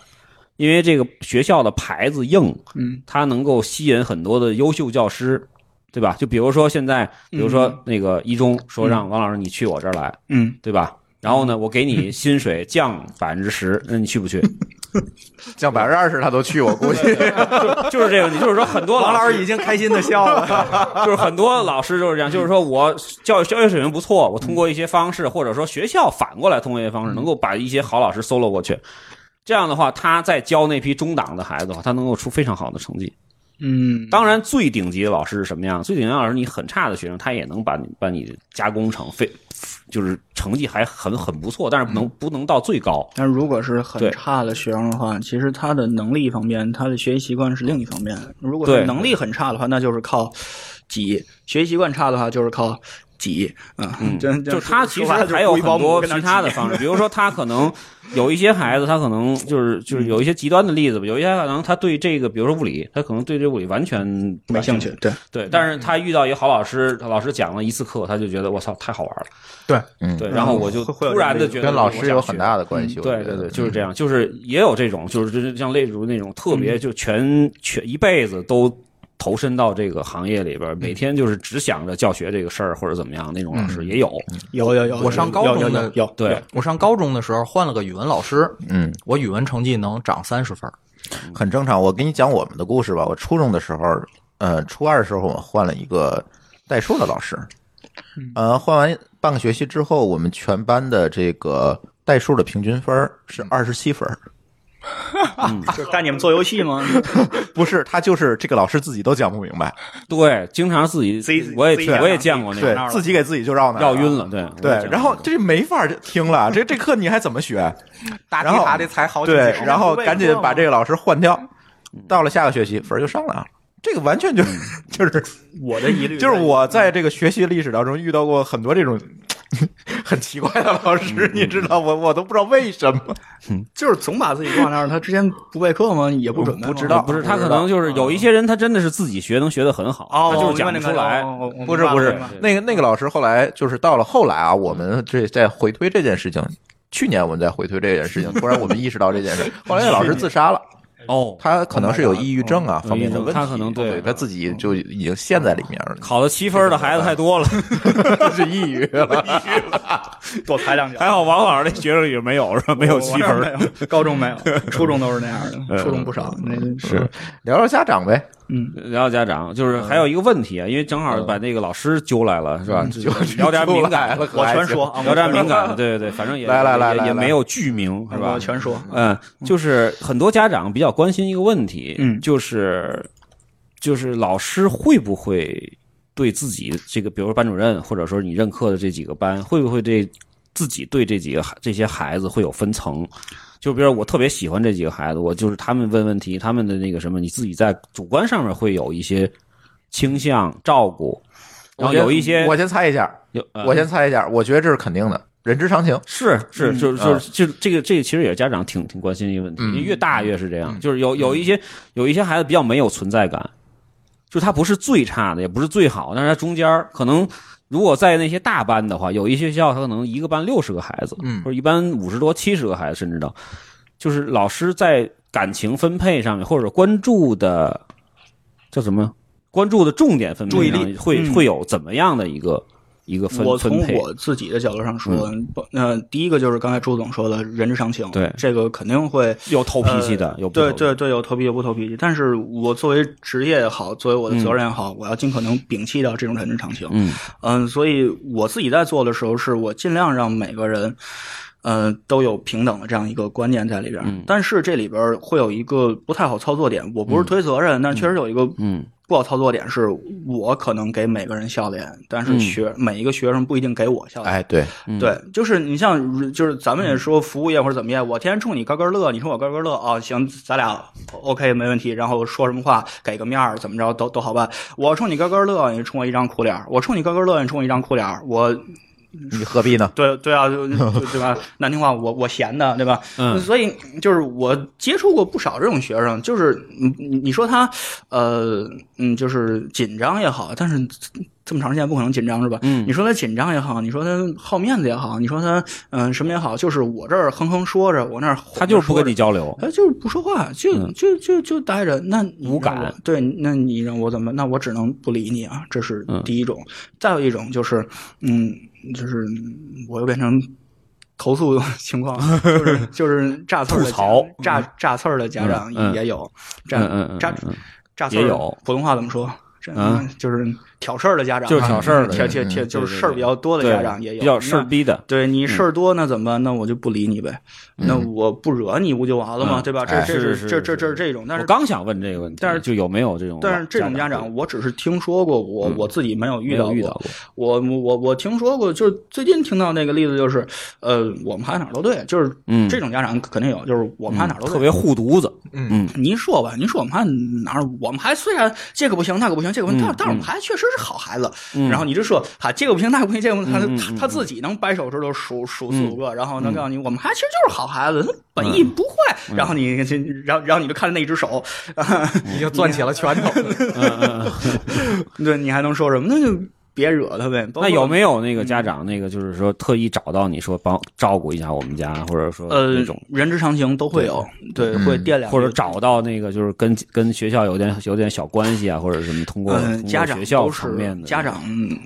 [SPEAKER 2] 因为这个学校的牌子硬，
[SPEAKER 3] 嗯，
[SPEAKER 2] 它能够吸引很多的优秀教师，对吧？就比如说现在，比如说
[SPEAKER 3] 嗯
[SPEAKER 2] 那个一中说让王老师你去我这儿来，
[SPEAKER 3] 嗯，
[SPEAKER 2] 对吧？然后呢，我给你薪水降百分之十，那你去不去？
[SPEAKER 1] 降百分之二十他都去，我估计。
[SPEAKER 2] 就是这个问题，就是说很多
[SPEAKER 4] 王
[SPEAKER 2] 老
[SPEAKER 4] 老
[SPEAKER 2] 师，
[SPEAKER 4] 师已经开心的笑了。
[SPEAKER 2] 就是很多老师就是这样，就是说我教育教育水平不错，我通过一些方式，或者说学校反过来通过一些方式，能够把一些好老师搜罗过去。这样的话，他在教那批中档的孩子的话，他能够出非常好的成绩。
[SPEAKER 3] 嗯，
[SPEAKER 2] 当然，最顶级的老师是什么样？最顶级的老师，你很差的学生，他也能把你把你加工成非，就是成绩还很很不错，但是不能不能到最高。
[SPEAKER 3] 但如果是很
[SPEAKER 2] 对
[SPEAKER 3] 差的学生的话，其实他的能力一方面，他的学习习惯是另一方面。如果
[SPEAKER 2] 对
[SPEAKER 3] 是能力很差的话，那就是靠挤；学习习惯差的话，就是靠挤。嗯，真
[SPEAKER 2] 就
[SPEAKER 3] 真
[SPEAKER 2] 是他
[SPEAKER 3] 说
[SPEAKER 2] 其实
[SPEAKER 3] 说白了
[SPEAKER 2] 还有很
[SPEAKER 3] 就是故意把我
[SPEAKER 2] 多
[SPEAKER 3] 们跟
[SPEAKER 2] 其他的
[SPEAKER 3] 挤
[SPEAKER 2] 方式，比如说他可能有一些孩子，他可能就是就是
[SPEAKER 3] 嗯
[SPEAKER 2] 有一些极端的例子吧，有一些可能他对这个，比如说物理，他可能对这物理完全不
[SPEAKER 3] 没
[SPEAKER 2] 感
[SPEAKER 3] 兴趣。。嗯对，
[SPEAKER 2] 对，但是他遇到一个好老师，他老师讲了一次课，他就觉得我操太好玩了。
[SPEAKER 4] 对，
[SPEAKER 1] 嗯
[SPEAKER 2] 对，然后我就突然的觉得
[SPEAKER 1] 跟老
[SPEAKER 2] 我
[SPEAKER 1] 师
[SPEAKER 2] 想
[SPEAKER 1] 有
[SPEAKER 2] 学
[SPEAKER 1] 很大的关系，我
[SPEAKER 2] 对
[SPEAKER 1] 觉
[SPEAKER 2] 对
[SPEAKER 1] 得
[SPEAKER 2] 对，就是这样，就是也有这种，就是就是像例如那种特
[SPEAKER 3] 嗯
[SPEAKER 2] 别就全全一辈子都投身到这个行业里
[SPEAKER 3] 嗯
[SPEAKER 2] 边，每天就是只想着教学这个事儿或者怎么样那种老
[SPEAKER 3] 嗯
[SPEAKER 2] 师也有。
[SPEAKER 3] 有有有。
[SPEAKER 4] 我上高中
[SPEAKER 3] 有有
[SPEAKER 4] 的
[SPEAKER 3] 有有
[SPEAKER 2] 对，
[SPEAKER 4] 我上高中的时候换了个语文老师，
[SPEAKER 1] 嗯，
[SPEAKER 4] 我语文成绩能涨三十分儿。
[SPEAKER 1] 很正常。我给你讲我们的故事吧。我初中的时候，呃，初二的时候我们换了一个代数的老师，
[SPEAKER 2] 嗯
[SPEAKER 1] 呃，换完半个学期之后，我们全班的这个代数的平均分儿是
[SPEAKER 2] 嗯
[SPEAKER 1] 二十七分儿，
[SPEAKER 3] 就是带你们做游戏吗？
[SPEAKER 1] 不是他就是这个老师自己都讲不明白，
[SPEAKER 2] 对，经常自己
[SPEAKER 3] 自己
[SPEAKER 2] 我也
[SPEAKER 3] 啊自己
[SPEAKER 2] 听
[SPEAKER 3] 想
[SPEAKER 2] 我也
[SPEAKER 3] 想
[SPEAKER 2] 见过那
[SPEAKER 1] 对
[SPEAKER 2] 种
[SPEAKER 1] 自己给自己就绕
[SPEAKER 3] 啊
[SPEAKER 1] 那儿
[SPEAKER 2] 绕晕。了，对
[SPEAKER 1] 对
[SPEAKER 2] 我也见，过
[SPEAKER 1] 然后这没法儿听了，这这课你还怎么学？
[SPEAKER 4] 大
[SPEAKER 1] 然后
[SPEAKER 4] 才好
[SPEAKER 1] 对，
[SPEAKER 4] 首
[SPEAKER 1] 然后
[SPEAKER 3] 不背
[SPEAKER 1] 赶紧
[SPEAKER 3] 课吗
[SPEAKER 1] 把这个老师换掉，到了下个学期分儿就上来了。啊这个完全就是 就是
[SPEAKER 3] 我的疑虑
[SPEAKER 1] 就是我在这个学习历史当中遇到过很多这种 很奇怪的老师，你知道，我我都不知道为什么。
[SPEAKER 3] 就是总把自己挂那儿。他之前不备课吗？也不准备吗，
[SPEAKER 1] 不知道
[SPEAKER 2] 不是哦他可能就是有一些人，他真的是自己学能学得很好，
[SPEAKER 3] 哦，
[SPEAKER 2] 他就
[SPEAKER 3] 我
[SPEAKER 2] 是
[SPEAKER 3] 明
[SPEAKER 2] 讲
[SPEAKER 3] 白那
[SPEAKER 2] 不
[SPEAKER 3] 个
[SPEAKER 2] 出来。
[SPEAKER 3] 哦我我
[SPEAKER 1] 不是
[SPEAKER 3] 明白
[SPEAKER 1] 不
[SPEAKER 3] 了
[SPEAKER 1] 是
[SPEAKER 3] 明白了，
[SPEAKER 1] 那个那个老师后来就是到了后来啊，我们这再回推这件事情，去年我们在回推这件事情，突然我们意识到这件事，后来那老师自杀了，
[SPEAKER 2] 哦，
[SPEAKER 1] 他可能是有抑郁症啊方面的问题，
[SPEAKER 2] 他可能对
[SPEAKER 1] 对他自己就已经陷在里面了，
[SPEAKER 2] 考了七分的孩子太多了，
[SPEAKER 1] 是抑郁了。
[SPEAKER 3] 多踩两脚。
[SPEAKER 2] 还好王老师那学生也没有是吧？没有七分
[SPEAKER 3] 哦没
[SPEAKER 2] 儿。嗯
[SPEAKER 3] 有，高中没有， 初中都是那样的，初中不少。那
[SPEAKER 1] 是聊聊家长呗，
[SPEAKER 3] 嗯，
[SPEAKER 2] 聊聊家长，就是还有一个问题啊，因为正好把那个老师揪来了，是吧？就聊点敏感，
[SPEAKER 1] 了，
[SPEAKER 3] 我全说，嗯 啊，
[SPEAKER 2] 聊点敏
[SPEAKER 3] 我
[SPEAKER 2] 感，对对对，反正也
[SPEAKER 1] 来来来
[SPEAKER 2] 也
[SPEAKER 1] 来
[SPEAKER 2] 也
[SPEAKER 1] 来
[SPEAKER 2] 没有剧名，是
[SPEAKER 3] 全说，
[SPEAKER 2] 吧
[SPEAKER 3] 我？全说。
[SPEAKER 2] 嗯，就是很多家长比较关心一个问题，
[SPEAKER 3] 嗯
[SPEAKER 2] 就是就是老师会不会对自己这个，比如说班主任，或者说你任课的这几个班，会不会对自己对这几个孩这些孩子会有分层？就比如说我特别喜欢这几个孩子，我就是他们问问题，他们的那个什么，你自己在主观上面会有一些倾向照顾，然后有一些
[SPEAKER 1] 我先猜一下，
[SPEAKER 2] 有呃
[SPEAKER 3] 嗯
[SPEAKER 1] 我先猜一下，我觉得这是肯定的，人之常情。
[SPEAKER 2] 是是，
[SPEAKER 3] 嗯
[SPEAKER 2] 就是
[SPEAKER 1] 啊
[SPEAKER 2] 就是就这个这个，其实也是家长挺挺关心的一个问题，因为越大越是这
[SPEAKER 3] 嗯
[SPEAKER 2] 样，就是有有一些有一些孩子比较没有存在感，就是他不是最差的，也不是最好，但是他中间儿可能如果在那些大班的话，有一些学校他可能一个班六十个孩子，
[SPEAKER 4] 嗯
[SPEAKER 2] 或者一班五十多七十个孩子，甚至到就是老师在感情分配上面或者关注的叫什么关注的重点分
[SPEAKER 3] 注
[SPEAKER 2] 配
[SPEAKER 3] 意力
[SPEAKER 2] 上会、
[SPEAKER 3] 嗯
[SPEAKER 2] 会有怎么样的一个一个分
[SPEAKER 3] 我
[SPEAKER 2] 分
[SPEAKER 3] 从
[SPEAKER 2] 配？嗯
[SPEAKER 3] 我自己的角度上说，不呃，第一个就是刚才朱总说的人之常情，
[SPEAKER 2] 对
[SPEAKER 3] 这个肯定会
[SPEAKER 2] 有投脾气的，
[SPEAKER 3] 呃
[SPEAKER 2] 有不
[SPEAKER 3] 对
[SPEAKER 2] 投
[SPEAKER 3] 对对，有投脾气有不投脾气。但是我作为职业也好，作为我的责任也好，我要尽可能摒弃掉这种人之常情。
[SPEAKER 2] 嗯
[SPEAKER 3] 嗯，所以我自己在做的时候，是我尽量让每个人，呃，都有平等的这样一个观念在里边儿。
[SPEAKER 2] 嗯
[SPEAKER 3] 但是这里边儿会有一个不太好操作点，我不是推责任，但是确实有一个
[SPEAKER 2] 嗯
[SPEAKER 3] 不好操作点，是我可能给每个人笑脸，但是
[SPEAKER 2] 嗯
[SPEAKER 3] 学、每一个学生不一定给我笑脸。
[SPEAKER 1] 哎，对，
[SPEAKER 2] 嗯
[SPEAKER 3] 对，就是你像，就是咱们也说服务业或者怎么样，我天天冲你咯咯乐，你冲我咯咯乐啊、行，咱俩 OK 没问题。然后说什么话，给个面儿，怎么着都都好办。我冲你咯咯乐，你冲我一张苦脸儿；我冲你咯咯乐，你冲我一张苦脸儿。我
[SPEAKER 1] 你何必呢？
[SPEAKER 3] 对对啊，就就对吧？难听话，我我闲的，对吧？
[SPEAKER 2] 嗯
[SPEAKER 3] 所以就是我接触过不少这种学生，就是你你你说他呃嗯，就是紧张也好，但是这么长时间不可能紧张是吧？
[SPEAKER 2] 嗯
[SPEAKER 3] 你说他紧张也好，你说他好面子也好，你说他嗯、什么也好，就是我这儿哼哼说着，我那儿
[SPEAKER 2] 他就是不跟你交流。
[SPEAKER 3] 他就是不说话，就、
[SPEAKER 2] 嗯
[SPEAKER 3] 就就就待着，那你让
[SPEAKER 2] 无感
[SPEAKER 3] 我。对，那你让我怎么？那我只能不理你啊，这是
[SPEAKER 2] 嗯
[SPEAKER 3] 第一种。再有一种就是，嗯，就是我又变成投诉情况，就是就是炸刺儿的
[SPEAKER 2] 吐槽嗯
[SPEAKER 3] 家炸炸刺儿的家长
[SPEAKER 2] 嗯嗯
[SPEAKER 3] 也有，炸
[SPEAKER 2] 嗯嗯嗯
[SPEAKER 3] 炸
[SPEAKER 2] 嗯
[SPEAKER 3] 炸刺
[SPEAKER 2] 也
[SPEAKER 3] 儿
[SPEAKER 2] 有
[SPEAKER 3] 普通话怎么说？这
[SPEAKER 2] 嗯
[SPEAKER 3] 就是挑事儿的家长啊，
[SPEAKER 2] 就是挑事儿的
[SPEAKER 3] 挑挑
[SPEAKER 1] 嗯
[SPEAKER 3] 挑，
[SPEAKER 1] 嗯
[SPEAKER 3] 就
[SPEAKER 2] 对对
[SPEAKER 3] 是事儿比较多的
[SPEAKER 2] 对
[SPEAKER 3] 家长也有，
[SPEAKER 2] 比较事
[SPEAKER 3] 那
[SPEAKER 2] 儿嗯逼的，
[SPEAKER 3] 对你事儿多，那怎么办？那我就不理你呗，那我不惹你不就完了吗？
[SPEAKER 2] 嗯
[SPEAKER 3] 对吧？这
[SPEAKER 1] 哎
[SPEAKER 3] 这
[SPEAKER 2] 是是
[SPEAKER 3] 这这
[SPEAKER 2] 是
[SPEAKER 3] 这这种，但
[SPEAKER 2] 我
[SPEAKER 3] 是
[SPEAKER 2] 刚想问这个问题，
[SPEAKER 3] 但是
[SPEAKER 2] 就有没有这种？
[SPEAKER 3] 但是这种家长，
[SPEAKER 2] 会
[SPEAKER 3] 我只是听说过，我我自己没有遇
[SPEAKER 2] 嗯没有
[SPEAKER 3] 到过。
[SPEAKER 2] 遇到过，
[SPEAKER 3] 我我我我听说过，就是最近听到那个例子，就是呃，我们孩子哪儿都对，就是
[SPEAKER 2] 嗯
[SPEAKER 3] 这种家长肯定有，就是我们孩子哪儿都对
[SPEAKER 2] 特别护犊子，
[SPEAKER 3] 您说吧，您说我们孩子哪儿？我们孩子虽然这个不行那个不行，这个不行，
[SPEAKER 2] 嗯
[SPEAKER 3] 但但是我们
[SPEAKER 2] 嗯
[SPEAKER 3] 孩子确实是好孩子。
[SPEAKER 2] 嗯
[SPEAKER 3] 然后你就说啊，这个不行那个不行，这个不行，他
[SPEAKER 2] 嗯嗯嗯
[SPEAKER 3] 他他自己能掰手指头数数四
[SPEAKER 2] 嗯嗯
[SPEAKER 3] 五个，然后能告诉你，我们孩子其实就是好孩子，他本意不坏。然后你，然后然后你就看着那只手，
[SPEAKER 4] 已经攥起了拳头。
[SPEAKER 3] 对你还能说什么？那就别惹他呗。包括嗯
[SPEAKER 2] 那有没有那个家长，那个就是说特意找到你说帮照顾一下我们家，或者说
[SPEAKER 3] 呃
[SPEAKER 2] 那种，嗯
[SPEAKER 3] 人之常情都会有，对，会掂量
[SPEAKER 2] 或者找到那个就是跟跟学校有点有点小关系啊，或者什么通过
[SPEAKER 3] 嗯，
[SPEAKER 2] 通
[SPEAKER 3] 家
[SPEAKER 2] 过
[SPEAKER 3] 长
[SPEAKER 2] 学校
[SPEAKER 3] 都
[SPEAKER 2] 层面的
[SPEAKER 3] 是家长，嗯，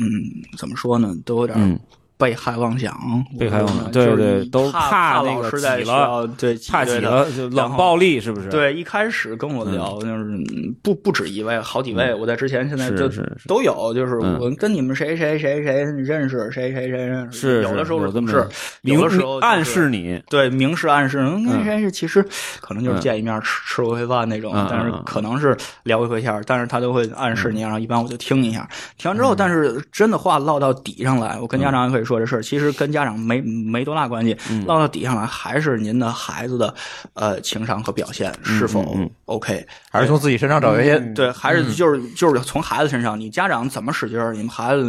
[SPEAKER 3] 嗯怎么说呢，都有
[SPEAKER 2] 嗯
[SPEAKER 3] 点被害妄想，
[SPEAKER 2] 被害妄想
[SPEAKER 3] 我觉得
[SPEAKER 2] 对
[SPEAKER 3] 就是
[SPEAKER 2] 对都
[SPEAKER 3] 怕
[SPEAKER 2] 怕那
[SPEAKER 3] 老
[SPEAKER 2] 个
[SPEAKER 3] 师在
[SPEAKER 2] 起
[SPEAKER 3] 学
[SPEAKER 2] 了
[SPEAKER 3] 校对
[SPEAKER 2] 怕起
[SPEAKER 3] 对的
[SPEAKER 2] 了就
[SPEAKER 3] 然
[SPEAKER 2] 冷
[SPEAKER 3] 后
[SPEAKER 2] 暴力，是不是？
[SPEAKER 3] 对，一开始跟我聊就是嗯不不止一位，好几位，我在之前现
[SPEAKER 2] 嗯
[SPEAKER 3] 在
[SPEAKER 2] 是
[SPEAKER 3] 就是
[SPEAKER 2] 是
[SPEAKER 3] 都有，就是
[SPEAKER 2] 嗯
[SPEAKER 3] 我跟你们谁谁谁谁认识，谁谁谁认
[SPEAKER 2] 是
[SPEAKER 3] 识，有的时候
[SPEAKER 2] 有这么
[SPEAKER 3] 是，
[SPEAKER 2] 明
[SPEAKER 3] 有的时候就是
[SPEAKER 2] 暗示你，
[SPEAKER 3] 对，明示暗示，嗯，
[SPEAKER 2] 嗯
[SPEAKER 3] 跟谁是其实可能就是
[SPEAKER 2] 嗯
[SPEAKER 3] 见一面吃吃过一回饭那种
[SPEAKER 2] 嗯嗯，
[SPEAKER 3] 但是
[SPEAKER 2] 嗯
[SPEAKER 3] 可能是聊一回天儿，但是他
[SPEAKER 2] 嗯
[SPEAKER 3] 都会暗示你，然后一般我就听一下，听完之后，但是真的话落到底上来，我跟家长也可以说这事儿，其实跟家长没没多大关系，
[SPEAKER 2] 嗯
[SPEAKER 3] 落到底上来还是您的孩子的呃情商和表现
[SPEAKER 2] 嗯
[SPEAKER 3] 是否 OK，
[SPEAKER 1] 还是从自己身上找原因。
[SPEAKER 3] 对，还
[SPEAKER 2] 嗯
[SPEAKER 3] 是就是就是从孩子身上，你家长怎么使劲儿，你们孩子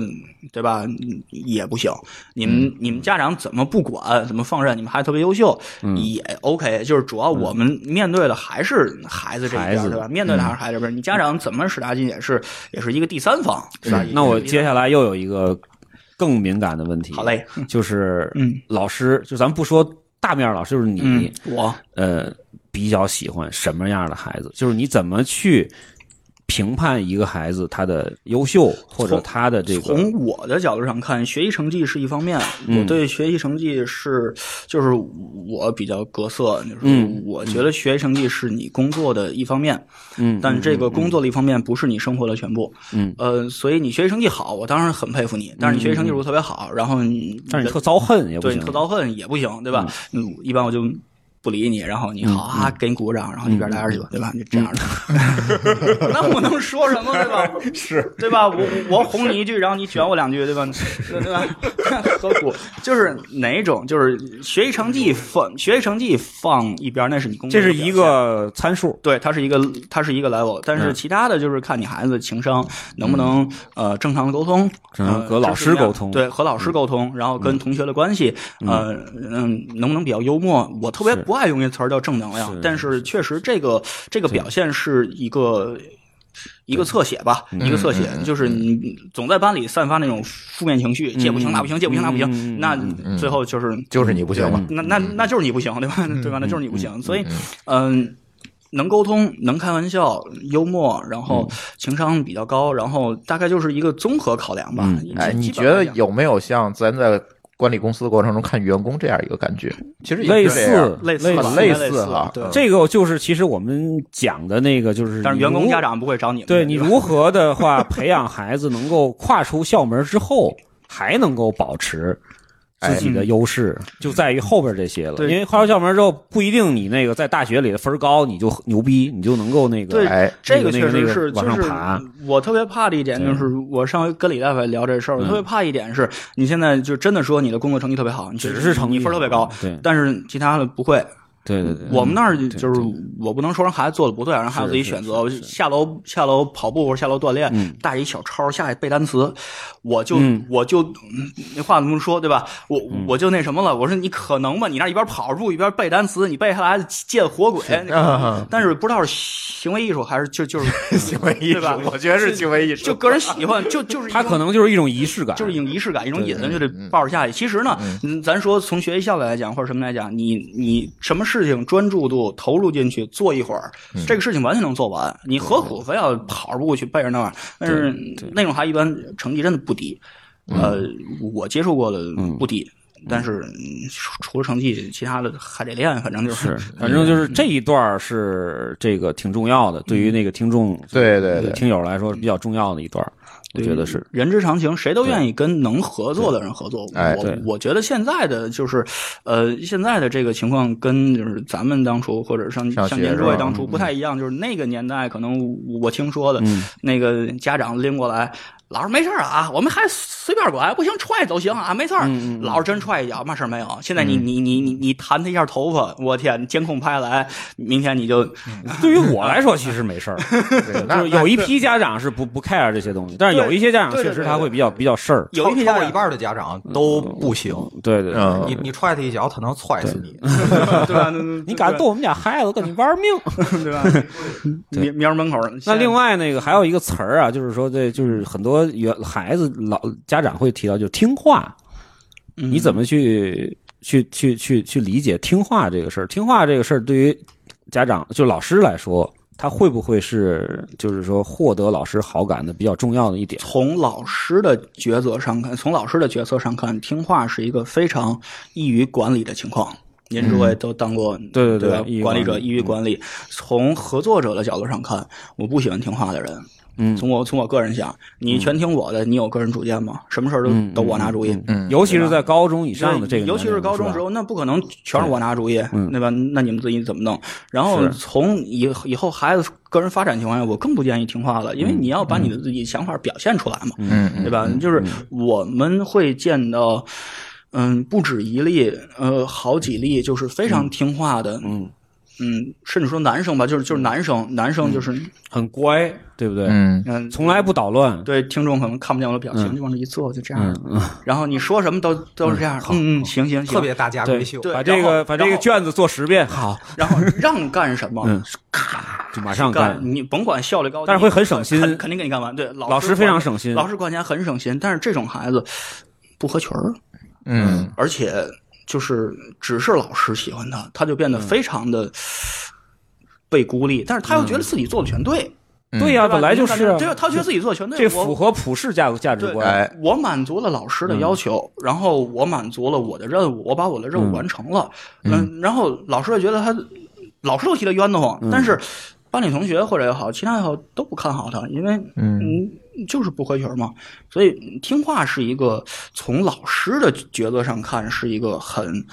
[SPEAKER 3] 对吧嗯也不行。你
[SPEAKER 2] 嗯
[SPEAKER 3] 们你们家长怎么不管，怎么放任，你们孩子特别优秀
[SPEAKER 2] 嗯
[SPEAKER 3] 也 OK。就是主要我们面对的还是孩子这一
[SPEAKER 2] 孩
[SPEAKER 3] 边
[SPEAKER 2] 子嗯
[SPEAKER 3] 儿，对吧？面对的还是孩子这边儿，你家长怎么使大劲也是也是一个第三方，对吧？
[SPEAKER 2] 嗯那我接下来又有一个更敏感的问题，
[SPEAKER 3] 好嘞，
[SPEAKER 2] 就是
[SPEAKER 3] 嗯
[SPEAKER 2] 老师，就咱不说大面儿老师，就是
[SPEAKER 3] 嗯
[SPEAKER 2] 你，，
[SPEAKER 3] 我
[SPEAKER 2] 呃，比较喜欢什么样的孩子？就是你怎么去评判一个孩子他的优秀或者他的这个
[SPEAKER 3] 从我的角度上看，学习成绩是一方面，
[SPEAKER 2] 嗯
[SPEAKER 3] 我对学习成绩是就是我比较隔色，就是
[SPEAKER 2] 嗯
[SPEAKER 3] 我觉得学习成绩是你工作的一方面，
[SPEAKER 2] 嗯，
[SPEAKER 3] 但这个工作的一方面不是你生活的全部，
[SPEAKER 2] 嗯，
[SPEAKER 3] 呃，所以你学习成绩好，我当然很佩服你，但是你学习成绩如果特别好，然后你
[SPEAKER 2] 但是你特遭恨也不
[SPEAKER 3] 对
[SPEAKER 2] 行
[SPEAKER 3] 你，特遭恨也不行，对吧？嗯，一般我就。不理你，然后
[SPEAKER 2] 嗯
[SPEAKER 3] 你好啊，给你鼓个掌，然后一边待着去吧，对吧？你这样的，
[SPEAKER 2] 嗯
[SPEAKER 3] 那我能说什么，对 吧？是，对吧？我我哄你一句，然后你卷我两句，对吧？对对吧？ 何苦？就是哪种？就是学习成绩放学习成绩放一边，那是你工作
[SPEAKER 2] 这是
[SPEAKER 3] 的表现，
[SPEAKER 2] 一个参数。
[SPEAKER 3] 对，它是一个它是一个 level，但
[SPEAKER 2] 嗯
[SPEAKER 3] 是其他的就是看你孩子情商能不能、呃正常的沟通，
[SPEAKER 2] 正常
[SPEAKER 3] 呃
[SPEAKER 2] 和老师沟通嗯
[SPEAKER 3] 这是一样对，和老师沟通，然后跟同学的关系，呃嗯，能不能比较幽默？我特别
[SPEAKER 2] 是
[SPEAKER 3] 不爱用一个词儿叫正能量，
[SPEAKER 2] 是
[SPEAKER 3] 但是确实这个这个表现是一个。一个侧写吧，
[SPEAKER 2] 嗯
[SPEAKER 3] 一个侧写，就是你总在班里散发那种负面情绪，这不行那不行，这不行那不
[SPEAKER 2] 嗯嗯
[SPEAKER 3] 行，
[SPEAKER 2] 嗯
[SPEAKER 3] 那最后就是
[SPEAKER 1] 就是你不行嘛，
[SPEAKER 3] 那那那就是你不行，对吧？
[SPEAKER 2] 嗯
[SPEAKER 3] 对吧？那就是你不行。所以，嗯，能沟通、能开玩笑、幽默，然后
[SPEAKER 2] 嗯
[SPEAKER 3] 情商比较高，然后大概就是一个综合考量吧。
[SPEAKER 2] 嗯
[SPEAKER 3] 基
[SPEAKER 1] 哎，你
[SPEAKER 3] 基
[SPEAKER 1] 觉
[SPEAKER 3] 本上
[SPEAKER 1] 得
[SPEAKER 3] 这样
[SPEAKER 1] 有没有像咱在管理公司的过程中看员工这样一个感觉？其实
[SPEAKER 2] 类
[SPEAKER 1] 也是这样
[SPEAKER 2] 似，
[SPEAKER 3] 类似吧
[SPEAKER 1] 很
[SPEAKER 3] 类
[SPEAKER 1] 类
[SPEAKER 3] 似
[SPEAKER 1] 似哈
[SPEAKER 3] 对
[SPEAKER 1] 嗯
[SPEAKER 2] 这个就是其实我们讲的那个就是，
[SPEAKER 3] 但是员工家长不会找你们，
[SPEAKER 2] 对你
[SPEAKER 3] 你
[SPEAKER 2] 如何的话培养孩子能够跨出校门之后，还能够保持自己的优势，就在于后边这些了。
[SPEAKER 3] 哎对
[SPEAKER 2] 因为跨出校门之后，不一定你那个在大学里的分儿高，你就牛逼，你就能够那个
[SPEAKER 3] 对
[SPEAKER 1] 哎，
[SPEAKER 3] 这
[SPEAKER 2] 那个
[SPEAKER 3] 确
[SPEAKER 2] 那
[SPEAKER 3] 实
[SPEAKER 2] 个
[SPEAKER 3] 是，
[SPEAKER 2] 往
[SPEAKER 3] 就
[SPEAKER 2] 上
[SPEAKER 3] 是嗯
[SPEAKER 2] 爬
[SPEAKER 3] 我特别怕的一点就是，我上回跟李大夫聊这事儿，我
[SPEAKER 2] 嗯
[SPEAKER 3] 特别怕一点是你现在就真的说你的工作成绩特别好，你
[SPEAKER 2] 只是成绩啊
[SPEAKER 3] 你分儿特别高，
[SPEAKER 2] 对
[SPEAKER 3] 但是其他的不会，
[SPEAKER 2] 对对对，嗯
[SPEAKER 3] 我们那儿
[SPEAKER 2] 对
[SPEAKER 3] 就是我不能说让孩子做的不对，啊让孩子自己选择下楼下楼跑步或者下楼锻炼，带一小抄下去背单词，我就、
[SPEAKER 2] 嗯
[SPEAKER 3] 我就嗯那话怎么说对吧？我、我就那什么了，我说你可能吗？你那一边跑步一边背单词，你背下来见活鬼，你可能
[SPEAKER 1] 啊
[SPEAKER 3] 但是不知道是行为艺术还是就 就是
[SPEAKER 1] 行为艺
[SPEAKER 3] 对吧
[SPEAKER 1] 术，我觉得是行为艺术。
[SPEAKER 3] 就个人喜欢，就就是一
[SPEAKER 2] 他
[SPEAKER 3] 种
[SPEAKER 2] 可能就是一种仪式感，
[SPEAKER 3] 就是一种仪式感，一种瘾，就得抱着下去。其实呢，嗯咱说从学习效率来讲，或者什么来讲，你你什么事情专注度投入进去做一会儿，这个事情完全能做完。你何苦非要跑着步去背着那玩意儿？但是那种孩子一般成绩真的不低，呃，我接触过的不低。但是嗯除了成绩，其他的还得练，反正就是
[SPEAKER 2] 是，反正就是这一段儿是这个挺重要的，对于那个听众，
[SPEAKER 1] 对对对
[SPEAKER 2] 听友来说是比较重要的一段儿，我觉得是。
[SPEAKER 3] 人之常情，谁都愿意跟能合作的人合作。
[SPEAKER 1] 哎
[SPEAKER 3] 我
[SPEAKER 2] 对
[SPEAKER 3] 我觉得现在的就是，呃，现在的这个情况跟就是咱们当初或者像
[SPEAKER 1] 上
[SPEAKER 3] 像
[SPEAKER 1] 学
[SPEAKER 3] 您
[SPEAKER 1] 是
[SPEAKER 3] 各位
[SPEAKER 1] 吧
[SPEAKER 3] 当初不太一样，就是那个年代可能我听说的，那个家长拎过来。老师没事儿啊，我们还随便管，不行踹都行啊，没事儿。
[SPEAKER 2] 嗯
[SPEAKER 3] 老师真踹一脚，嘛事儿没有。现在你、你你你你弹他一下头发，我天，监控拍下来，明天你就
[SPEAKER 2] 对于我来说，其实没事儿，
[SPEAKER 1] 对那
[SPEAKER 2] 就是有一批家长是不不 care 这些东西，但是有一些家长确实他会比较比较事儿，
[SPEAKER 3] 有一批家
[SPEAKER 4] 超过
[SPEAKER 3] 长
[SPEAKER 4] 一半的家长都不行，
[SPEAKER 2] 对对，对
[SPEAKER 1] 嗯
[SPEAKER 4] 你你踹他一脚，他能踹死你。
[SPEAKER 3] 对吧？
[SPEAKER 2] 你敢
[SPEAKER 3] 动
[SPEAKER 2] 动我们家孩子，我跟你玩命。
[SPEAKER 3] 对吧？苗苗门口
[SPEAKER 2] 那另
[SPEAKER 3] 外。
[SPEAKER 2] 外那个还有一个词儿啊，就是说这就是很多原孩子老家长会提到，就是听话，
[SPEAKER 3] 嗯
[SPEAKER 2] 你怎么去去去去去理解听话这个事儿？听话这个事儿对于家长就老师来说，他会不会是就是说获得老师好感的比较重要的一点？
[SPEAKER 3] 从老师的抉择上看，从老师的角色上看，听话是一个非常易于管理的情况。您诸位都当过、
[SPEAKER 2] 嗯对对对
[SPEAKER 3] 吧
[SPEAKER 2] 易于
[SPEAKER 3] 管理者
[SPEAKER 2] 管理嗯
[SPEAKER 3] 易于管理。从合作者的角度上看，我不喜欢听话的人，
[SPEAKER 2] 嗯
[SPEAKER 3] 从我从我个人想，你全听我的，你有个人主见吗？什么事儿都
[SPEAKER 2] 嗯
[SPEAKER 3] 都我拿主意。
[SPEAKER 4] 嗯
[SPEAKER 2] 尤其是在高中以上的这个年龄，
[SPEAKER 3] 尤其是高中
[SPEAKER 2] 吧，
[SPEAKER 3] 时候，那不可能全是我拿主意，
[SPEAKER 2] 嗯
[SPEAKER 3] 对吧？那你们自己怎么弄？然后
[SPEAKER 2] 是
[SPEAKER 3] 从以以后孩子个人发展情况下，我更不建议听话了，因
[SPEAKER 2] 嗯
[SPEAKER 3] 为你要把你的自己想法表现出来嘛，
[SPEAKER 4] 嗯
[SPEAKER 3] 对吧？就是我们会见到，嗯，不止一例，呃，好几例，就是非常听话的，
[SPEAKER 2] 嗯，
[SPEAKER 3] 嗯，甚至说男生吧，就是就是男生，男生就是，
[SPEAKER 2] 很乖，对不对？
[SPEAKER 4] 嗯
[SPEAKER 3] 嗯，
[SPEAKER 2] 从来不捣乱。
[SPEAKER 3] 对听众可能看不见我的表情，
[SPEAKER 2] 嗯
[SPEAKER 3] 就往那一坐，就这样
[SPEAKER 2] 嗯，，嗯
[SPEAKER 3] 然后你说什么都都是这样，嗯嗯，行行行，
[SPEAKER 4] 特别大家闺秀，
[SPEAKER 3] 对
[SPEAKER 2] 把这
[SPEAKER 3] 然
[SPEAKER 2] 个
[SPEAKER 3] 后
[SPEAKER 2] 把这个
[SPEAKER 3] 然后
[SPEAKER 2] 卷子做十遍，好，
[SPEAKER 3] 然后让干什么，
[SPEAKER 2] 嗯，就马上
[SPEAKER 3] 干
[SPEAKER 2] 干，。
[SPEAKER 3] 你甭管效率高低，
[SPEAKER 2] 但是会很省心
[SPEAKER 3] 肯肯定给你干完。对，老
[SPEAKER 2] 老师非常
[SPEAKER 3] 管
[SPEAKER 2] 省心
[SPEAKER 3] 老师管钱很省心，但是这种孩子不合群儿，
[SPEAKER 4] 嗯
[SPEAKER 3] 而且就是只是老师喜欢他，他就
[SPEAKER 2] 嗯
[SPEAKER 3] 变得非常的被孤立，但是他又觉得自己做的全对，
[SPEAKER 2] 对呀，
[SPEAKER 3] 对吧
[SPEAKER 2] 嗯本来就是啊
[SPEAKER 3] 对吧？他觉得自己做的全对，
[SPEAKER 2] 这
[SPEAKER 3] 我
[SPEAKER 2] 符合嗯普世价价值
[SPEAKER 3] 对
[SPEAKER 2] 观。
[SPEAKER 4] 哎，
[SPEAKER 3] 我满足了老师的要求，然后我满足了我的任务，我把我的任务完成了。嗯，然后老师也觉得他，老师都替他冤得慌，
[SPEAKER 2] 嗯
[SPEAKER 3] 但是班里同学或者也好，其他也好都不看好他，因为嗯就是不合群嘛。所以听话是一个从老师的角度上看是一个很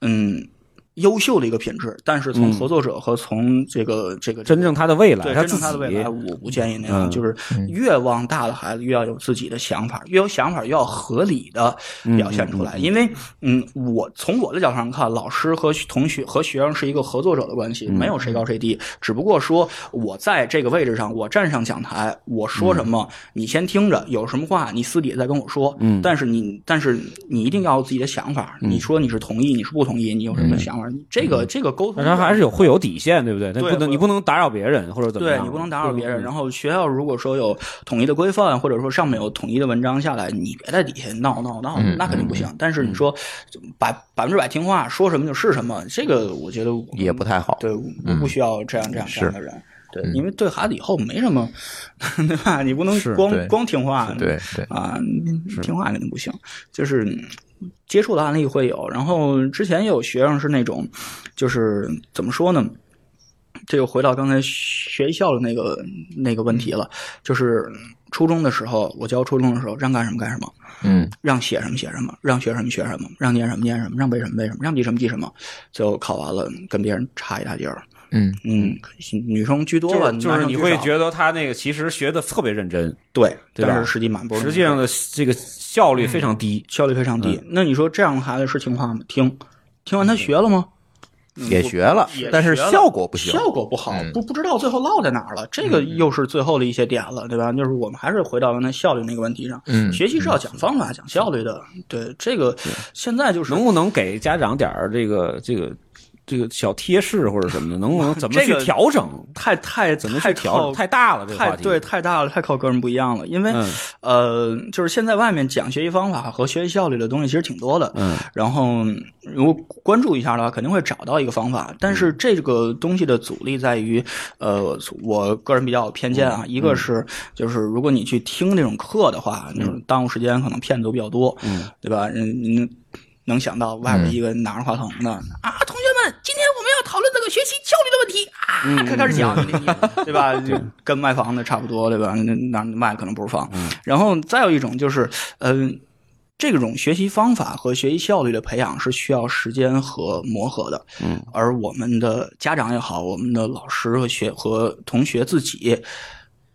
[SPEAKER 3] 嗯。优秀的一个品质，但是从
[SPEAKER 2] 嗯
[SPEAKER 3] 合作者和从这个这个
[SPEAKER 2] 真正他的未来，
[SPEAKER 3] 对，
[SPEAKER 2] 他
[SPEAKER 3] 真
[SPEAKER 2] 自
[SPEAKER 3] 正他的未
[SPEAKER 2] 己
[SPEAKER 3] 来，我不建议那样。
[SPEAKER 2] 嗯
[SPEAKER 3] 就是越往大的孩子，越要有自己的想法，越有想法，越要合理的表现出来。嗯因为，嗯，我从我的角度上看，老师和同学和学生是一个合作者的关系，没有谁高谁低。只不过说，我在这个位置上，我站上讲台，我说什么，你先听着，有什么话你私底下再跟我说。
[SPEAKER 2] 嗯
[SPEAKER 3] 但是你，但是你一定要有自己的想法。你说你是同意，你是不同意，你有什么想法？这个这个沟通
[SPEAKER 2] 但他还是有会有底线，对不对？那
[SPEAKER 3] 对
[SPEAKER 2] 不能
[SPEAKER 3] 会
[SPEAKER 2] 你不能打扰别人或者怎么
[SPEAKER 3] 对
[SPEAKER 2] 样，
[SPEAKER 3] 你不能打扰别人。
[SPEAKER 2] 嗯
[SPEAKER 3] 然后学校如果说有统一的规范，或者说上面有统一的文章下来，你别在底下闹闹闹，
[SPEAKER 2] 嗯
[SPEAKER 3] 那肯定不行。但是你说百百分之百听话，说什么就是什么，这个我觉得我
[SPEAKER 1] 也不太好。
[SPEAKER 3] 对，
[SPEAKER 2] 嗯
[SPEAKER 3] 我不需要这样这样这样的人。对，因为对孩子以后没什么， 对吧？你不能
[SPEAKER 2] 是
[SPEAKER 3] 光
[SPEAKER 1] 对
[SPEAKER 3] 光听话，
[SPEAKER 1] 对对，
[SPEAKER 3] 啊，
[SPEAKER 2] 嗯
[SPEAKER 3] 听话肯定不行，就是嗯接触的案例会有。然后之前也有学生是那种，就是怎么说呢？这又回到刚才学校的那个那个问题了，
[SPEAKER 2] 嗯
[SPEAKER 3] 就是初中的时候，我教初中的时候，让干什么干什么，
[SPEAKER 1] 嗯
[SPEAKER 3] 让写什么写什么，让学什么学什么，让念什么念什么，让背什么背什么，让记什么记什么，最后考完了跟别人差一大截儿。
[SPEAKER 1] 嗯
[SPEAKER 3] 嗯，女生居多
[SPEAKER 2] 就
[SPEAKER 3] 吧，
[SPEAKER 2] 是就
[SPEAKER 3] 男
[SPEAKER 2] 是
[SPEAKER 3] 生
[SPEAKER 2] 你
[SPEAKER 3] 居
[SPEAKER 2] 会
[SPEAKER 3] 少
[SPEAKER 2] 觉得他那个其实学的特别认真，
[SPEAKER 3] 对，
[SPEAKER 2] 对吧
[SPEAKER 3] 但是实际满不是那
[SPEAKER 2] 实
[SPEAKER 3] 么
[SPEAKER 2] 际上的这个效率非常低。
[SPEAKER 3] 效率非常
[SPEAKER 1] 嗯
[SPEAKER 3] 低。那你说这样的孩子是听话吗？听，听完他学了吗？
[SPEAKER 1] 也学了
[SPEAKER 3] 嗯也学了，
[SPEAKER 1] 但是效果不行。
[SPEAKER 3] 效果不好，
[SPEAKER 1] 嗯
[SPEAKER 3] 不不知道最后落在哪儿了。这个又是最后的一些点了，对吧？就是我们还是回到刚才效率那个问题上，
[SPEAKER 1] 嗯
[SPEAKER 3] 学习是要讲方法、讲效率的。对，这个现在就是
[SPEAKER 2] 能不能给家长点儿这个这个这个小贴士或者什么的？能不能怎么去
[SPEAKER 3] 这个
[SPEAKER 2] 调整？
[SPEAKER 3] 太太
[SPEAKER 2] 怎么
[SPEAKER 3] 太
[SPEAKER 2] 去调整？
[SPEAKER 3] 靠
[SPEAKER 2] 太大了，这个话
[SPEAKER 3] 太
[SPEAKER 2] 题。
[SPEAKER 3] 对，太大了，太靠个人不一样了。因为、
[SPEAKER 2] 嗯
[SPEAKER 3] 呃，就是现在外面讲学习方法和学习效率的东西其实挺多的。
[SPEAKER 2] 嗯，
[SPEAKER 3] 然后如果关注一下的话，肯定会找到一个方法。但
[SPEAKER 2] 嗯
[SPEAKER 3] 是这个东西的阻力在于，呃，我个人比较有偏见啊。
[SPEAKER 2] 嗯
[SPEAKER 3] 一个是就是如果你去听那种课的话，就是
[SPEAKER 2] 嗯
[SPEAKER 3] 耽误时间，可能骗子都比较多，嗯、对吧？嗯。嗯能想到外边一个拿着话筒的、啊，同学们，今天我们要讨论这个学习效率的问题啊，开开始讲，你你嗯对吧？就跟卖房的差不多，对吧？那那卖可能不是房。然后再有一种就是，嗯、这种学习方法和学习效率的培养是需要时间和磨合的，嗯，而我们的家长也好，我们的老师和学和同学自己，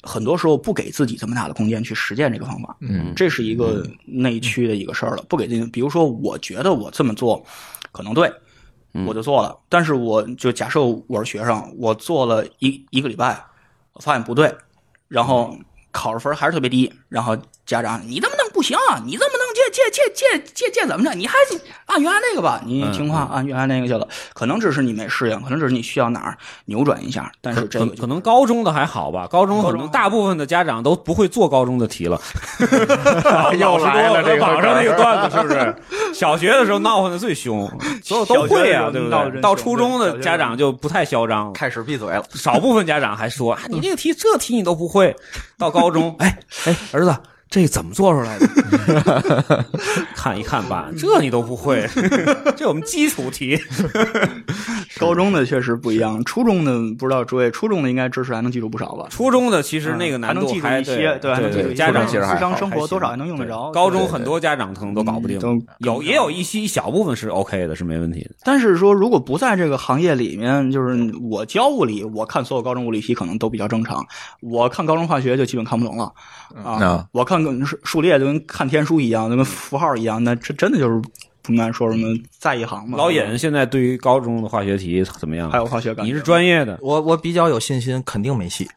[SPEAKER 3] 很多时候不给自己这么大的空间去实践这个方法，
[SPEAKER 1] 嗯，
[SPEAKER 3] 这是一个
[SPEAKER 2] 嗯
[SPEAKER 3] 内驱的一个事儿了，不给自己。比如说，我觉得我这么做可能对，
[SPEAKER 2] 嗯
[SPEAKER 3] 我就做了，但是我就假设我是学生，我做了一一个礼拜，我发现不对，然
[SPEAKER 2] 嗯
[SPEAKER 3] 后考试分还是特别低，然后家长你这么弄不行啊，你这么弄这这这这这这怎么着？你还是按原来那个吧，你
[SPEAKER 2] 嗯
[SPEAKER 3] 听话按原来那个去了，可能只是你没适应，可能只是你需要哪儿扭转一下，但是这
[SPEAKER 2] 可
[SPEAKER 3] 个就
[SPEAKER 2] 可能高中的还好吧，高中可能大部分的家长都不会做高中的题 了。
[SPEAKER 5] 又来了这个
[SPEAKER 2] 网上那个段子是不是？小学的时候闹腾的最凶，所有都会啊，
[SPEAKER 3] 小学的时候
[SPEAKER 2] 对不
[SPEAKER 3] 闹得真
[SPEAKER 2] 对？
[SPEAKER 3] 凶
[SPEAKER 2] 到初中
[SPEAKER 3] 对小
[SPEAKER 2] 的
[SPEAKER 3] 学
[SPEAKER 2] 家长就不太嚣张了，
[SPEAKER 4] 开始闭嘴了，
[SPEAKER 2] 嗯 少部分家长还说啊，你这个题这题你都不会。到高中，哎哎，儿子，这怎么做出来的？ 看一看吧，这你都不会， 这我们基础题。
[SPEAKER 3] 高中的确实不一样，初中的不知道诸位，初中的应该知识还能记住不少吧？
[SPEAKER 2] 初中的其实那个难度
[SPEAKER 3] 嗯还能记住
[SPEAKER 2] 还
[SPEAKER 3] 一些，
[SPEAKER 2] 对
[SPEAKER 3] 还能记住
[SPEAKER 2] 对，
[SPEAKER 3] 一些
[SPEAKER 2] 家
[SPEAKER 1] 初中
[SPEAKER 2] 长
[SPEAKER 1] 其实还
[SPEAKER 3] 日常
[SPEAKER 1] 好
[SPEAKER 3] 生
[SPEAKER 1] 还
[SPEAKER 3] 活多
[SPEAKER 1] 行
[SPEAKER 3] 少还能用得着。
[SPEAKER 2] 高中
[SPEAKER 3] 对
[SPEAKER 2] 很多家长可能都搞不定，
[SPEAKER 3] 都
[SPEAKER 2] 有也有一些一小部分是 OK 的，是没问题的。
[SPEAKER 3] 但是说，如果不在这个行业里面，就是我教物理，我看所有高中物理题可能都比较正常，我看高中化学就基本看不懂了
[SPEAKER 2] 嗯
[SPEAKER 3] 啊。
[SPEAKER 1] 啊
[SPEAKER 3] 我看个数数列就跟看天书一样，就跟符号一样，那这真的就是不难说什么在一行嘛。
[SPEAKER 2] 老尹现在对于高中的化学题怎么样
[SPEAKER 3] 嗯还？有化学感，
[SPEAKER 2] 你是专业 的，
[SPEAKER 4] 我我比较有信心，肯定没戏。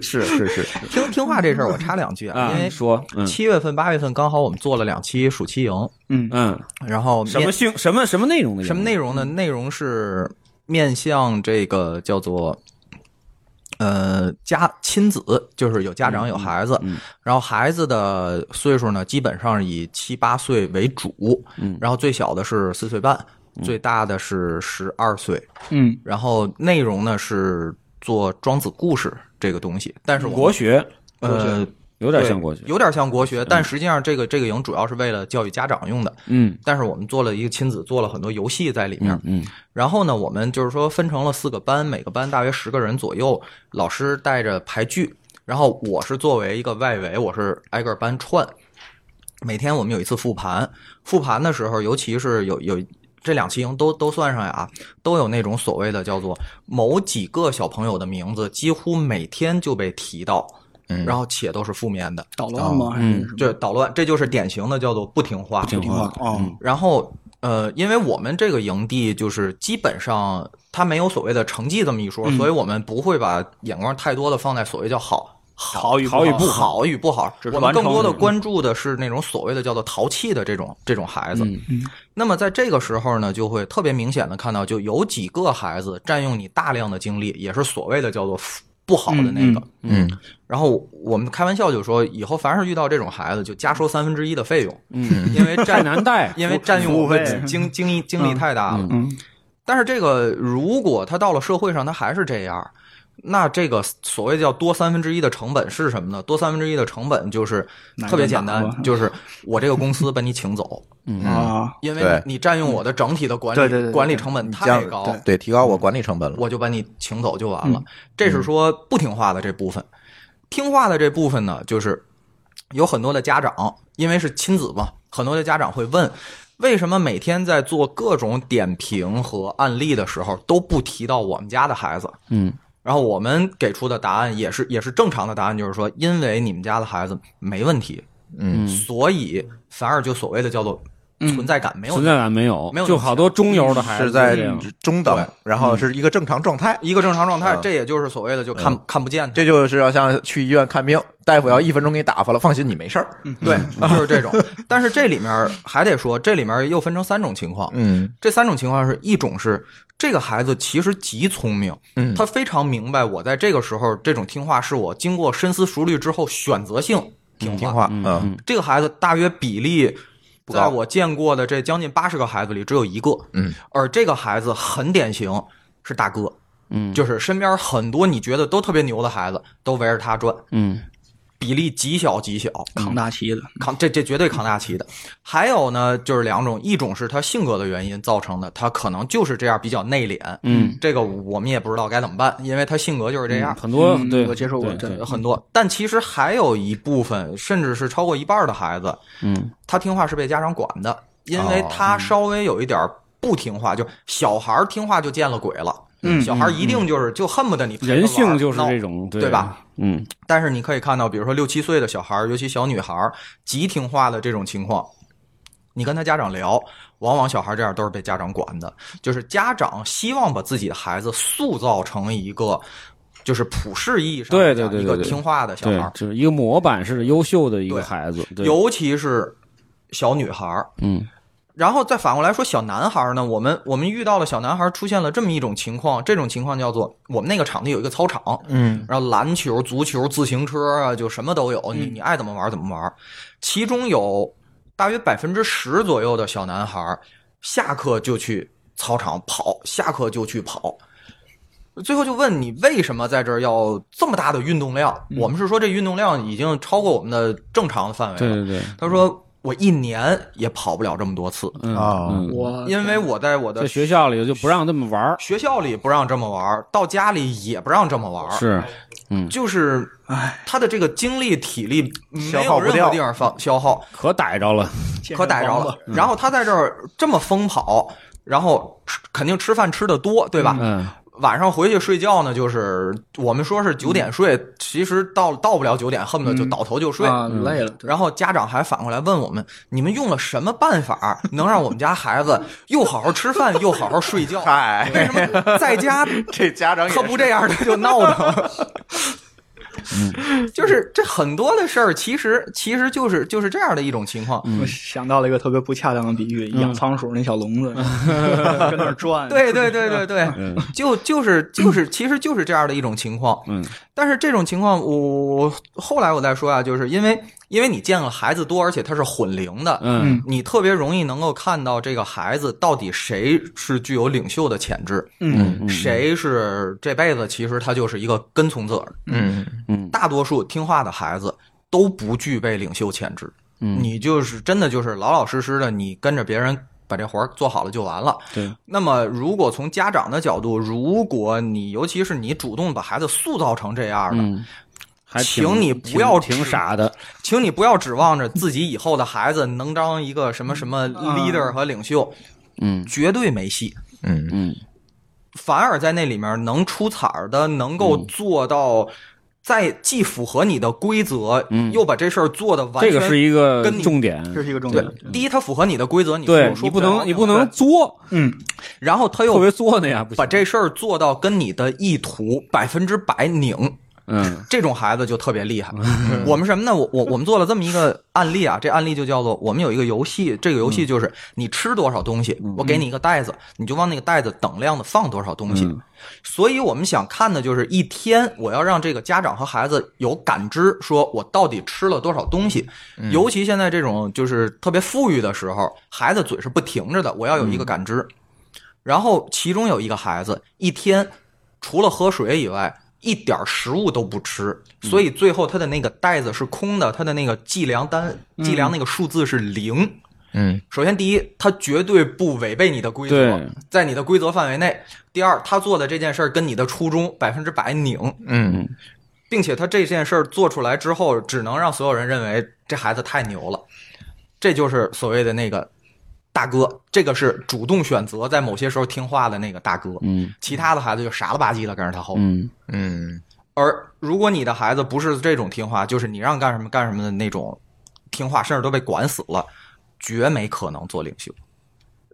[SPEAKER 1] 是是是，
[SPEAKER 4] 听听话这事儿，我插两句啊，
[SPEAKER 2] 啊
[SPEAKER 4] 因，为
[SPEAKER 2] 说，嗯
[SPEAKER 4] 七月份、八月份刚好我们做了两期暑期营，
[SPEAKER 3] 嗯，
[SPEAKER 2] 嗯，
[SPEAKER 4] 然后面
[SPEAKER 2] 什么性什么什么内容的
[SPEAKER 4] 什么内容呢？
[SPEAKER 2] 嗯
[SPEAKER 4] 内容是面向这个叫做呃家亲子，就是有家长有孩子，
[SPEAKER 2] 嗯
[SPEAKER 4] 然后孩子的岁数呢，基本上以七八岁为主，
[SPEAKER 2] 嗯
[SPEAKER 4] 然后最小的是四岁半，最大的是十二岁，
[SPEAKER 3] 嗯，
[SPEAKER 4] 然后内容呢是做庄子故事这个东西，但是我
[SPEAKER 2] 国学
[SPEAKER 4] 呃
[SPEAKER 2] 有点像国学，
[SPEAKER 4] 有点像国学，但实际上这个这个营主要是为了教育家长用的，
[SPEAKER 2] 嗯
[SPEAKER 4] 但是我们做了一个亲子，做了很多游戏在里面，
[SPEAKER 2] 嗯嗯
[SPEAKER 4] 然后呢，我们就是说分成了四个班，每个班大约十个人左右，老师带着排剧，然后我是作为一个外围，我是挨个班串。每天我们有一次复盘，复盘的时候，尤其是有有这两期营都都算上呀、都有那种所谓的叫做某几个小朋友的名字，几乎每天就被提到，
[SPEAKER 1] 嗯
[SPEAKER 4] 然后且都是负面的，
[SPEAKER 3] 捣乱吗？还是
[SPEAKER 2] 嗯
[SPEAKER 3] 什么
[SPEAKER 4] 这捣乱，这就是典型的叫做不听话，
[SPEAKER 2] 听
[SPEAKER 3] 挺好
[SPEAKER 2] 话
[SPEAKER 3] 哦
[SPEAKER 2] 嗯
[SPEAKER 4] 然后呃，因为我们这个营地就是基本上它没有所谓的成绩这么一说，
[SPEAKER 3] 嗯
[SPEAKER 4] 所以我们不会把眼光太多的放在所谓叫好。好
[SPEAKER 3] 与不
[SPEAKER 4] 好
[SPEAKER 3] 好
[SPEAKER 4] 好与不好，
[SPEAKER 3] 只是
[SPEAKER 4] 我们
[SPEAKER 3] 完成
[SPEAKER 4] 更多的
[SPEAKER 3] 嗯
[SPEAKER 4] 关注的是那种所谓的叫做淘气的这种这种孩子。
[SPEAKER 2] 嗯
[SPEAKER 4] 那么在这个时候呢，就会特别明显的看到，就有几个孩子占用你大量的精力，也是所谓的叫做不好的那个。
[SPEAKER 1] 嗯
[SPEAKER 4] 然后我们开玩笑就说，以后凡是遇到这种孩子，就加收三分之一的费用，
[SPEAKER 2] 嗯，
[SPEAKER 4] 因为占
[SPEAKER 2] 太难带，
[SPEAKER 4] 因为占用我
[SPEAKER 3] 服务费
[SPEAKER 4] 们精精力精力太大了。
[SPEAKER 3] 嗯
[SPEAKER 4] 但是这个如果他到了社会上，他还是这样，那这个所谓叫多三分之一的成本是什么呢？多三分之一的成本就是
[SPEAKER 3] 哪个
[SPEAKER 4] 特别简
[SPEAKER 3] 哪个
[SPEAKER 4] 单，就是我这个公司把你请走，
[SPEAKER 2] 嗯
[SPEAKER 3] 啊，
[SPEAKER 4] 因为
[SPEAKER 1] 对
[SPEAKER 4] 你占用我的整体的管理
[SPEAKER 3] 对对对对
[SPEAKER 4] 管理成本太高，嗯
[SPEAKER 1] 对，提高我管理成本了。
[SPEAKER 4] 我就把你请走就
[SPEAKER 2] 嗯
[SPEAKER 4] 完了。这是说不听话的这部分，听话的这部分呢，就是有很多的家长，因为是亲子嘛，很多的家长会问，为什么每天在做各种点评和案例的时候都不提到我们家的孩子？
[SPEAKER 2] 嗯，
[SPEAKER 4] 然后我们给出的答案也是也是正常的答案，就是说，因为你们家的孩子没问题，
[SPEAKER 1] 嗯
[SPEAKER 4] 所以反而就所谓的叫做存在感没有
[SPEAKER 2] 嗯存在感没有，
[SPEAKER 4] 没有那
[SPEAKER 2] 就
[SPEAKER 4] 么
[SPEAKER 2] 好多中游的孩子
[SPEAKER 1] 是在
[SPEAKER 2] 这样
[SPEAKER 1] 中等
[SPEAKER 4] 对，
[SPEAKER 1] 然后是一个正常状态。
[SPEAKER 4] 一个正常状态
[SPEAKER 2] 呃
[SPEAKER 1] 嗯，
[SPEAKER 4] 这也就是所谓的就看看不见他
[SPEAKER 1] 这就是要像去医院看病，大夫要一分钟给你打发了，放心，你没事儿。
[SPEAKER 4] 对，
[SPEAKER 1] 嗯
[SPEAKER 4] 就是这种。但是这里面还得说，这里面又分成三种情况。
[SPEAKER 1] 嗯
[SPEAKER 4] 这三种情况是一种是这个孩子其实极聪明，
[SPEAKER 1] 嗯
[SPEAKER 4] 他非常明白我在这个时候这种听话是我经过深思熟虑之后选择性听
[SPEAKER 1] 听
[SPEAKER 4] 话。
[SPEAKER 1] 话，
[SPEAKER 2] 嗯
[SPEAKER 1] 嗯
[SPEAKER 4] 这个孩子大约比例。
[SPEAKER 1] 高
[SPEAKER 4] 在我见过的这将近八十个孩子里，只有一个，
[SPEAKER 1] 嗯，
[SPEAKER 4] 而这个孩子很典型，是大哥，
[SPEAKER 2] 嗯
[SPEAKER 4] 就是身边很多你觉得都特别牛的孩子，都围着他转，
[SPEAKER 2] 嗯
[SPEAKER 4] 比例极小极小，
[SPEAKER 1] 嗯
[SPEAKER 3] 扛大旗的，
[SPEAKER 4] 扛这这绝对扛大旗的。还有呢，就是两种，一种是他性格的原因造成的，他可能就是这样比较内敛，
[SPEAKER 2] 嗯，
[SPEAKER 4] 这个我们也不知道该怎么办，因为他性格就是这样。
[SPEAKER 2] 很多
[SPEAKER 3] 嗯
[SPEAKER 2] 对
[SPEAKER 3] 我接受过
[SPEAKER 2] 对
[SPEAKER 3] 这
[SPEAKER 2] 对
[SPEAKER 3] 个
[SPEAKER 4] 很多，但其实还有一部分，甚至是超过一半的孩子，
[SPEAKER 2] 嗯
[SPEAKER 4] 他听话是被家长管的，因为
[SPEAKER 1] 哦
[SPEAKER 4] 他稍微有一点不听话，就小孩儿听话就见了鬼了。
[SPEAKER 3] 嗯
[SPEAKER 4] 小孩儿一定就是就恨不得你陪他玩儿
[SPEAKER 2] 人性就是
[SPEAKER 4] 闹
[SPEAKER 2] 这种对
[SPEAKER 4] 对吧？
[SPEAKER 2] 嗯
[SPEAKER 4] 但是你可以看到，比如说六七岁的小孩儿，尤其小女孩儿，极听话的这种情况，你跟他家长聊，往往小孩儿这样都是被家长管的。就是家长希望把自己的孩子塑造成一个，就是普世意义上
[SPEAKER 2] 对
[SPEAKER 4] 来
[SPEAKER 2] 对
[SPEAKER 4] 讲
[SPEAKER 2] 对
[SPEAKER 4] 一
[SPEAKER 2] 对
[SPEAKER 4] 个
[SPEAKER 2] 对
[SPEAKER 4] 听话的小孩
[SPEAKER 2] 对
[SPEAKER 4] 儿，，
[SPEAKER 2] 就是一个模板式的优秀的一个
[SPEAKER 4] 对
[SPEAKER 2] 孩子，对
[SPEAKER 4] 尤其是小女孩儿。
[SPEAKER 2] 嗯
[SPEAKER 4] 然后再反过来说，小男孩儿呢，我们我们遇到了小男孩儿出现了这么一种情况，这种情况叫做我们那个场地有一个操场，
[SPEAKER 1] 嗯
[SPEAKER 4] 然后篮球、足球、自行车啊，就什么都有，你
[SPEAKER 2] 嗯
[SPEAKER 4] 你爱怎么玩怎么玩。其中有大约百分之十左右的小男孩儿，下课就去操场跑，下课就去跑。最后就问你为什么在这儿要这么大的运动量？
[SPEAKER 2] 嗯
[SPEAKER 4] 我们是说这运动量已经超过我们的正常的范围
[SPEAKER 2] 对
[SPEAKER 4] 了。
[SPEAKER 2] 对对，
[SPEAKER 4] 他说我一年也跑不了这么多次，
[SPEAKER 2] 嗯
[SPEAKER 1] 哦
[SPEAKER 2] 嗯
[SPEAKER 3] 我
[SPEAKER 4] 因为啊我在我
[SPEAKER 2] 在
[SPEAKER 4] 的
[SPEAKER 2] 学校里就不让这么玩儿，
[SPEAKER 4] 学校里不让这么玩儿，到家里也不让这么玩儿，
[SPEAKER 2] 是
[SPEAKER 4] 就是他的这个精力体力
[SPEAKER 1] 嗯消
[SPEAKER 4] 没
[SPEAKER 1] 耗
[SPEAKER 4] 有
[SPEAKER 1] 不掉
[SPEAKER 4] 任何地方放消耗，
[SPEAKER 2] 可逮着了，
[SPEAKER 4] 可逮着
[SPEAKER 1] 嗯
[SPEAKER 4] 了。然后他在这儿这么疯跑，然后吃肯定吃饭吃的多，对吧？
[SPEAKER 2] 嗯，
[SPEAKER 4] 晚上回去睡觉呢，就是我们说是
[SPEAKER 1] 嗯
[SPEAKER 4] 九点睡，其实到到不了九点，恨不得就倒头就睡。
[SPEAKER 3] 啊累了，
[SPEAKER 4] 然后家长还反过来问我们：你们用了什么办法能让我们家孩子又好好吃饭又好好睡觉？
[SPEAKER 1] 嗨，
[SPEAKER 4] 为什么在家
[SPEAKER 1] 这家长也
[SPEAKER 4] 可不这样的就闹腾？
[SPEAKER 2] 嗯
[SPEAKER 4] 就是这很多的事儿，其实其实就是就是这样的一种情况。
[SPEAKER 3] 我想到了一个特别不恰当的比喻，
[SPEAKER 2] 嗯
[SPEAKER 3] 养仓鼠那小 笼子跟那儿转，
[SPEAKER 4] 对对对对对，
[SPEAKER 2] 嗯
[SPEAKER 4] 就就是就是，其实就是这样的一种情况。
[SPEAKER 2] 嗯，
[SPEAKER 4] 但是这种情况，我我后来我再说啊，就是因为因为你见了孩子多，而且他是混龄的，
[SPEAKER 2] 嗯
[SPEAKER 4] 你特别容易能够看到这个孩子到底谁是具有领袖的潜质，
[SPEAKER 3] 嗯，
[SPEAKER 4] 谁是这辈子其实他就是一个跟从者。
[SPEAKER 1] 嗯，
[SPEAKER 2] 嗯
[SPEAKER 4] 大多数听话的孩子都不具备领袖潜质，
[SPEAKER 2] 嗯
[SPEAKER 4] 你就是真的就是老老实实的，你跟着别人。把这活儿做好了就完了。
[SPEAKER 2] 对，
[SPEAKER 4] 那么，如果从家长的角度，如果你尤其是你主动把孩子塑造成这样的，
[SPEAKER 2] 嗯，还挺
[SPEAKER 4] 请你不要
[SPEAKER 2] 挺挺
[SPEAKER 4] 指
[SPEAKER 2] 傻的，
[SPEAKER 4] 请你不要指望着自己以后的孩子能当一个什么什么 leader 和领袖，
[SPEAKER 2] 嗯
[SPEAKER 4] 绝对没戏。
[SPEAKER 1] 嗯，
[SPEAKER 2] 嗯
[SPEAKER 4] 反而在那里面能出彩儿的，能够
[SPEAKER 2] 嗯
[SPEAKER 4] 做到在既符合你的规则，
[SPEAKER 2] 嗯
[SPEAKER 4] 又把这事儿做的完
[SPEAKER 2] 这
[SPEAKER 4] 全
[SPEAKER 2] 个是一个
[SPEAKER 4] 跟你
[SPEAKER 2] 重点，嗯
[SPEAKER 3] 这是一个重
[SPEAKER 4] 对
[SPEAKER 3] 点。。
[SPEAKER 4] 第一，它符合你的规则，你
[SPEAKER 2] 对
[SPEAKER 4] 说
[SPEAKER 2] 你不
[SPEAKER 4] 不了
[SPEAKER 2] 能你不能作，
[SPEAKER 3] 嗯，
[SPEAKER 4] 然后他
[SPEAKER 2] 特
[SPEAKER 4] 又
[SPEAKER 2] 别作那样不行，
[SPEAKER 4] 把这事儿做到跟你的意图百分之百拧，
[SPEAKER 2] 嗯
[SPEAKER 4] 这种孩子就特别厉害。我们什么呢？我我我们做了这么一个案例啊，这案例就叫做我们有一个游戏，这个游戏就是你吃多少东西，我给你一个袋子，你就往那个袋子等量的放多少东西。
[SPEAKER 2] 嗯
[SPEAKER 4] 所以我们想看的就是一天，我要让这个家长和孩子有感知，说我到底吃了多少东西。尤其现在这种就是特别富裕的时候，孩子嘴是不停着的，我要有一个感知。然后其中有一个孩子一天除了喝水以外，一点儿食物都不吃，所以最后他的那个袋子是空的，他的那个计量单计量那个数字是零。
[SPEAKER 1] 嗯，
[SPEAKER 4] 首先，第一，他绝对不违背你的规则
[SPEAKER 2] 对，
[SPEAKER 4] 在你的规则范围内；第二，他做的这件事儿跟你的初衷百分之百拧，
[SPEAKER 1] 嗯，
[SPEAKER 4] 并且他这件事儿做出来之后，只能让所有人认为这孩子太牛了。这就是所谓的那个大哥，这个是主动选择在某些时候听话的那个大哥，
[SPEAKER 2] 嗯
[SPEAKER 4] 其他的孩子就傻了吧唧的跟着他后。
[SPEAKER 2] 嗯
[SPEAKER 1] 嗯，
[SPEAKER 4] 而如果你的孩子不是这种听话，就是你让干什么干什么的那种听话，甚至都被管死了，绝没可能做领袖。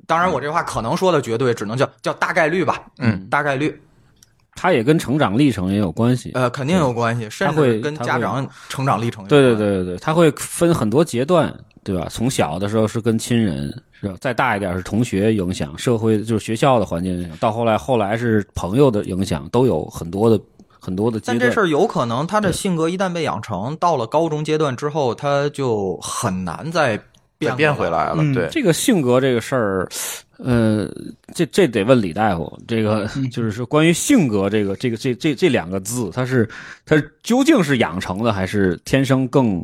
[SPEAKER 4] 当然，我这话可能说的绝对，只能叫叫大概率吧。
[SPEAKER 1] 嗯，
[SPEAKER 4] 大概率，
[SPEAKER 2] 它也跟成长历程也有关系。
[SPEAKER 4] 呃，肯定有关系，甚至
[SPEAKER 2] 会
[SPEAKER 4] 跟
[SPEAKER 2] 他
[SPEAKER 4] 家
[SPEAKER 2] 会
[SPEAKER 4] 长成长历程有
[SPEAKER 2] 对对
[SPEAKER 4] 关。
[SPEAKER 2] 对对对，它会分很多阶段，对吧？从小的时候是跟亲人，是吧？再大一点是同学影响，社会就是学校的环境影响，到后来后来是朋友的影响，都有很多的很多的阶
[SPEAKER 4] 但
[SPEAKER 2] 段。
[SPEAKER 4] 这事儿有可能，他的性格一旦被养成，到了高中阶段之后，他就很难再
[SPEAKER 1] 也
[SPEAKER 4] 变
[SPEAKER 1] 变
[SPEAKER 4] 回
[SPEAKER 1] 回
[SPEAKER 4] 来。
[SPEAKER 1] 来了，
[SPEAKER 3] 嗯
[SPEAKER 1] 对，
[SPEAKER 2] 这个性格这个事儿，呃，这这得问李大夫。这个
[SPEAKER 1] 嗯
[SPEAKER 2] 就是说，关于性格这个这个这这这两个字，它是它究竟是养成的，还是天生更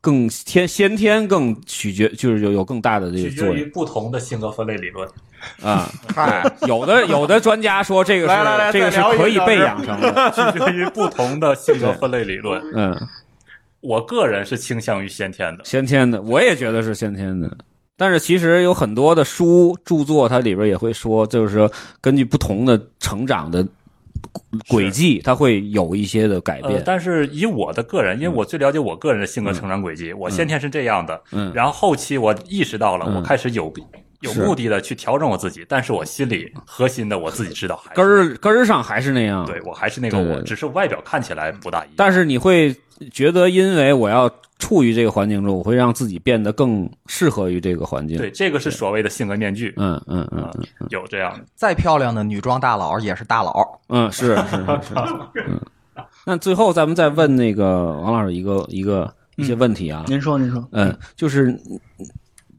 [SPEAKER 2] 更天先天更取决，就是有有更大的这个
[SPEAKER 5] 取
[SPEAKER 2] 作
[SPEAKER 5] 决于
[SPEAKER 2] 用
[SPEAKER 5] 不同的性格分类理论。
[SPEAKER 2] 啊？
[SPEAKER 1] 嗨，
[SPEAKER 2] 有的有的专家说这个是
[SPEAKER 1] 来来来
[SPEAKER 2] 这个是
[SPEAKER 1] 再聊一个
[SPEAKER 2] 可以
[SPEAKER 1] 小
[SPEAKER 2] 被
[SPEAKER 1] 时
[SPEAKER 2] 养成的，
[SPEAKER 5] 取决于不同的性格分类理论。
[SPEAKER 2] 嗯，
[SPEAKER 5] 我个人是倾向于先天的，
[SPEAKER 2] 先天的，我也觉得是先天的。但是其实有很多的书著作，它里边也会说，就是说根据不同的成长的轨迹，它会有一些的改
[SPEAKER 5] 呃，
[SPEAKER 2] 变。
[SPEAKER 5] 但是以我的个人，因为我最了解我个人的性格成长轨迹，我先天是这样的，
[SPEAKER 2] 嗯
[SPEAKER 5] 然后后期我意识到了，
[SPEAKER 2] 嗯
[SPEAKER 5] 我开始有有
[SPEAKER 2] 是
[SPEAKER 5] 目的的去调整我自己，但是我心里核心的我自己知道还是
[SPEAKER 2] 根儿根儿上还是那样，
[SPEAKER 5] 对我还是那个
[SPEAKER 2] 对对
[SPEAKER 5] 我，
[SPEAKER 2] 对
[SPEAKER 5] 只是外表看起来不大一样。
[SPEAKER 2] 但是你会觉得，因为我要处于这个环境中，我会让自己变得更适合于这个环境。
[SPEAKER 5] 对，这个是所谓的性格面具，
[SPEAKER 2] 嗯嗯嗯
[SPEAKER 5] 啊，有这样的。
[SPEAKER 4] 再漂亮的女装大佬也是大佬。
[SPEAKER 2] 嗯，是是 是是，嗯。那最后咱们再问
[SPEAKER 5] 嗯
[SPEAKER 2] 那个王老师一个一个一些问题啊，
[SPEAKER 3] 您说，您说，
[SPEAKER 2] 嗯，就是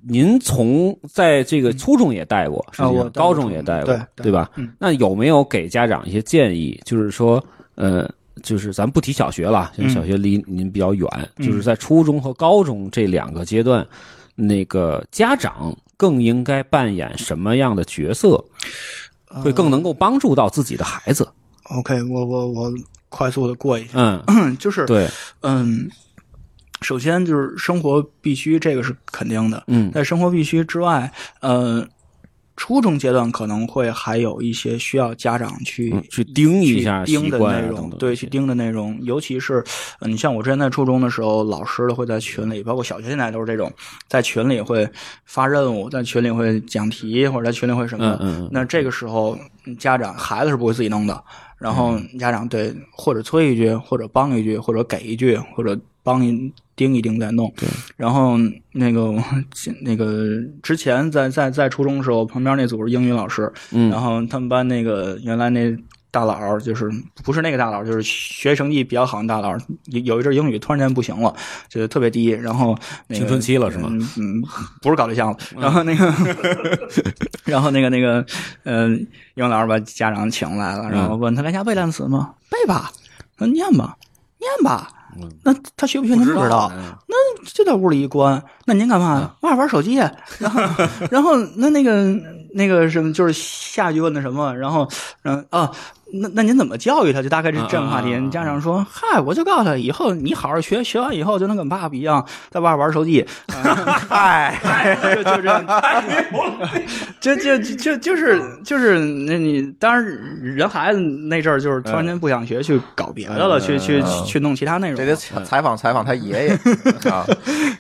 [SPEAKER 2] 您从在这个初中也带过，是
[SPEAKER 3] 啊
[SPEAKER 2] 这
[SPEAKER 3] 我
[SPEAKER 2] 样，
[SPEAKER 3] 带过
[SPEAKER 2] 高
[SPEAKER 3] 初
[SPEAKER 2] 中也
[SPEAKER 3] 中
[SPEAKER 2] 带过，
[SPEAKER 3] 对对
[SPEAKER 2] 对吧
[SPEAKER 3] 嗯？
[SPEAKER 2] 那有没有给家长一些建议？就是说，呃，就是咱不提小学了，因为
[SPEAKER 3] 嗯
[SPEAKER 2] 小学离您比较远，
[SPEAKER 3] 嗯
[SPEAKER 2] 就是在初中和高中这两个阶段，那个家长更应该扮演什么样的角色，
[SPEAKER 3] 呃
[SPEAKER 2] 会更能够帮助到自己的孩子？
[SPEAKER 3] OK，我我我快速的过一下，
[SPEAKER 2] 嗯，
[SPEAKER 3] 就是
[SPEAKER 2] 对，
[SPEAKER 3] 嗯，首先就是生活必须，这个是肯定的。
[SPEAKER 2] 嗯
[SPEAKER 3] 在生活必须之外，呃，初中阶段可能会还有一些需要家长去、
[SPEAKER 2] 嗯去盯一下
[SPEAKER 3] 去盯
[SPEAKER 2] 习
[SPEAKER 3] 的
[SPEAKER 2] 惯啊
[SPEAKER 3] 内容，
[SPEAKER 2] 等等
[SPEAKER 3] 对，
[SPEAKER 2] 这
[SPEAKER 3] 去
[SPEAKER 2] 些
[SPEAKER 3] 盯的内容，尤其是呃你像我之前在初中的时候，老师会在群里，包括小学现在都是这种，在群里会发任务，在群里会讲题，或者在群里会什么的。
[SPEAKER 2] 嗯嗯嗯
[SPEAKER 3] 那这个时候，家长孩子是不会自己弄的，然
[SPEAKER 2] 嗯
[SPEAKER 3] 后家长对或者催一句，或者帮一句，或者给一句，或者帮一盯一盯再弄。然后那个我那个之前在在在初中的时候，旁边那组是英语老师，
[SPEAKER 2] 嗯
[SPEAKER 3] 然后他们班那个原来那大佬儿就是不是那个大佬儿，就是学习成绩比较好的大佬儿，有有一阵儿英语突然间不行了，就是特别低，然后、那个、
[SPEAKER 2] 青春期了是吗嗯
[SPEAKER 3] 嗯嗯，不是搞对象了，然后那个，然后那个那个，嗯、英语老师把家长请来了，
[SPEAKER 2] 嗯
[SPEAKER 3] 然后问他在家背单词吗？背吧，他说念吧，念吧。
[SPEAKER 2] 嗯
[SPEAKER 3] 那他学不学您不知道，就在屋里一关，那您干
[SPEAKER 2] 嗯
[SPEAKER 3] 嘛？我想玩手机。啊 然后，然后那那个那个什么，就是下一句问的什么？然后，嗯啊，那那您怎么教育他？就大概是这样的话题。
[SPEAKER 2] 嗯嗯嗯嗯
[SPEAKER 3] 家长说：“嗨，我就告诉他，以后你好好学，学完以后就能跟爸爸一样，在外边玩手机。嗯嗨、就就这样，就就就就是就是那你当然人孩子那阵儿就是突然间不想学，去搞别的
[SPEAKER 2] 嗯
[SPEAKER 3] 了，去去
[SPEAKER 2] 啊
[SPEAKER 3] 去去弄其他内容
[SPEAKER 1] 这，得采访采访他爷爷啊，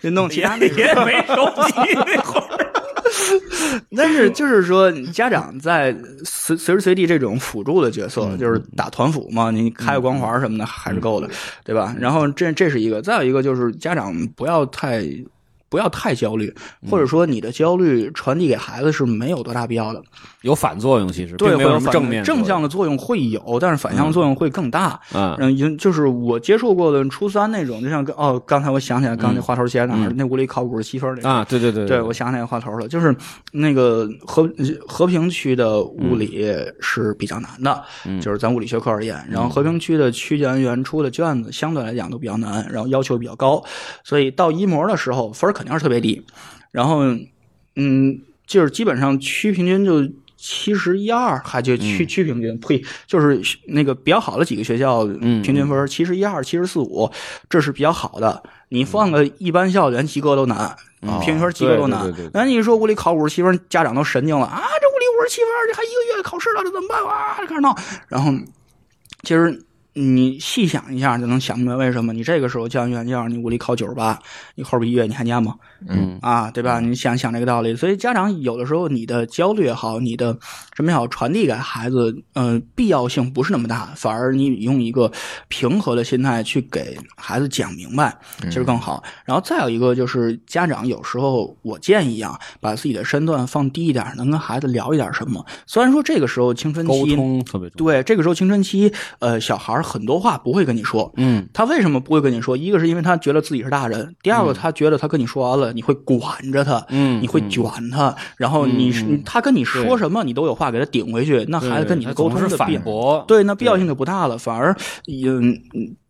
[SPEAKER 3] 去弄其他内容。
[SPEAKER 2] 也 没手机那会儿，
[SPEAKER 3] 但是就是说，家长在随随时随地这种辅助的角色，
[SPEAKER 2] 嗯
[SPEAKER 3] 就是打团辅嘛，你开个光环什么的还是够的，对吧？然后这这是一个，再有一个就是家长不要太。不要太焦虑，或者
[SPEAKER 2] 嗯
[SPEAKER 3] 说你的焦虑传递给孩子是没有多大必要的。
[SPEAKER 2] 有反作用，其实
[SPEAKER 3] 对，
[SPEAKER 2] 并没有
[SPEAKER 3] 会
[SPEAKER 2] 什
[SPEAKER 3] 有
[SPEAKER 2] 么
[SPEAKER 3] 反
[SPEAKER 2] 正面作
[SPEAKER 3] 正
[SPEAKER 2] 用
[SPEAKER 3] 向的作用会有，但是反向作用会更大。
[SPEAKER 2] 嗯
[SPEAKER 3] 嗯，就就是我接触过的初三那种，就像跟哦，刚才我想起来，
[SPEAKER 2] 嗯
[SPEAKER 3] 刚才那话头写哪儿？那屋里考五十七分那个
[SPEAKER 2] 啊，对对对
[SPEAKER 3] 对，我想起来话头了，就是那个和和平区的物理是比较难的，就是咱物理学科而言。然后和平区的区研员出的卷子相对来讲都比较难，然后要求比较高，所以到一模的时候分儿肯定是特别低。然后，嗯，就是基本上区平均就。七十一二，还就区
[SPEAKER 2] 嗯
[SPEAKER 3] 区平均，呸，就是那个比较好的几个学校，
[SPEAKER 2] 嗯
[SPEAKER 3] 平均分七十一二、七十四五，这是比较好的。你放个一般校连及格都难，平均分及格都
[SPEAKER 2] 嗯
[SPEAKER 3] 难
[SPEAKER 2] 哦对对对对。
[SPEAKER 3] 那你说屋里考五十七分，家长都神经了啊！这屋里五十七分，这还一个月考试了，这怎么办啊？开始闹。然后，其实你细想一下就能想明白为什么你这个时候教员要让你物理考九十八，你后边一月你还念吗？
[SPEAKER 2] 嗯
[SPEAKER 3] 啊，对吧？你想想这个道理，所以家长有的时候你的焦虑也好，你的什么也好，传递给孩子，呃，必要性不是那么大，反而你用一个平和的心态去给孩子讲明白，其实
[SPEAKER 2] 嗯
[SPEAKER 3] 更好。然后再有一个就是家长有时候我建议啊，把自己的身段放低一点，能跟孩子聊一点什么。虽然说这个时候青春
[SPEAKER 2] 沟
[SPEAKER 3] 期，
[SPEAKER 2] 通特别重要。
[SPEAKER 3] 对，这个时候青春期，呃，小孩儿很多话不会跟你说，
[SPEAKER 2] 嗯，
[SPEAKER 3] 他为什么不会跟你说？一个是因为他觉得自己是大人，第二个他觉得他跟你说完了，你会管着他，
[SPEAKER 2] 嗯
[SPEAKER 3] 你会卷他，然后你是、你他跟你说什么，你都有话给他顶回去，那孩子跟你的沟通
[SPEAKER 2] 对
[SPEAKER 3] 的
[SPEAKER 2] 他总是
[SPEAKER 3] 必
[SPEAKER 2] 反驳，
[SPEAKER 3] 对，那必要性就不大了。反而，嗯，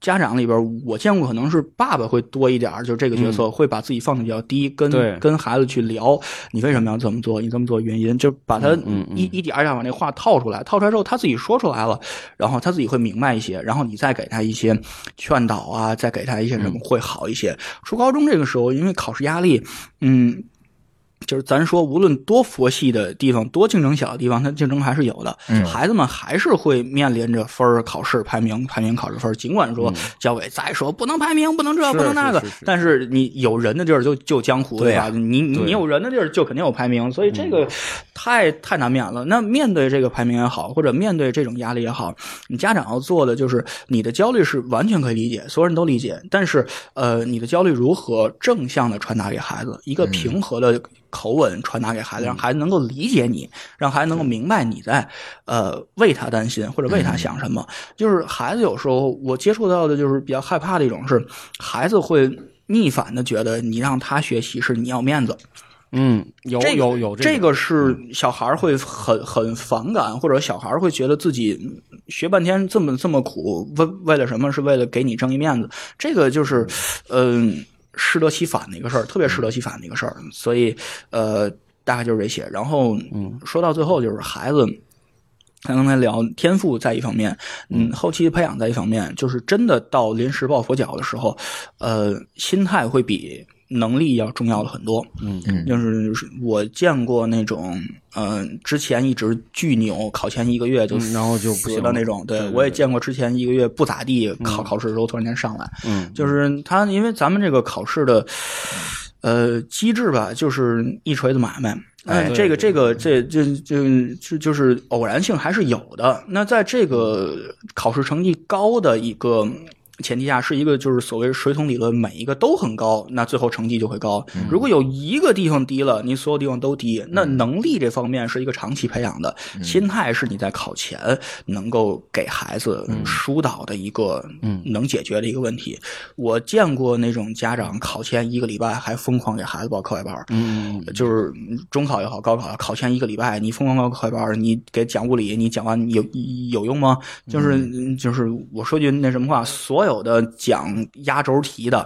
[SPEAKER 3] 家长里边我见过，可能是爸爸会多一点儿，就这个角色会把自己放的比较低，
[SPEAKER 2] 嗯对
[SPEAKER 3] 跟跟孩子去聊你为什么要这么做，你这么做原因，就把他一、
[SPEAKER 2] 嗯嗯
[SPEAKER 3] 一点儿一点儿把那话套出来，套出来之后他自己说出来了，然后他自己会明白一些，然后你再给他一些劝导啊，再给他一些什
[SPEAKER 2] 嗯
[SPEAKER 3] 么会好一些。初高中这个时候，因为考试压力，嗯。就是咱说，无论多佛系的地方，多竞争小的地方，它竞争还是有的。
[SPEAKER 2] 嗯
[SPEAKER 3] 孩子们还是会面临着分儿、考试、排名、排名、考试分儿。尽管说教委再说不能排名，不能这，
[SPEAKER 2] 嗯是
[SPEAKER 3] 不能那个
[SPEAKER 2] 是是是，
[SPEAKER 3] 但是你有人的地儿就就江湖，
[SPEAKER 2] 对
[SPEAKER 3] 对
[SPEAKER 2] 呀
[SPEAKER 3] 吧？你你
[SPEAKER 2] 对嗯
[SPEAKER 3] 你有人的地儿就肯定有排名，所以这个太太难免了。那面对这个排名也好，或者面对这种压力也好，你家长要做的就是，你的焦虑是完全可以理解，所有人都理解。但是，呃，你的焦虑如何正向的传达给孩子，一个平和的口吻传达给孩子，让孩子能够理解你，让孩子能够明白你在呃为他担心或者为他想什么。就是孩子有时候我接触到的就是比较害怕的一种是，孩子会逆反的觉得你让他学习是你要面子。
[SPEAKER 2] 嗯，有
[SPEAKER 3] 这个
[SPEAKER 2] 有有
[SPEAKER 3] 这嗯
[SPEAKER 2] 这
[SPEAKER 3] 个是小孩儿会很很反感，或者小孩儿会觉得自己学半天这么这么苦，为为了什么？是为了给你正义面子？这个就是，嗯、适得其反的一个事儿，特别适得其反的一个事儿。所以，呃，大概就是这些。然后，嗯，说到最后就是孩子。他刚才聊天赋在一方面，嗯，后期培养在一方面，就是真的到临时抱佛脚的时候，呃，心态会比能力要重要的很多。嗯
[SPEAKER 1] 嗯
[SPEAKER 3] 就是我见过那种，嗯、之前一直巨牛，考前一个月就
[SPEAKER 2] 嗯然后就不
[SPEAKER 3] 死
[SPEAKER 2] 行
[SPEAKER 3] 的那
[SPEAKER 2] 了
[SPEAKER 3] 种。
[SPEAKER 2] 对对
[SPEAKER 3] 我也见过之前一个月不咋地考、考试的时候突然间上来，
[SPEAKER 2] 嗯，
[SPEAKER 3] 就是他因为咱们这个考试的，呃，机制吧，就是一锤子买卖。哎，
[SPEAKER 2] 对
[SPEAKER 3] 这个
[SPEAKER 2] 对
[SPEAKER 3] 这个这这这这就是偶然性还是有的。那在这个考试成绩高的一个前提下，是一个就是所谓水桶理论，每一个都很高，那最后成绩就会高。
[SPEAKER 2] 嗯
[SPEAKER 3] 如果有一个地方低了，你所有地方都低，那能力这方面是一个长期培养的，
[SPEAKER 2] 嗯
[SPEAKER 3] 心态是你在考前能够给孩子
[SPEAKER 2] 嗯
[SPEAKER 3] 疏导的一个能解决的一个问题。我见过那种家长考前一个礼拜还疯狂给孩子报课外班，嗯，就是中考也好，高考也好考前一个礼拜你疯狂报课外班儿，你给讲物理，你讲完有有用吗？
[SPEAKER 2] 嗯
[SPEAKER 3] 就是就是我说句那什么话，所有的讲压轴题的，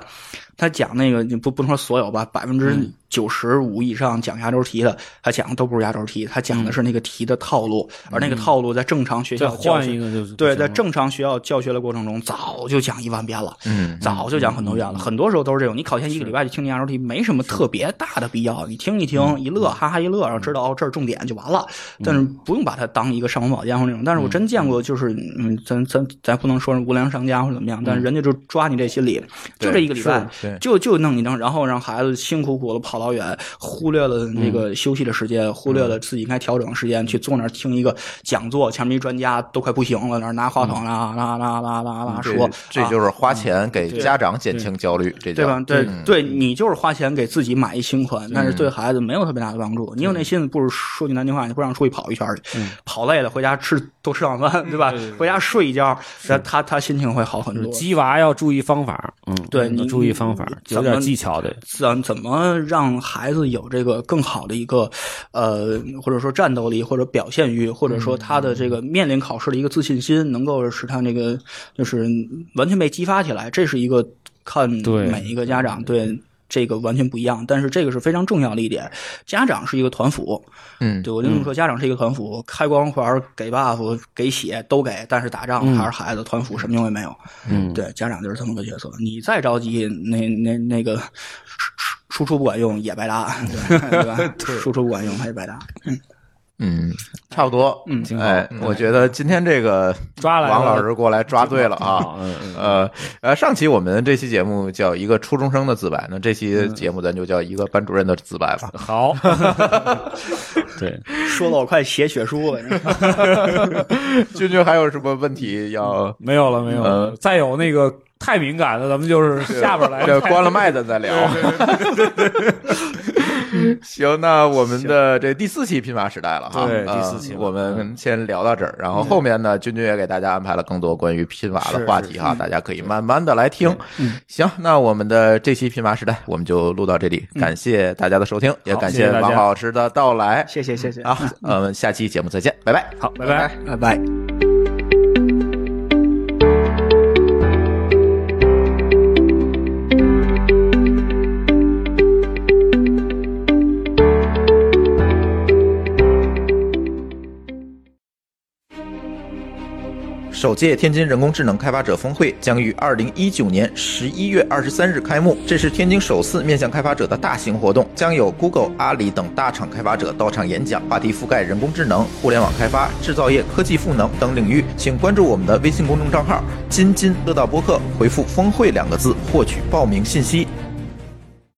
[SPEAKER 3] 他讲那个你不不能说所有吧，百分之
[SPEAKER 2] 嗯
[SPEAKER 3] 九十五以上讲压轴题的，他讲的都不是压轴题，他讲的是那个题的套路，而那个套路在正常学
[SPEAKER 2] 嗯再
[SPEAKER 3] 校教
[SPEAKER 2] 换
[SPEAKER 3] 学
[SPEAKER 2] 一个就是
[SPEAKER 3] 对，在正常学校教学的过程中，早就讲一万遍了，
[SPEAKER 1] 嗯
[SPEAKER 3] 早就讲很多遍了。很多时候都是这种，你考前一个礼拜就听听压轴题，没什么特别大的必要，你听一
[SPEAKER 1] 嗯
[SPEAKER 3] 听，一乐，哈哈一乐，然后知道哦这是重点就完了。但是不用把它当一个上房宝剑或者那种。但是我真见过，就是嗯，咱咱咱不能说是无良商家或者怎么样，但是人家就抓你这心理，就这一个礼拜
[SPEAKER 1] 嗯是对，
[SPEAKER 3] 就就弄一弄，然后让孩子辛苦苦的跑老远，忽略了那个休息的时间，忽略了自己应该调整的时间，去坐那儿听一个讲座，前面一专家都快不行了，那儿拿话筒啦啦啦啦啦
[SPEAKER 1] 嗯
[SPEAKER 3] 啦说，啊
[SPEAKER 6] 这就是花钱给家长减轻焦虑，这
[SPEAKER 3] 对
[SPEAKER 6] 叫
[SPEAKER 3] 吧？对对，你就是花钱给自己买一新款，但是对孩子没有特别大的帮助。你有那心思，不如说句难听话，你不让出去跑一圈儿去，跑累了回家吃多吃碗饭，对吧？回家睡一觉，那他他心情会好很
[SPEAKER 2] 就是
[SPEAKER 3] 多。
[SPEAKER 2] 鸡娃要注意方法，嗯，
[SPEAKER 3] 对
[SPEAKER 2] 要
[SPEAKER 3] 你
[SPEAKER 2] 注意方法，
[SPEAKER 3] 怎
[SPEAKER 2] 有
[SPEAKER 3] 么
[SPEAKER 2] 点技巧 的，
[SPEAKER 3] 怎怎么让孩子有这个更好的一个，呃，或者说战斗力，或者表现欲，或者说他的这个面临考试的一个自信心，能够使他那个就是完全被激发起来，这是一个看
[SPEAKER 2] 对
[SPEAKER 3] 每一个家长对。这个完全不一样，但是这个是非常重要的一点。家长是一个团辅，
[SPEAKER 6] 嗯
[SPEAKER 3] 对我就这么说，家长是一个团辅，开光环、给 buff、给血都给，但是打仗还是孩子，团辅什么用也没有。
[SPEAKER 2] 嗯，
[SPEAKER 3] 对，家长就是这么个角色。你再着急，那那那个输出不管用也白搭，对 对吧？输出不管用还是白搭。
[SPEAKER 6] 嗯，差不多，
[SPEAKER 3] 嗯挺好
[SPEAKER 6] 哎，我觉得今天这个
[SPEAKER 2] 抓来了
[SPEAKER 6] 王 老师过来抓对了啊，
[SPEAKER 2] 嗯嗯
[SPEAKER 6] 呃呃，上期我们这期节目叫一个初中生的自白，那这期
[SPEAKER 2] 嗯
[SPEAKER 6] 节目咱就叫一个班主任的自白吧。
[SPEAKER 2] 好，对，
[SPEAKER 3] 说的我快写血书了，
[SPEAKER 6] 君君还有什么问题要？
[SPEAKER 2] 没有了没有
[SPEAKER 6] 呃
[SPEAKER 2] 了，再有那个太敏感的，咱们就是嗯下边来
[SPEAKER 6] 这关了麦咱再聊。 行，那我们的这第四期拼马时代了哈，
[SPEAKER 2] 对
[SPEAKER 6] 呃
[SPEAKER 2] 第四期了嗯
[SPEAKER 6] 我们先聊到这儿，然后后面呢，君君也给大家安排了更多关于拼马的话题哈，大家可以慢慢的来听。
[SPEAKER 2] 嗯
[SPEAKER 6] 行，那我们的这期拼马时代我们就录到这里，感谢大家的收听，也感
[SPEAKER 2] 嗯谢谢大家
[SPEAKER 6] 王老师的到来
[SPEAKER 3] 谢谢谢谢
[SPEAKER 6] 啊，
[SPEAKER 1] 呃
[SPEAKER 6] 我们下期节目再见，拜拜。
[SPEAKER 2] 嗯好，拜拜。
[SPEAKER 3] 拜拜。
[SPEAKER 1] 首届天津人工智能开发者峰会将于二零一九年十一月二十三日开幕，这是天津首次面向开发者的大型活动，将有 Google、阿里等大厂开发者到场演讲，话题覆盖人工智能、互联网开发、制造业、科技赋能等领域。请关注我们的微信公众账号“津津乐道播客”，回复“峰会”两个字获取报名信息。